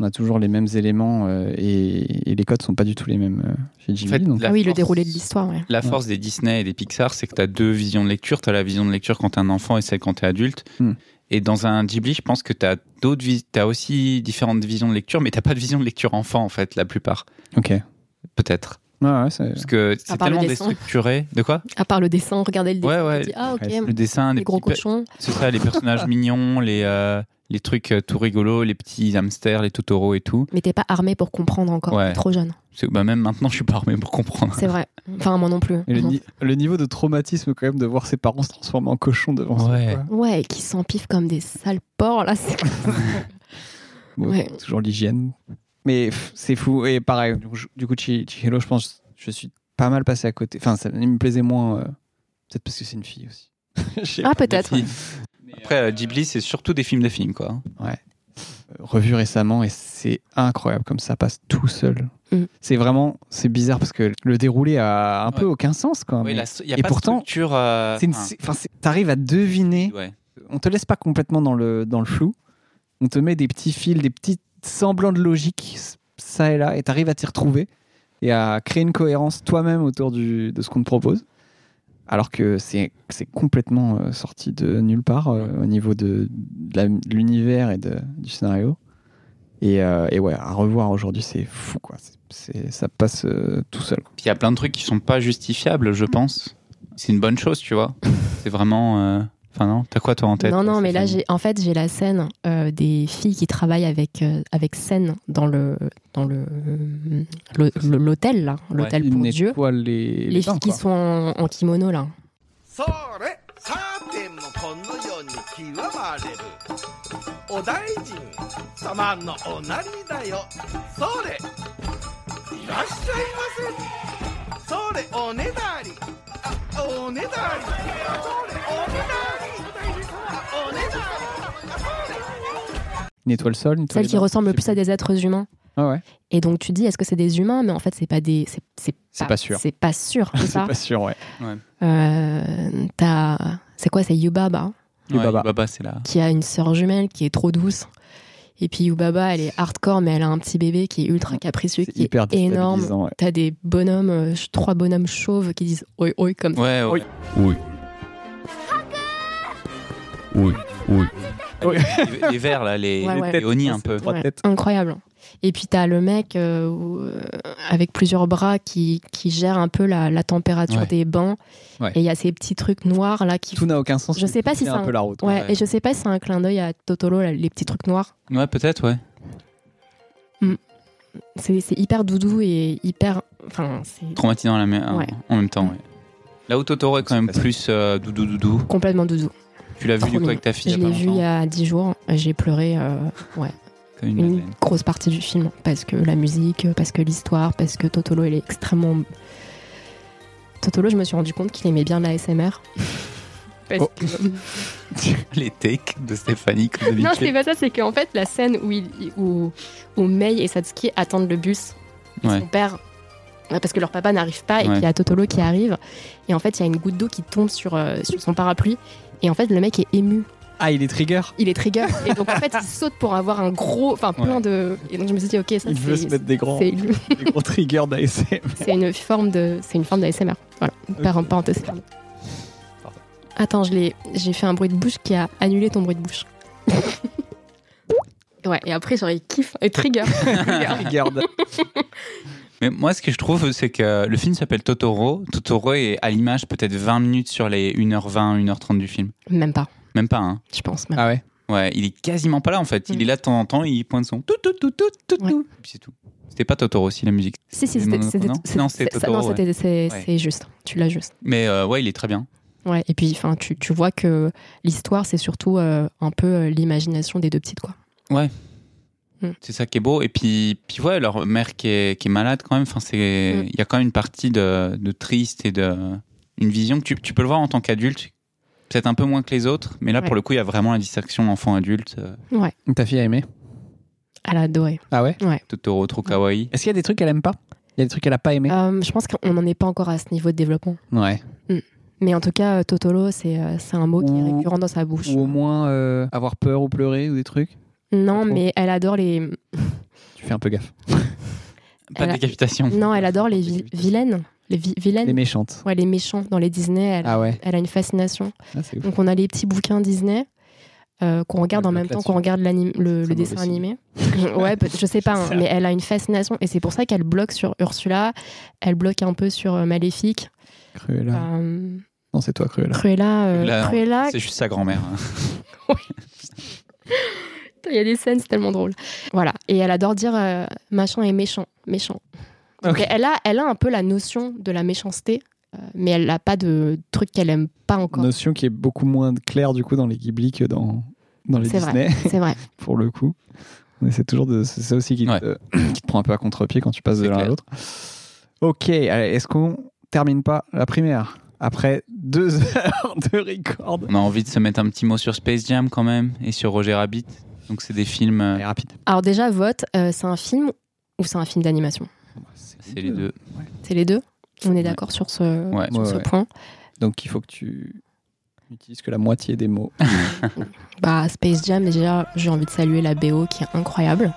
Speaker 2: on a toujours les mêmes éléments euh, et, et les codes sont pas du tout les mêmes euh, chez Ghibli.
Speaker 1: fait,
Speaker 2: donc-
Speaker 1: la
Speaker 3: Ah oui, le déroulé de l'histoire, ouais.
Speaker 1: La force des Disney et des Pixar, c'est que tu as deux visions de lecture. Tu as la vision de lecture quand tu es un enfant et celle quand tu es adulte.
Speaker 2: Hmm.
Speaker 1: Et dans un Ghibli, je pense que tu as, aussi différentes visions de lecture, mais tu pas de vision de lecture enfant, en fait, la plupart.
Speaker 2: Ok.
Speaker 1: Peut-être.
Speaker 2: Ouais, ouais, c'est-
Speaker 1: Parce que
Speaker 3: À
Speaker 1: c'est
Speaker 3: part le
Speaker 1: tellement
Speaker 3: dessin.
Speaker 1: déstructuré. De quoi
Speaker 3: À part le dessin, regardez le dessin.
Speaker 1: Ouais,
Speaker 3: on
Speaker 1: ouais.
Speaker 3: dit, ah, ok.
Speaker 1: Le dessin,
Speaker 3: les
Speaker 1: les
Speaker 3: gros
Speaker 1: petits pe-
Speaker 3: cochons.
Speaker 1: C'est ça, les
Speaker 3: [laughs]
Speaker 1: personnages mignons, les, euh, les trucs euh, tout rigolos, les petits hamsters, les totoros et tout.
Speaker 3: Mais t'es pas armé pour comprendre encore.
Speaker 1: Ouais.
Speaker 3: t'es trop jeune.
Speaker 1: C'est- Bah, même maintenant, je suis pas armé pour comprendre. [laughs]
Speaker 3: C'est vrai. Enfin, moi non plus.
Speaker 2: Et le, ni- le niveau de traumatisme, quand même, de voir ses parents se transformer en cochon devant soi, quoi.
Speaker 3: Ouais, qui s'empiffent comme des sales porcs,
Speaker 2: [laughs]
Speaker 3: là. c'est-
Speaker 2: Bon,
Speaker 3: Ouais.
Speaker 2: Toujours l'hygiène. Mais pff, c'est fou. Et pareil, du coup, je- du coup, Chi- Chihiro, je pense, je suis pas mal passé à côté. Enfin, ça il me plaisait moins. euh, Peut-être parce que c'est une fille aussi. [laughs] Je sais
Speaker 3: Ah,
Speaker 2: pas.
Speaker 3: peut-être.
Speaker 1: Après, euh, Ghibli, c'est surtout des films de films, quoi.
Speaker 2: Ouais. Euh, Revu récemment et c'est incroyable comme ça passe tout seul.
Speaker 3: Mhm.
Speaker 2: C'est vraiment, c'est bizarre parce que le déroulé a un peu aucun sens. Quoi,
Speaker 1: Ouais,
Speaker 2: mais-
Speaker 1: la so- y a
Speaker 2: et
Speaker 1: pas de
Speaker 2: pourtant,
Speaker 1: structure, euh,
Speaker 2: c'est une-
Speaker 1: enfin.
Speaker 2: c'est- enfin, c'est- t'arrives à deviner.
Speaker 1: Ouais.
Speaker 2: On te laisse pas complètement dans le, dans le flou. On te met des petits fils, des petits semblants de logique, ça et là, et t'arrives à t'y retrouver et à créer une cohérence toi-même autour du, de ce qu'on te propose. Alors que c'est c'est complètement euh, sorti de nulle part euh, au niveau de, de la- de l'univers et de- du scénario. Et, euh, et ouais, à revoir aujourd'hui, c'est fou quoi. C'est- c'est- ça passe euh, tout seul.
Speaker 1: Puis il y a plein de trucs qui sont pas justifiables, je pense. C'est une bonne chose, tu vois. C'est vraiment. euh, Enfin, non, t'as quoi, toi, en tête
Speaker 3: Non, non,
Speaker 1: Stéphane
Speaker 3: mais là, j'ai, en fait, j'ai la scène euh, des filles qui travaillent avec, euh, avec Seine dans le, dans le, euh, le- le- l'hôtel, là, l'hôtel pour
Speaker 2: Une
Speaker 3: Dieu.
Speaker 2: étoile, les,
Speaker 3: Les filles
Speaker 2: dents,
Speaker 3: qui
Speaker 2: quoi.
Speaker 3: sont en, en kimono, là.
Speaker 5: それカーテンもこのように極まれるお大臣様のおなりだよそれいらっしゃいませそれおねだりあおねだりそれおねだりあおねだりあそれ
Speaker 2: Une étoile sol, une étoile
Speaker 3: Celles qui
Speaker 2: dents.
Speaker 3: ressemblent le plus à des êtres humains.
Speaker 2: Ah ouais.
Speaker 3: Et donc, tu dis, est-ce que c'est des humains Mais en fait, c'est pas des. C'est, c'est
Speaker 2: C'est pas sûr.
Speaker 3: C'est
Speaker 2: [laughs]
Speaker 3: pas sûr, c'est
Speaker 2: C'est
Speaker 3: ça
Speaker 2: pas sûr, ouais.
Speaker 3: Euh, t'as- C'est quoi C'est Yubaba
Speaker 1: Ouais,
Speaker 2: Yubaba.
Speaker 1: Yubaba, c'est là.
Speaker 3: qui a une sœur jumelle qui est trop douce. Et puis Yubaba, elle est hardcore, mais elle a un petit bébé qui est ultra capricieux, qui
Speaker 2: hyper
Speaker 3: est énorme.
Speaker 2: déstabilisant, ouais.
Speaker 3: T'as des bonhommes, euh, ch- trois bonhommes chauves qui disent oi oi comme ça.
Speaker 1: Ouais, ouais.
Speaker 11: Oui. Oui, oui.
Speaker 1: Les, les verts, là, les,
Speaker 3: Ouais,
Speaker 1: les
Speaker 3: ouais.
Speaker 1: Oni, un peu.
Speaker 3: Ouais, incroyable. hein. Et puis t'as le mec euh, où, euh, avec plusieurs bras qui, qui gère un peu la, la température
Speaker 2: Ouais.
Speaker 3: des bains.
Speaker 2: Ouais.
Speaker 3: Et il y a ces petits trucs noirs là qui.
Speaker 2: Tout n'a aucun sens.
Speaker 3: Je
Speaker 2: mais
Speaker 3: sais pas
Speaker 2: tu
Speaker 3: si
Speaker 2: tiens
Speaker 3: c'est
Speaker 2: un peu la route.
Speaker 3: Ouais,
Speaker 1: ouais.
Speaker 3: Et je sais pas si c'est un clin d'œil à Totolo, là, les petits trucs noirs.
Speaker 1: Ouais, peut-être, ouais.
Speaker 3: C'est c'est hyper doudou et hyper. Enfin, c'est
Speaker 1: Traumatisant à la même-
Speaker 3: Ouais.
Speaker 1: en même temps, ouais. Là où Totoro est quand même plus euh, doudou doudou.
Speaker 3: complètement doudou.
Speaker 1: Tu l'as vu
Speaker 3: Trop
Speaker 1: du coup
Speaker 3: mignon.
Speaker 1: avec ta fille
Speaker 3: Je
Speaker 1: il y a
Speaker 3: l'ai
Speaker 1: pas
Speaker 3: vu il
Speaker 1: longtemps.
Speaker 3: y a 10 jours. J'ai pleuré euh, ouais,
Speaker 1: Comme une
Speaker 3: une
Speaker 1: madeleine.
Speaker 3: grosse partie du film. Parce que la musique, parce que l'histoire, parce que Totolo, il est extrêmement. Totolo, je me suis rendu compte qu'il aimait bien l'ASMR. [laughs] Parce
Speaker 1: Oh.
Speaker 3: que...
Speaker 1: [laughs] Les takes de Stéphanie comme
Speaker 3: non, c'est
Speaker 1: d'habitude.
Speaker 3: pas ça, c'est qu'en fait, la scène où, il, où, où Mei et Satsuki attendent le bus,
Speaker 1: Ouais.
Speaker 3: son père. Parce que leur papa n'arrive pas et
Speaker 1: Ouais.
Speaker 3: qu'il y a Totolo qui arrive. Et en fait, il y a une goutte d'eau qui tombe sur, euh, sur son parapluie. Et en fait, le mec est ému.
Speaker 2: Ah, il est trigger.
Speaker 3: il est trigger et donc en fait il saute pour avoir un gros enfin plein de et donc je me suis dit ok ça
Speaker 2: Il veut se
Speaker 3: c'est-
Speaker 2: mettre des grands,
Speaker 3: c'est
Speaker 2: [laughs] des gros triggers d'ASM.
Speaker 3: [laughs] c'est une forme de c'est une forme d'ASMR voilà par parenthèse fermée. Attends, je l'ai- j'ai fait un bruit de bouche qui a annulé ton bruit de bouche. [laughs] ouais, et après, j'aurais kiff. Et trigger.
Speaker 2: Regarde.
Speaker 1: Mais moi, ce que je trouve, c'est que le film s'appelle Totoro. Totoro est à l'image peut-être 20 minutes sur les 1h20, 1h30 du film.
Speaker 3: Même pas.
Speaker 1: Même pas, hein
Speaker 3: Je pense.
Speaker 2: Ah ouais
Speaker 1: Ouais, il est quasiment pas là en fait. Il est là de temps en temps, il pointe son tout, tout, tout, tout, tout, tout. Et puis c'est tout. C'était pas Totoro aussi la musique.
Speaker 3: Si, si,
Speaker 1: Les
Speaker 3: c'était.
Speaker 1: Mononoke,
Speaker 3: c'était-
Speaker 1: non Non, c'était
Speaker 3: ça-
Speaker 1: Totoro.
Speaker 3: Non,
Speaker 1: ouais.
Speaker 3: c'était- c'est
Speaker 1: Ouais.
Speaker 3: c'est juste. Tu l'as juste.
Speaker 1: Mais euh, ouais, il est très bien.
Speaker 3: Ouais, et puis enfin, tu, tu vois que l'histoire, c'est surtout euh, un peu euh, l'imagination des deux petites, quoi.
Speaker 1: Ouais.
Speaker 3: Mm.
Speaker 1: C'est ça qui est beau. Et puis, puis ouais, leur mère qui est, qui est malade quand même. Enfin, c'est,
Speaker 3: Mm.
Speaker 1: il y a quand même une partie de, de triste et de une vision que tu, tu peux le voir en tant qu'adulte. Peut-être un peu moins que les autres, mais là
Speaker 3: Ouais.
Speaker 1: pour le coup, il y a vraiment la distinction enfant-adulte. euh,
Speaker 3: Ouais,
Speaker 2: Ta fille a aimé
Speaker 3: elle a adoré.
Speaker 2: Ah ouais
Speaker 3: Ouais.
Speaker 1: Totoro, trop kawaii.
Speaker 2: Est-ce qu'il y a des trucs qu'elle aime pas Il y a des trucs qu'elle a pas aimé
Speaker 3: Euh, je pense qu'on n'en est pas encore à ce niveau de développement.
Speaker 2: Ouais.
Speaker 3: Mm. Mais en tout cas, euh, Totolo, c'est euh, c'est un mot qui est récurrent dans sa bouche.
Speaker 2: Ou au moins euh, avoir peur ou pleurer ou des trucs
Speaker 3: Non, mais elle adore les.
Speaker 2: Tu fais un peu gaffe.
Speaker 1: Pas
Speaker 3: elle
Speaker 1: de
Speaker 3: a-
Speaker 1: décapitation.
Speaker 3: Non, elle adore les vi- vilaines. Les vi- vilaines.
Speaker 2: Les méchantes.
Speaker 3: Ouais, les méchants dans les Disney. Elle,
Speaker 2: Ah ouais.
Speaker 3: elle a une fascination.
Speaker 2: Ah, c'est ouf.
Speaker 3: Donc on a les petits bouquins Disney euh, qu'on regarde en même temps qu'on regarde l'anim- le, le dessin animé. ouais, peut- je sais pas, hein, mais elle a une fascination et c'est pour ça qu'elle bloque sur Ursula, elle bloque un peu sur euh, Maléfique.
Speaker 2: Cruella.
Speaker 3: Euh,
Speaker 2: Non, c'est toi, Cruella.
Speaker 3: Cruella, euh,
Speaker 1: Là, non,
Speaker 3: Cruella,
Speaker 1: c'est juste sa grand-mère. hein.
Speaker 3: il y a des scènes, c'est tellement drôle. Voilà, et elle adore dire euh, machin est méchant, méchant. Donc,
Speaker 2: Ok.
Speaker 3: elle, a, elle a un peu la notion de la méchanceté, euh, mais elle n'a pas de truc qu'elle aime pas encore.
Speaker 2: Notion qui est beaucoup moins claire du coup dans les Ghibli que dans, dans les
Speaker 3: C'est
Speaker 2: Disney.
Speaker 3: vrai, c'est vrai.
Speaker 2: pour le coup. Mais c'est toujours de, c'est ça aussi qui, te, [clears throat] qui te prend un peu à contre-pied quand tu passes de l'un à l'autre. Ok, allez, est-ce qu'on termine pas la primaire après deux [laughs] heures de record
Speaker 1: On a envie de se mettre un petit mot sur Space Jam quand même et sur Roger Rabbit. Donc c'est des films. euh,
Speaker 2: rapides.
Speaker 3: Alors déjà, Vote, euh, c'est un film ou c'est un film d'animation
Speaker 1: C'est les deux.
Speaker 3: C'est les deux On est d'accord sur ce,
Speaker 1: Ouais.
Speaker 3: sur
Speaker 2: Ouais,
Speaker 3: ce
Speaker 2: ouais.
Speaker 3: point
Speaker 2: Donc il faut que tu n'utilises que la moitié des mots.
Speaker 3: Bah, Space Jam, déjà, j'ai envie de saluer la BO qui est incroyable.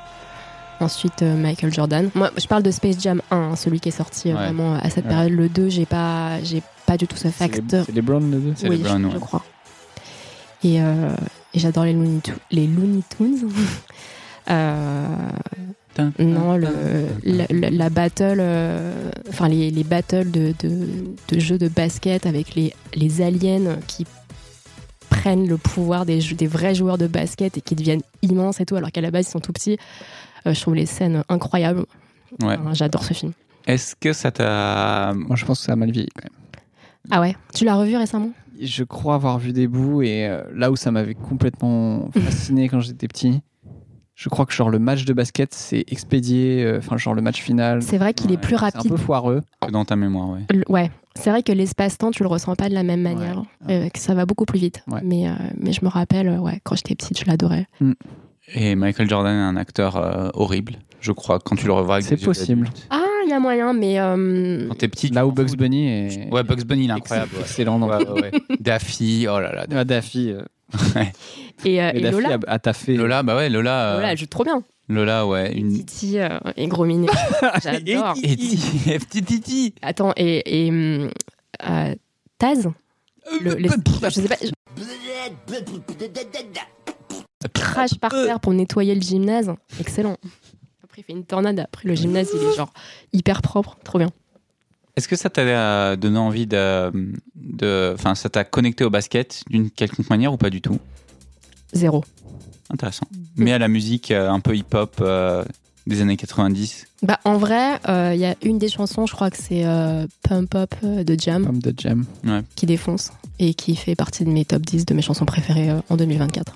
Speaker 3: Ensuite, euh, Michael Jordan. Moi, je parle de Space Jam 1, hein, celui qui est sorti euh,
Speaker 2: Ouais.
Speaker 3: vraiment à cette
Speaker 2: Ouais.
Speaker 3: période. Le 2, j'ai pas, j'ai pas du tout ce
Speaker 2: C'est les-
Speaker 3: facteur.
Speaker 2: C'est les Browns, les deux
Speaker 3: Oui, je- je, crois. Et, euh, et j'adore les Looney Tunes. Les Looney Tunes. [laughs] Euh, non, le, la, la- la battle, euh, enfin les, les battles de, de, de jeux de basket avec les, les aliens qui prennent le pouvoir des, jeux- des vrais joueurs de basket et qui deviennent immenses et tout, alors qu'à la base ils sont tout petits. Euh, je trouve les scènes incroyables.
Speaker 1: Ouais.
Speaker 3: Enfin, J'adore ce film.
Speaker 1: Est-ce que ça t'a.
Speaker 2: Moi je pense que ça a mal vieilli quand même.
Speaker 3: Ah ouais, tu l'as revu récemment
Speaker 2: Je crois avoir vu des bouts et euh, là où ça m'avait complètement
Speaker 1: [laughs]
Speaker 2: fasciné quand j'étais petit, je crois que genre le match de basket c'est expédié, euh, enfin genre le match final.
Speaker 3: C'est vrai qu'il est plus
Speaker 2: C'est
Speaker 3: rapide.
Speaker 2: un peu foireux.
Speaker 1: Que dans ta mémoire, ouais.
Speaker 3: L- Ouais, c'est vrai que l'espace-temps, tu le ressens pas de la même manière, euh, que ça va beaucoup plus vite.
Speaker 2: Ah. Ouais.
Speaker 3: Mais, euh, mais je me rappelle, euh, ouais, quand j'étais petite, je l'adorais.
Speaker 1: Et Michael Jordan est un acteur euh, horrible, je crois, quand tu le revois avec
Speaker 2: C'est
Speaker 1: des yeux
Speaker 2: possible.
Speaker 1: d'adulte.
Speaker 3: Ah, il y a moyen, mais euh,
Speaker 1: Quand t'es petit. tu
Speaker 2: Là où
Speaker 1: t'en
Speaker 2: Bugs
Speaker 1: fous.
Speaker 2: Bunny est
Speaker 1: Ouais, Bugs Bunny, il est incroyable. ouais.
Speaker 2: excellent dans
Speaker 1: Ouais, ouais, ouais. Daffy, oh là là.
Speaker 2: Ah, Daffy, euh,
Speaker 3: et, euh,
Speaker 2: mais
Speaker 3: et
Speaker 2: Daffy
Speaker 3: Lola,
Speaker 2: a, a taffé.
Speaker 1: Lola, bah ouais, Lola. euh,
Speaker 3: Lola, elle joue trop bien.
Speaker 1: Lola, ouais.
Speaker 2: Mm.
Speaker 1: Une...
Speaker 3: Titi euh, et
Speaker 2: [laughs]
Speaker 3: Gros Minet. J'adore.
Speaker 1: Et petit Titi.
Speaker 3: Attends, et, et hum, euh, Taz Le- les- Je sais pas, je crache par terre pour nettoyer le gymnase. Excellent. Après, il fait une tornade. Après, le gymnase, il est genre hyper propre. Trop bien.
Speaker 1: Est-ce que ça t'a euh, donné envie de. de- Enfin, ça t'a connecté au basket d'une quelconque manière ou pas du tout
Speaker 3: Zéro.
Speaker 1: Intéressant. Mais à la musique euh, un peu hip-hop euh, des années 90.
Speaker 3: Bah, en vrai, euh, il y a une des chansons, je crois que c'est euh, Pump Up euh, de Jam,
Speaker 2: Pomme de jam.
Speaker 1: Ouais.
Speaker 3: qui défonce et qui fait partie de mes top 10 de mes chansons préférées euh, en 2024.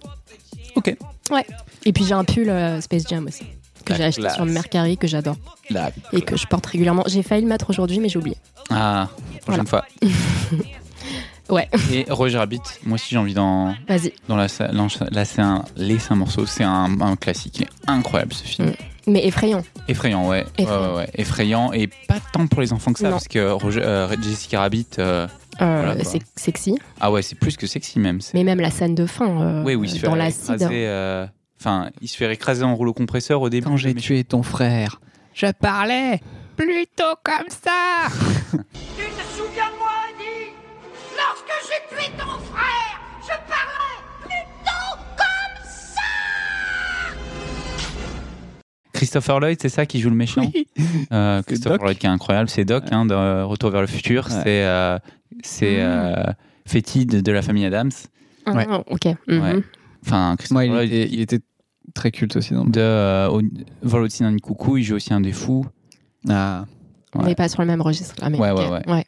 Speaker 1: Ok.
Speaker 3: Ouais. Et puis j'ai un pull euh, Space Jam aussi, que
Speaker 1: La
Speaker 3: j'ai acheté
Speaker 1: classe.
Speaker 3: sur Mercari, que j'adore
Speaker 1: La
Speaker 3: et que je porte régulièrement. J'ai failli le mettre aujourd'hui, mais j'ai oublié.
Speaker 1: Ah, prochaine fois.
Speaker 3: [laughs] Ouais,
Speaker 1: Et Roger Rabbit, moi aussi j'ai envie d'en
Speaker 3: vas-y.
Speaker 1: dans la sa- l'en- là c'est un laisser un morceau, c'est un, un classique, il est incroyable ce film.
Speaker 3: Mais effrayant.
Speaker 1: Effrayant, ouais.
Speaker 3: Mm. Effrayant.
Speaker 1: Ouais, ouais, ouais. effrayant et pas tant pour les enfants que ça
Speaker 3: Non.
Speaker 1: parce que Roger- euh, Jessica Rabbit euh,
Speaker 3: Euh,
Speaker 1: Voilà, quoi.
Speaker 3: c'est sexy,
Speaker 1: ah ouais, c'est plus que sexy même, c'est
Speaker 3: mais même la scène de fin euh,
Speaker 1: Oui, oui, il se fait
Speaker 3: dans l'acide.
Speaker 1: écraser euh, enfin, il se fait écraser en rouleau compresseur au début.
Speaker 2: Quand j'ai
Speaker 1: mais-
Speaker 2: tué ton frère, je parlais plutôt comme ça.
Speaker 17: Tu te souviens de moi, Andy La
Speaker 5: Lorsque j'ai tué ton frère, je parlais plutôt comme ça
Speaker 1: Christopher Lloyd, c'est ça qui joue le méchant Euh, Christopher Lloyd qui est incroyable, c'est Doc hein, de Retour vers le futur, c'est euh, c'est euh, Fetty de, de la famille Adams.
Speaker 3: Ouais. ok. mhm.
Speaker 1: Ouais. Enfin, Christopher
Speaker 2: il
Speaker 1: Lloyd,
Speaker 2: était- il était très culte aussi. Dans le-
Speaker 1: de euh, au- Vol au-dessus d'un nid de coucou, il joue aussi un des fous.
Speaker 2: Ah.
Speaker 3: On n'est pas sur le même registre là, mais
Speaker 1: Ouais,
Speaker 3: ok.
Speaker 1: ouais, ouais.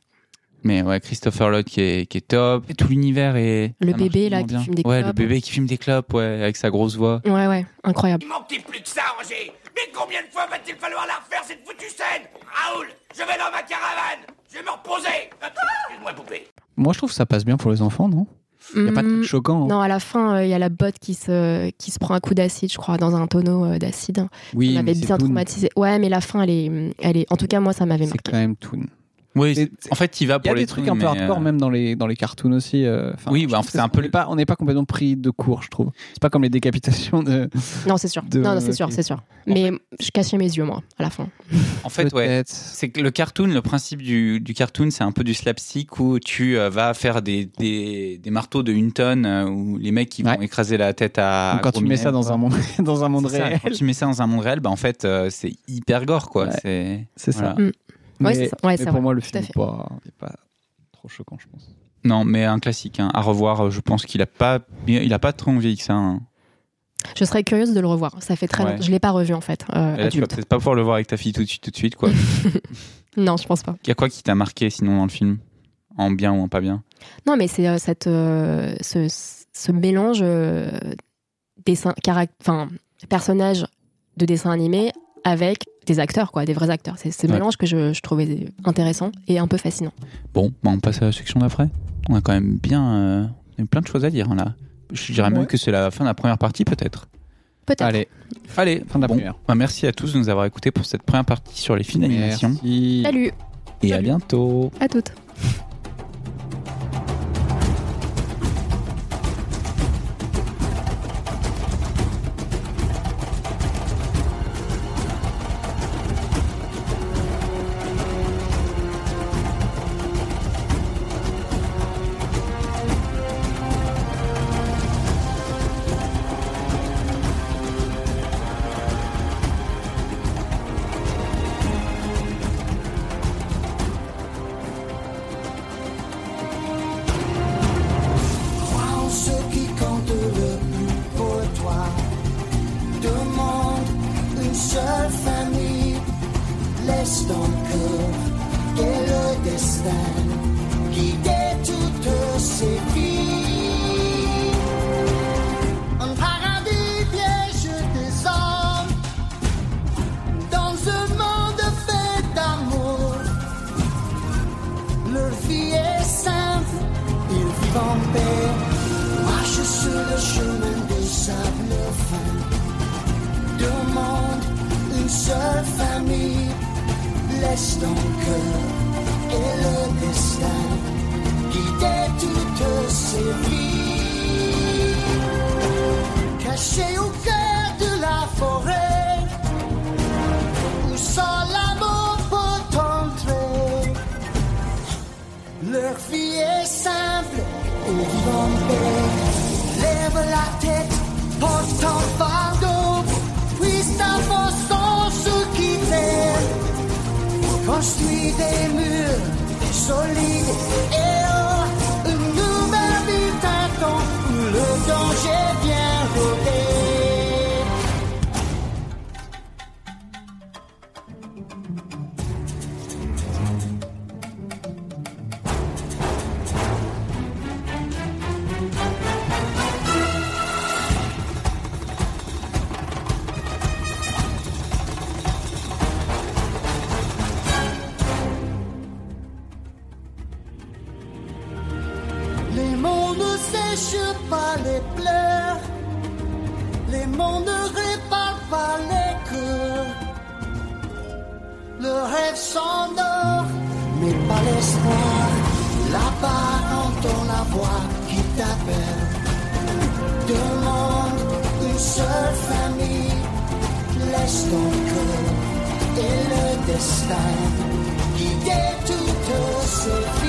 Speaker 1: Mais ouais, Christopher Lloyd qui est, qui est top. Et tout l'univers est.
Speaker 3: Le
Speaker 1: ça marche
Speaker 3: bébé, là,
Speaker 1: tellement
Speaker 3: qui
Speaker 1: bien.
Speaker 3: fume des
Speaker 1: Ouais, le
Speaker 3: clopes.
Speaker 1: bébé qui fume des clopes, ouais, avec sa grosse voix.
Speaker 3: Ouais, ouais, incroyable.
Speaker 5: Il manquait plus que ça, Roger Mais combien de fois va-t-il falloir la refaire, cette foutue scène Raoul, je vais dans ma caravane Je vais me reposer Attends, Excuse-moi, poupée
Speaker 2: Moi, je trouve que ça passe bien pour les enfants, non Il n'y a pas de
Speaker 3: Hmm.
Speaker 2: truc choquant. hein.
Speaker 3: Non, à la fin, euh, il y a la botte qui se, qui se prend un coup d'acide, je crois, dans un tonneau euh, d'acide.
Speaker 2: Oui,
Speaker 3: ça m'avait
Speaker 2: mais c'est
Speaker 3: bien
Speaker 2: Toon.
Speaker 3: traumatisé. Ouais, mais la fin, elle est, elle est. En tout cas, moi, ça m'avait
Speaker 2: C'est
Speaker 3: marqué.
Speaker 2: quand même Toon.
Speaker 1: Oui, en fait, il va
Speaker 2: Il y
Speaker 1: pour
Speaker 2: a
Speaker 1: les
Speaker 2: des trucs un peu
Speaker 1: mais, euh,
Speaker 2: hardcore, même dans les, dans les cartoons aussi. euh, enfin,
Speaker 1: Oui,
Speaker 2: je
Speaker 1: bah,
Speaker 2: trouve
Speaker 1: c'est
Speaker 2: que
Speaker 1: un peu
Speaker 2: On n'est pas, on n'est pas complètement pris de court, je trouve. C'est pas comme les décapitations de.
Speaker 3: Non, c'est sûr.
Speaker 2: De-
Speaker 3: Non, non, c'est sûr,
Speaker 2: ok.
Speaker 3: c'est sûr. Mais je cachais mes yeux, moi, à la fin.
Speaker 1: En fait, ouais. C'est que le cartoon, le principe du, du cartoon, c'est un peu du slapstick où tu euh, vas faire des, des, des marteaux de une tonne euh, où les mecs qui vont écraser la tête à.
Speaker 2: Donc, quand tu
Speaker 1: Gros
Speaker 2: mets ça
Speaker 1: Minet,
Speaker 2: dans
Speaker 1: quoi.
Speaker 2: un monde, [laughs] dans un monde
Speaker 1: C'est ça,
Speaker 2: réel.
Speaker 1: Quand tu mets ça dans un monde réel, bah, en fait, euh, c'est hyper gore, quoi. C'est
Speaker 2: C'est ça.
Speaker 1: voilà.
Speaker 3: Ouais,
Speaker 2: Mais-
Speaker 3: c'est ça. Ouais,
Speaker 2: mais
Speaker 3: c'est
Speaker 2: pour
Speaker 3: vrai.
Speaker 2: moi, le
Speaker 3: Tout
Speaker 2: film
Speaker 3: à
Speaker 2: n'est
Speaker 3: fait.
Speaker 2: pas, est pas trop choquant, je pense.
Speaker 1: Non, mais un classique hein. à revoir. euh, Je pense qu'il a pas, bien- il a pas trop envie que ça. hein.
Speaker 3: Je serais curieuse de le revoir. Ça fait très
Speaker 1: Ouais.
Speaker 3: longtemps. Je l'ai pas revu, en fait. euh,
Speaker 1: Et là, tu vas
Speaker 3: adulte.
Speaker 1: peut-être pas pouvoir le voir avec ta fille tout de suite, tout de suite,
Speaker 2: [laughs]
Speaker 1: quoi.
Speaker 3: Non, je pense pas.
Speaker 1: Il y a quoi qui t'a marqué sinon dans le film, en bien ou en pas bien
Speaker 3: Non, mais c'est euh, cette, euh, ce, ce mélange euh, dessin, caract- enfin, personnage de dessin animé avec des acteurs, quoi, des vrais acteurs. C'est ce
Speaker 1: Ouais.
Speaker 3: mélange que je, je trouvais intéressant et un peu fascinant.
Speaker 1: Bon, bah, on passe à la section d'après. On a quand même bien, euh, on a eu plein de choses à dire hein, là. Je dirais même que c'est la fin de la première partie, peut-être.
Speaker 3: Peut-être.
Speaker 1: Allez, allez, fin de la
Speaker 2: première.
Speaker 1: merci à tous de nous avoir écoutés pour cette première partie sur les films d'animation.
Speaker 3: Salut,
Speaker 1: Et à bientôt.
Speaker 3: à toutes.
Speaker 5: Crois en ce qui compte le plus pour toi. Demande une seule famille. Laisse ton cœur et le destin guider toutes ces vies. Un paradis piège des hommes. Dans un monde fait d'amour, leur vie est simple. Ils vivent en paix, marchent sur le chemin des sables fins. Demande une seule famille, laisse ton cœur et le destin guider toutes ces vies. Cachés au cœur de la forêt, où sans l'amour peut entrer. Leur vie est simple et vivent en paix. Lève la tête, porte ton fardeau, puisse ta force en ce qui t'aime. Construis des murs solides et oh, une nouvelle vie t'attend où le danger vient rôder. Les mots ne sèchent pas les pleurs. Les mots ne réparent pas les cœurs. Le rêve s'endort, mais pas l'espoir. Là-bas, entend la voix qui t'appelle. Demande une seule famille. Laisse ton cœur et le destin guider toutes ces vies.